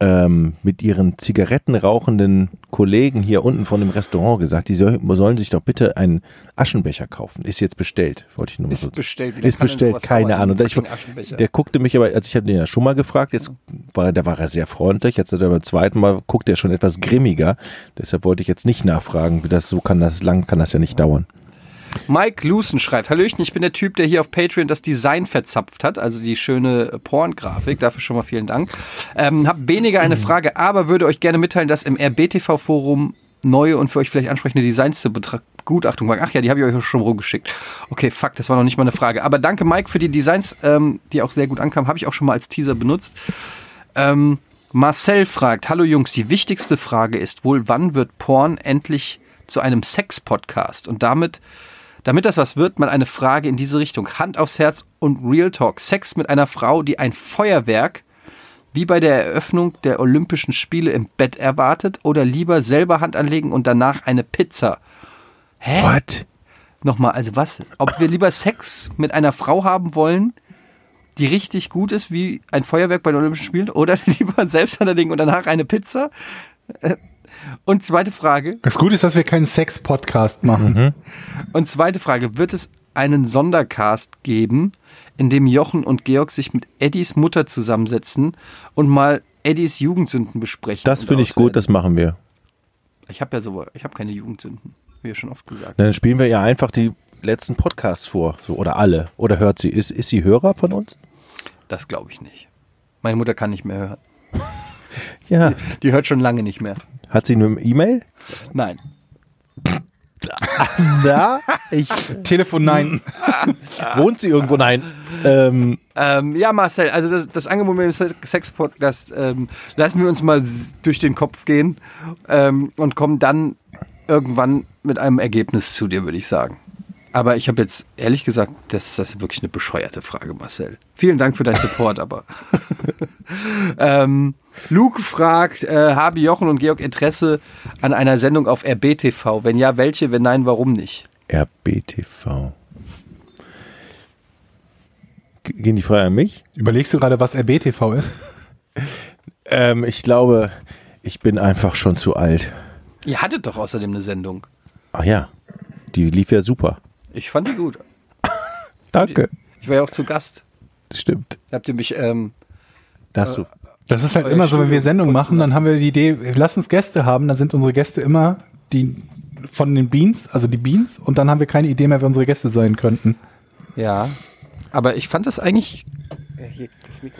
S2: ähm, mit ihren zigarettenrauchenden Kollegen hier unten von dem Restaurant gesagt, die soll, sollen sich doch bitte einen Aschenbecher kaufen. Ist jetzt bestellt, wollte ich nur mal so
S3: Ist bestellt. Wie lange
S2: Ist
S3: kann denn
S2: bestellt,
S3: sowas
S2: keine
S3: dauern?
S2: Ahnung. Ich,
S3: Fucking Aschenbecher.
S2: der guckte mich aber, also ich habe den ja schon mal gefragt, jetzt war, da war er sehr freundlich, jetzt hat er beim zweiten Mal guckt er schon etwas grimmiger. Deshalb wollte ich jetzt nicht nachfragen, wie das so kann das lang kann das ja nicht dauern.
S3: Mike Lusen schreibt, Hallöchen, ich bin der Typ, der hier auf Patreon das Design verzapft hat, also die schöne äh, Porn-Grafik, dafür schon mal vielen Dank. Ähm, hab weniger eine Frage, aber würde euch gerne mitteilen, dass im RBTV-Forum neue und für euch vielleicht ansprechende Designs zur Begutachtung waren. Ach ja, die habe ich euch auch schon rumgeschickt. Okay, fuck, das war noch nicht mal eine Frage. Aber danke Mike für die Designs, ähm, die auch sehr gut ankamen, habe ich auch schon mal als Teaser benutzt. Ähm, Marcel fragt, hallo Jungs, die wichtigste Frage ist wohl, wann wird Porn endlich zu einem Sex-Podcast? Und damit, damit das was wird, mal eine Frage in diese Richtung. Hand aufs Herz und Real Talk. Sex mit einer Frau, die ein Feuerwerk wie bei der Eröffnung der Olympischen Spiele im Bett erwartet oder lieber selber Hand anlegen und danach eine Pizza? Hä?
S2: What?
S3: Nochmal, also was? Ob wir lieber Sex mit einer Frau haben wollen, die richtig gut ist, wie ein Feuerwerk bei den Olympischen Spielen, oder [LAUGHS] lieber selbst an der Ding und danach eine Pizza? Äh, Und zweite Frage,
S1: Das Gute ist, dass wir keinen Sex-Podcast machen.
S3: und zweite Frage, wird es einen Sondercast geben, in dem Jochen und Georg sich mit Eddies Mutter zusammensetzen und mal Eddies Jugendsünden besprechen?
S2: Das
S3: und
S2: finde ich gut,
S3: auswerten?
S2: das machen wir.
S3: Ich habe ja so, ich habe keine Jugendsünden, wie ja schon oft gesagt.
S2: Dann spielen wir ja einfach die letzten Podcasts vor, so oder alle oder hört sie ist ist sie Hörer von uns?
S3: Das glaube ich nicht. Meine Mutter kann nicht mehr hören. [LAUGHS]
S2: Ja,
S3: Die hört schon lange nicht mehr.
S2: hat sie eine E-Mail?
S3: Nein.
S2: Na, ich
S3: Mhm.
S1: Telefon, nein.
S2: [LAUGHS] wohnt sie irgendwo nein. Ähm,
S3: Ähm, ja, Marcel, also das, das Angebot mit dem Se- Sex-Podcast ähm, lassen wir uns mal s- durch den Kopf gehen ähm, und kommen dann irgendwann mit einem Ergebnis zu dir, würde ich sagen. Aber ich habe jetzt ehrlich gesagt, das, das ist wirklich eine bescheuerte Frage, Marcel. Vielen Dank für deinen [LAUGHS] Support, aber. ähm, Luke fragt, äh, haben Jochen und Georg Interesse an einer Sendung auf RBTV? Wenn ja, welche? Wenn nein, warum nicht?
S2: RBTV. G- Gehen die Frage an mich?
S1: Überlegst du gerade, was RBTV ist?
S2: Ähm, ich glaube, ich bin einfach schon zu alt.
S3: Ihr hattet doch außerdem eine Sendung.
S2: Ach ja, die lief ja super.
S3: Ich fand die gut.
S2: Danke.
S3: Ich war ja auch zu Gast.
S2: Das stimmt.
S3: Da habt ihr mich, ähm,
S2: Da hast du.
S3: Äh,
S1: Das ist halt
S3: Euer
S1: immer so, wenn wir
S3: Studio
S1: Sendungen
S3: putzen
S1: machen, dann haben wir die Idee, lass uns Gäste haben, dann sind unsere Gäste immer die von den Beans, also die Beans, und dann haben wir keine Idee mehr, wer unsere Gäste sein könnten.
S3: ja. Aber ich fand das eigentlich,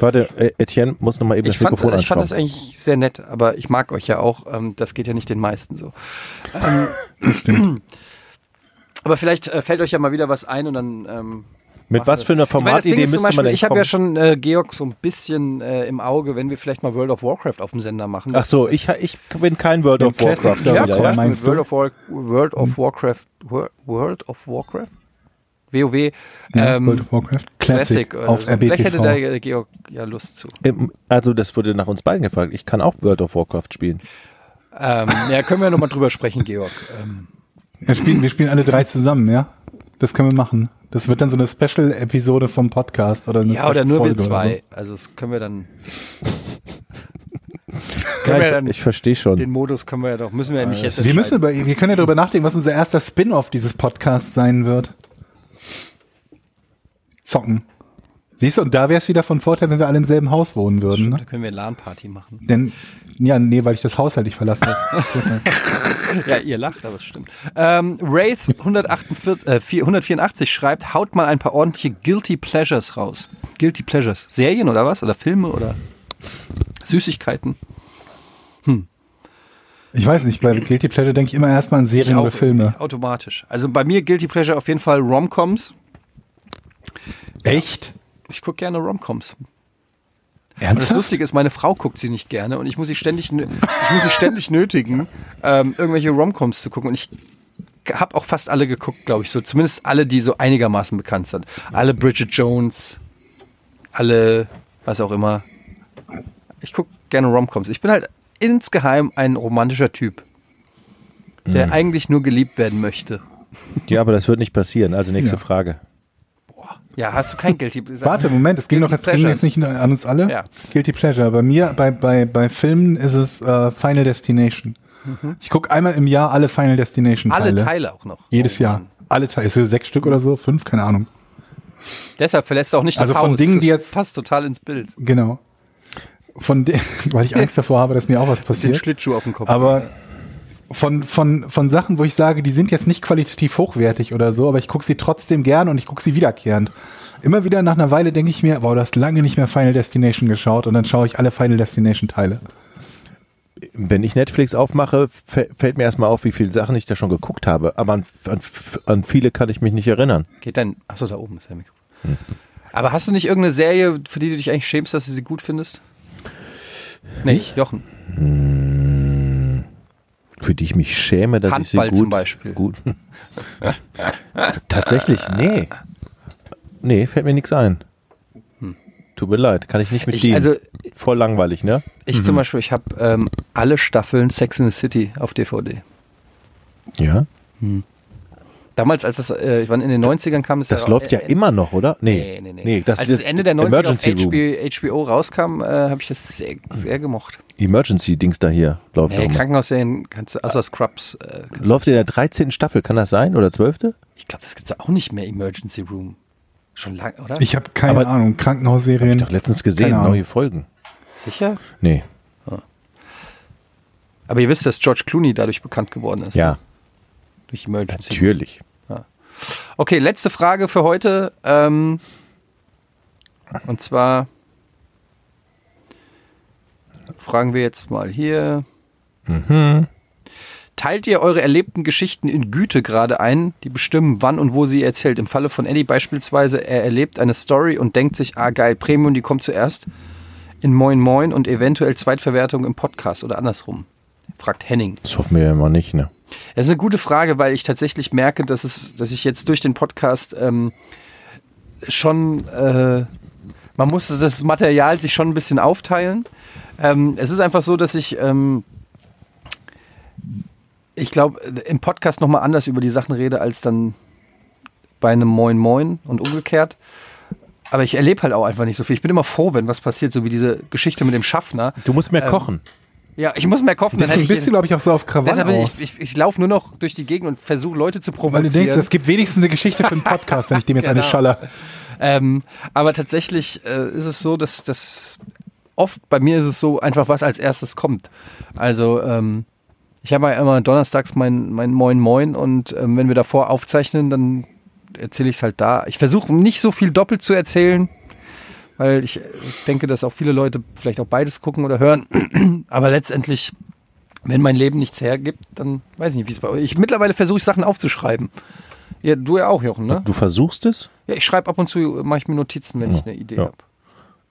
S2: Warte, äh, Etienne muss nochmal eben
S3: ich
S2: das
S3: fand,
S2: Mikrofon
S3: ich fand das
S2: anschauen.
S3: eigentlich sehr nett, aber ich mag euch ja auch, ähm, das geht ja nicht den meisten so. Ähm, [CLEARS THROAT] aber vielleicht äh, fällt euch ja mal wieder was ein und dann. Ähm,
S2: Mit
S3: machen
S2: was
S3: wir-
S2: für einer
S3: Ich meine, das Ding
S2: Formatidee
S3: ist
S2: müsste
S3: zum
S2: man
S3: Beispiel,
S2: denn
S3: Ich habe ja
S2: kommen?
S3: schon äh, Georg so ein bisschen äh, im Auge, wenn wir vielleicht mal World of Warcraft auf dem Sender machen.
S2: Ach so, ich, ha- ich bin kein World
S1: Den
S2: of Warcraft.
S1: Classic
S2: Spieler,
S3: ja,
S1: Server
S3: zum
S1: ja?
S3: Beispiel
S1: Meinst
S3: mit World
S1: du? Hm.
S3: of, War, World of Warcraft. Wor- World of Warcraft? WoW.
S1: Ja,
S3: ähm,
S1: World of Warcraft Classic,
S3: Classic. oder
S1: auf
S3: so. Vielleicht hätte
S1: RBTV.
S3: der Georg ja Lust zu.
S2: Ähm, Also das wurde nach uns beiden gefragt. Ich kann auch World of Warcraft spielen.
S3: Ähm, ja, können wir nochmal drüber sprechen, Georg. Ähm,
S1: Wir spielen, wir spielen alle drei zusammen, ja? Das können wir machen. Das wird dann so eine Special-Episode vom Podcast oder eine
S3: ja, oder nur wir
S1: Special-Folge oder
S3: zwei. Also das können wir dann.
S6: Können wir
S2: Ja,
S6: dann-
S2: ich, ich verstehe schon.
S6: Den Modus können wir ja doch, müssen wir ja nicht jetzt
S1: Äh, Wir, müssen über, wir können ja darüber nachdenken, was unser erster Spin-off dieses Podcasts sein wird. Zocken. Siehst du, und da wäre es wieder von Vorteil, wenn wir alle im selben Haus wohnen würden.
S3: Da
S1: Ne?
S3: können wir LAN-Party machen.
S1: Denn, ja, nee, weil ich das Haus halt nicht verlasse.
S3: [LAUGHS] Ja, ihr lacht, aber es stimmt. Ähm, Wraith 148, äh, 4- 184 schreibt, haut mal ein paar ordentliche Guilty Pleasures raus. Guilty Pleasures. Serien oder was? Oder Filme oder Süßigkeiten?
S1: ich weiß nicht, bei Guilty Pleasure denke ich immer erstmal an Serien oder
S3: auch-
S1: Filme.
S3: Automatisch. Also bei mir Guilty Pleasure auf jeden Fall Romcoms.
S1: Echt?
S3: Ich gucke gerne Romcoms. Und das
S1: Ernsthaft?
S3: Lustige ist, meine Frau guckt sie nicht gerne und ich muss sie ständig, nö- ich muss sie ständig nötigen, ähm, irgendwelche Romcoms zu gucken. Und ich habe auch fast alle geguckt, glaube ich, so zumindest alle, die so einigermaßen bekannt sind. Alle Bridget Jones, alle, was auch immer. Ich gucke gerne Romcoms. Ich bin halt insgeheim ein romantischer Typ, der
S1: Hm.
S3: eigentlich nur geliebt werden möchte.
S2: Ja, aber das wird nicht passieren. Also nächste
S1: Ja.
S2: Frage.
S3: Ja, hast du kein Guilty Pleasure?
S1: Warte, Moment, es ging doch
S3: Äh,
S1: jetzt,
S3: Guilty
S1: ging jetzt
S3: Pleasures.
S1: nicht nur an uns alle.
S3: Ja.
S1: Guilty Pleasure. Bei mir, bei, bei, bei Filmen ist es äh, Final Destination. Ich gucke einmal im Jahr alle Final Destination Teile.
S3: Mhm. Alle Teile auch noch.
S1: Jedes
S3: Oh,
S1: Jahr.
S3: Mann.
S1: Alle Teile. Ist es sechs Stück oder so? Fünf? Keine Ahnung.
S3: Deshalb verlässt du auch nicht
S1: Also
S3: das
S1: von
S3: Haus.
S1: Dingen, die
S3: Das
S1: jetzt-
S3: passt total ins Bild.
S1: Genau. Von de [LAUGHS] weil ich Angst davor habe, dass mir auch was
S3: Den
S1: passiert.
S3: Schlittschuh auf dem Kopf.
S1: Aber von, von, von Sachen, wo ich sage, die sind jetzt nicht qualitativ hochwertig oder so, aber ich gucke sie trotzdem gern und ich gucke sie wiederkehrend. Immer wieder nach einer Weile denke ich mir, wow, du hast lange nicht mehr Final Destination geschaut und dann schaue ich alle Final Destination Teile.
S2: Wenn ich Netflix aufmache, fä- fällt mir erstmal auf, wie viele Sachen ich da schon geguckt habe. Aber an, an, an viele kann ich mich nicht erinnern.
S3: Geht dein. Achso, da oben ist der Mikro. [LAUGHS] Aber hast du nicht irgendeine Serie, für die du dich eigentlich schämst, dass du sie gut findest? Nee, Jochen.
S2: Für die ich mich schäme, dass
S3: Handball
S2: ich sie gut,
S3: zum Beispiel.
S2: gut. Tatsächlich, nee. Nee, fällt mir nichts ein. Tut mir leid, kann ich nicht mit
S3: Ich-
S2: dienen.
S3: also-
S2: Voll langweilig, ne?
S3: Ich zum Beispiel, ich habe ähm, alle Staffeln Sex in the City auf DVD.
S2: Ja.
S3: Damals, als das, äh, wann in den 90ern kam, ist
S2: Das läuft ja immer noch, oder? Nee.
S3: Also, äh, Nee, nee, nee.
S2: das
S3: als
S2: ist
S3: das Ende der 90er auf
S2: Emergency Room.
S3: HBO, HBO rauskam, äh, habe ich das sehr, sehr gemocht.
S2: Emergency-Dings da hier läuft.
S3: Nee,
S2: doch mal.
S3: Krankenhausserien kannst du, außer Scrubs, äh,
S2: läuft in der 13. Staffel, kann das sein? Oder 12.?
S3: ich glaube, das gibt's auch nicht mehr, Emergency Room. Schon lange, oder?
S1: Ich habe keine
S2: Aber-
S1: Ahnung. Krankenhausserien.
S2: Ich doch letztens gesehen,
S1: Keine Ahnung.
S2: neue Folgen.
S3: Sicher?
S2: Nee,
S3: Aber ihr wisst, dass George Clooney dadurch bekannt geworden ist.
S2: ja,
S3: Durch Emergency.
S2: natürlich.
S3: Okay, letzte Frage für heute. Ähm, und zwar fragen wir jetzt mal hier.
S2: Mhm.
S3: Teilt ihr eure erlebten Geschichten in Güte gerade ein, die bestimmen, wann und wo sie ihr erzählt? Im Falle von Eddie beispielsweise, er erlebt eine Story und denkt sich, ah geil, Premium, die kommt zuerst in Moin Moin und eventuell Zweitverwertung im Podcast oder andersrum. Fragt Henning.
S2: Das hoffen wir ja immer nicht, ne?
S3: Das ist eine gute Frage, weil ich tatsächlich merke, dass, es, dass ich jetzt durch den Podcast ähm, schon, äh, man muss das Material sich schon ein bisschen aufteilen. Ähm, es ist einfach so, dass ich, ähm, ich glaube, im Podcast nochmal anders über die Sachen rede als dann bei einem Moin Moin und umgekehrt. Aber ich erlebe halt auch einfach nicht so viel. Ich bin immer froh, wenn was passiert, so wie diese Geschichte mit dem Schaffner.
S2: Du musst mehr kochen.
S3: Ja, ich muss mehr kaufen. dann hätte
S1: Deswegen
S3: ich
S1: bist du,
S3: ihn-
S1: glaube ich, auch so auf Krawall
S3: Deshalb bin
S1: aus.
S3: ich, ich, ich laufe nur noch durch die Gegend und versuche Leute zu
S1: weil
S3: provozieren.
S1: du denkst, es gibt wenigstens eine Geschichte für einen Podcast, wenn ich dem jetzt eine
S3: Genau.
S1: schaller.
S3: ähm, aber tatsächlich äh, ist es so, dass das oft bei mir ist es so einfach, was als erstes kommt. Also ähm, ich habe ja immer donnerstags mein, mein Moin Moin und ähm, wenn wir davor aufzeichnen, dann erzähle ich es halt da. Ich versuche nicht so viel doppelt zu erzählen, weil ich äh, denke, dass auch viele Leute vielleicht auch beides gucken oder hören. [CLEARS THROAT] aber letztendlich, wenn mein Leben nichts hergibt, dann weiß ich nicht, wie es bei euch. Ich, mittlerweile versuche ich Sachen aufzuschreiben. Ja, du ja auch, Jochen, ne?
S2: Du versuchst es?
S3: Ja, ich schreibe ab und zu, mache ich mir Notizen, wenn ich eine Idee
S2: ja.
S3: habe.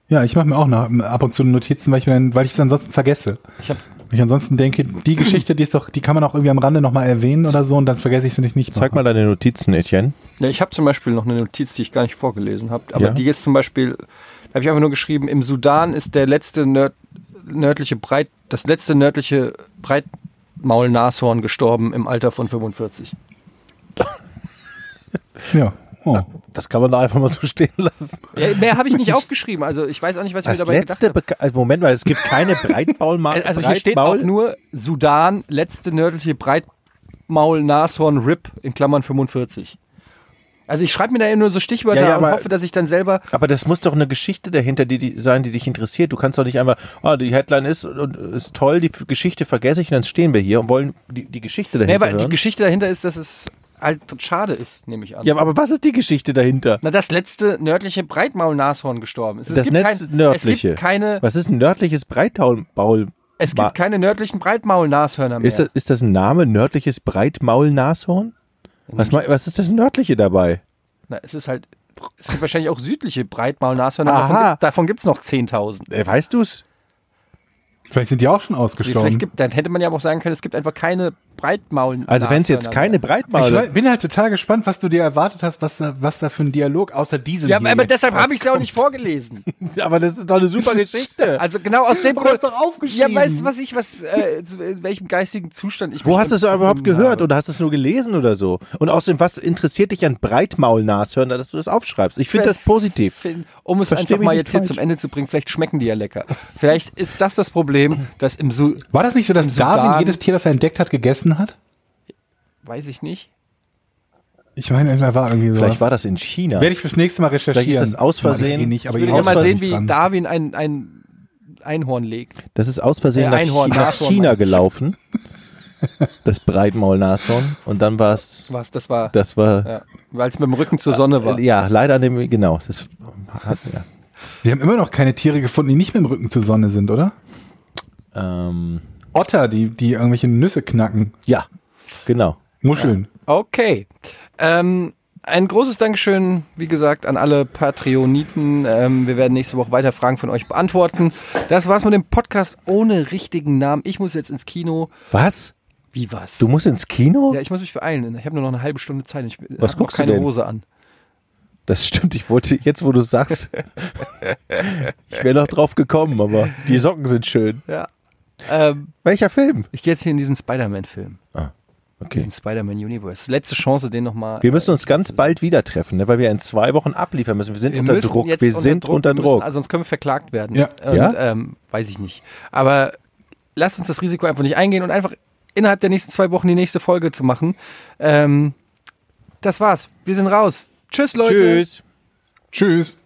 S1: Ja, ich mache mir auch nach, ab und zu Notizen, weil ich, mir dann- weil ich es ansonsten vergesse.
S3: Ich habe
S1: Weil Ich ansonsten denke, die Geschichte, die ist doch, die kann man auch irgendwie am Rande nochmal erwähnen oder so und dann vergesse ich es nicht. nicht
S2: Zeig mal deine Notizen, Etienne.
S3: ja, ne, ich hab zum Beispiel noch eine Notiz, die ich gar nicht vorgelesen habe, aber
S2: Ja?
S3: die ist zum Beispiel, da habe ich einfach nur geschrieben, im Sudan ist der letzte nörd, nördliche Breit, das letzte nördliche Breitmaulnashorn gestorben im Alter von 45.
S1: Ja. Oh.
S2: Das kann man da einfach mal so [LAUGHS] stehen lassen.
S3: Ja, mehr habe
S2: [LAUGHS]
S3: ich nicht aufgeschrieben. Also ich weiß auch nicht, was ich mir
S2: Das
S3: dabei gedacht
S2: letzte,
S3: habe.
S2: Beka also Moment mal, es gibt
S3: [LAUGHS]
S2: keine Breitmaulmarke.
S3: Also hier steht auch nur Sudan, letzte nördliche Breitmaul, Nashorn, Rip in Klammern 45. Also ich schreibe mir da eben nur so Stichwörter
S2: Ja, ja,
S3: und
S2: aber-
S3: hoffe, dass ich dann selber
S2: Aber das muss doch eine Geschichte dahinter die, die sein, die dich interessiert. Du kannst doch nicht einfach, ah, die Headline ist und ist toll, die F- Geschichte vergesse ich und dann stehen wir hier und wollen die, die Geschichte
S3: Nee,
S2: dahinter.
S3: aber die
S2: hören.
S3: Geschichte dahinter ist, dass es halt schade ist, nehme ich an.
S2: ja, aber was ist die Geschichte dahinter?
S3: Na, das letzte nördliche Breitmaulnashorn gestorben ist. Es
S2: das Netz
S3: kein-
S2: nördliche.
S3: Es gibt keine,
S2: was ist ein nördliches Breitmaul?
S3: es gibt keine nördlichen Breitmaulnashörner mehr.
S2: Ist das, ist das ein Name, nördliches Breitmaul-Nashorn? Was, mein- was ist das Nördliche dabei?
S3: Na, es ist halt, es gibt wahrscheinlich auch südliche Breitmaulnashörner. aber
S2: Aha.
S3: Davon, gibt- davon gibt es noch 10.000.
S2: Äh, Weißt du's?
S1: Vielleicht sind die auch schon
S3: Nee,
S1: ausgestorben.
S3: Also, Vielleicht gibt, dann hätte man ja aber auch sagen können, es gibt einfach keine Breitmaulnashörner.
S2: Also wenn es jetzt keine
S1: ich
S2: Breitmaul...
S1: wei- bin halt total gespannt, was du dir erwartet hast, was da, was da für ein Dialog außer diesem
S3: ja,
S1: hier
S3: aber
S1: jetzt
S3: deshalb habe ich es ja auch nicht
S1: rauskommt.
S3: vorgelesen.
S2: Aber das ist doch eine [LAUGHS] super Geschichte.
S3: [LAUGHS] Also genau aus dem
S1: Aber das ist doch aufgeschrieben.
S3: Ja, weißt du, was ich, was, äh, zu, in welchem geistigen Zustand ich
S2: Wo
S3: mich
S2: hast du es
S3: dann
S2: überhaupt
S3: befunden
S2: gehört
S3: habe.
S2: oder hast du es nur gelesen oder so? Und außerdem, was interessiert dich an Breitmaul-Nashörner, dass du das aufschreibst? Ich finde das positiv.
S3: Finn, um es
S2: Versteh
S3: einfach
S2: mich
S3: mal
S2: nicht
S3: jetzt hier
S2: falsch.
S3: zum Ende zu bringen, vielleicht schmecken die ja lecker. Vielleicht ist das das Problem, dass im Su
S1: War das nicht so,
S3: Im
S1: dass
S3: Sudan-
S1: Darwin jedes Tier, das er entdeckt hat, gegessen hat?
S3: weiß ich nicht.
S1: Ich meine, da war irgendwie so.
S2: Vielleicht war das in China.
S1: Werde ich fürs nächste Mal recherchieren.
S2: Vielleicht ist das aus
S1: Mach ich
S2: Versehen-
S1: Eh nicht, aber
S3: Ich würde
S1: ihr
S3: ja mal
S1: seid
S3: sehen,
S1: nicht
S3: wie
S1: dran.
S3: Darwin ein, ein Einhorn legt.
S2: Das ist aus Versehen
S3: Äh,
S2: nach,
S3: Einhorn,
S2: Chi nach
S3: Nashorn,
S2: China
S3: meine ich.
S2: gelaufen. Das Breitmaul-Nashorn. Und dann war es...
S3: Was das war.
S2: Das war...
S3: ja, weil es mit dem Rücken zur Sonne war.
S2: Ja, leider an dem... Genau. Das hat... Ja.
S1: Wir haben immer noch keine Tiere gefunden, die nicht mit dem Rücken zur Sonne sind, oder?
S2: Ähm,
S1: Otter, die, die irgendwelche Nüsse knacken.
S2: ja, genau.
S1: Muscheln.
S3: Okay. Ähm, ein großes Dankeschön, wie gesagt, an alle Patreoniten. Ähm, wir werden nächste Woche weiter Fragen von euch beantworten. Das war's mit dem Podcast ohne richtigen Namen. Ich muss jetzt ins Kino.
S2: Was?
S3: Wie was?
S2: Du musst ins Kino?
S3: Ja, ich muss mich beeilen. Ich habe nur noch eine halbe Stunde Zeit. und Ich äh,
S2: Was
S3: hab noch
S2: guckst du
S3: keine
S2: denn?
S3: Hose an.
S2: Das stimmt, ich wollte, jetzt wo du es sagst, ich wäre noch drauf gekommen, aber die Socken sind schön.
S3: Ja. Ähm,
S2: Welcher Film?
S3: ich gehe jetzt hier in diesen Spider-Man-Film.
S2: Okay.
S3: Diesen Spider-Man-Universe. Letzte Chance, den äh, nochmal.
S2: Wir müssen uns ganz bald wieder treffen, ne, weil wir in zwei Wochen abliefern müssen. Wir sind unter Druck. Wir sind unter
S3: wir
S2: Druck.
S3: Müssen, also sonst können wir verklagt werden.
S1: Ja.
S3: Und,
S2: Ja?
S3: Ähm, weiß ich nicht. Aber lasst uns das Risiko einfach nicht eingehen und einfach innerhalb der nächsten zwei Wochen die nächste Folge zu machen. Ähm, das war's. Wir sind raus. Tschüss, Leute.
S2: Tschüss.
S1: Tschüss.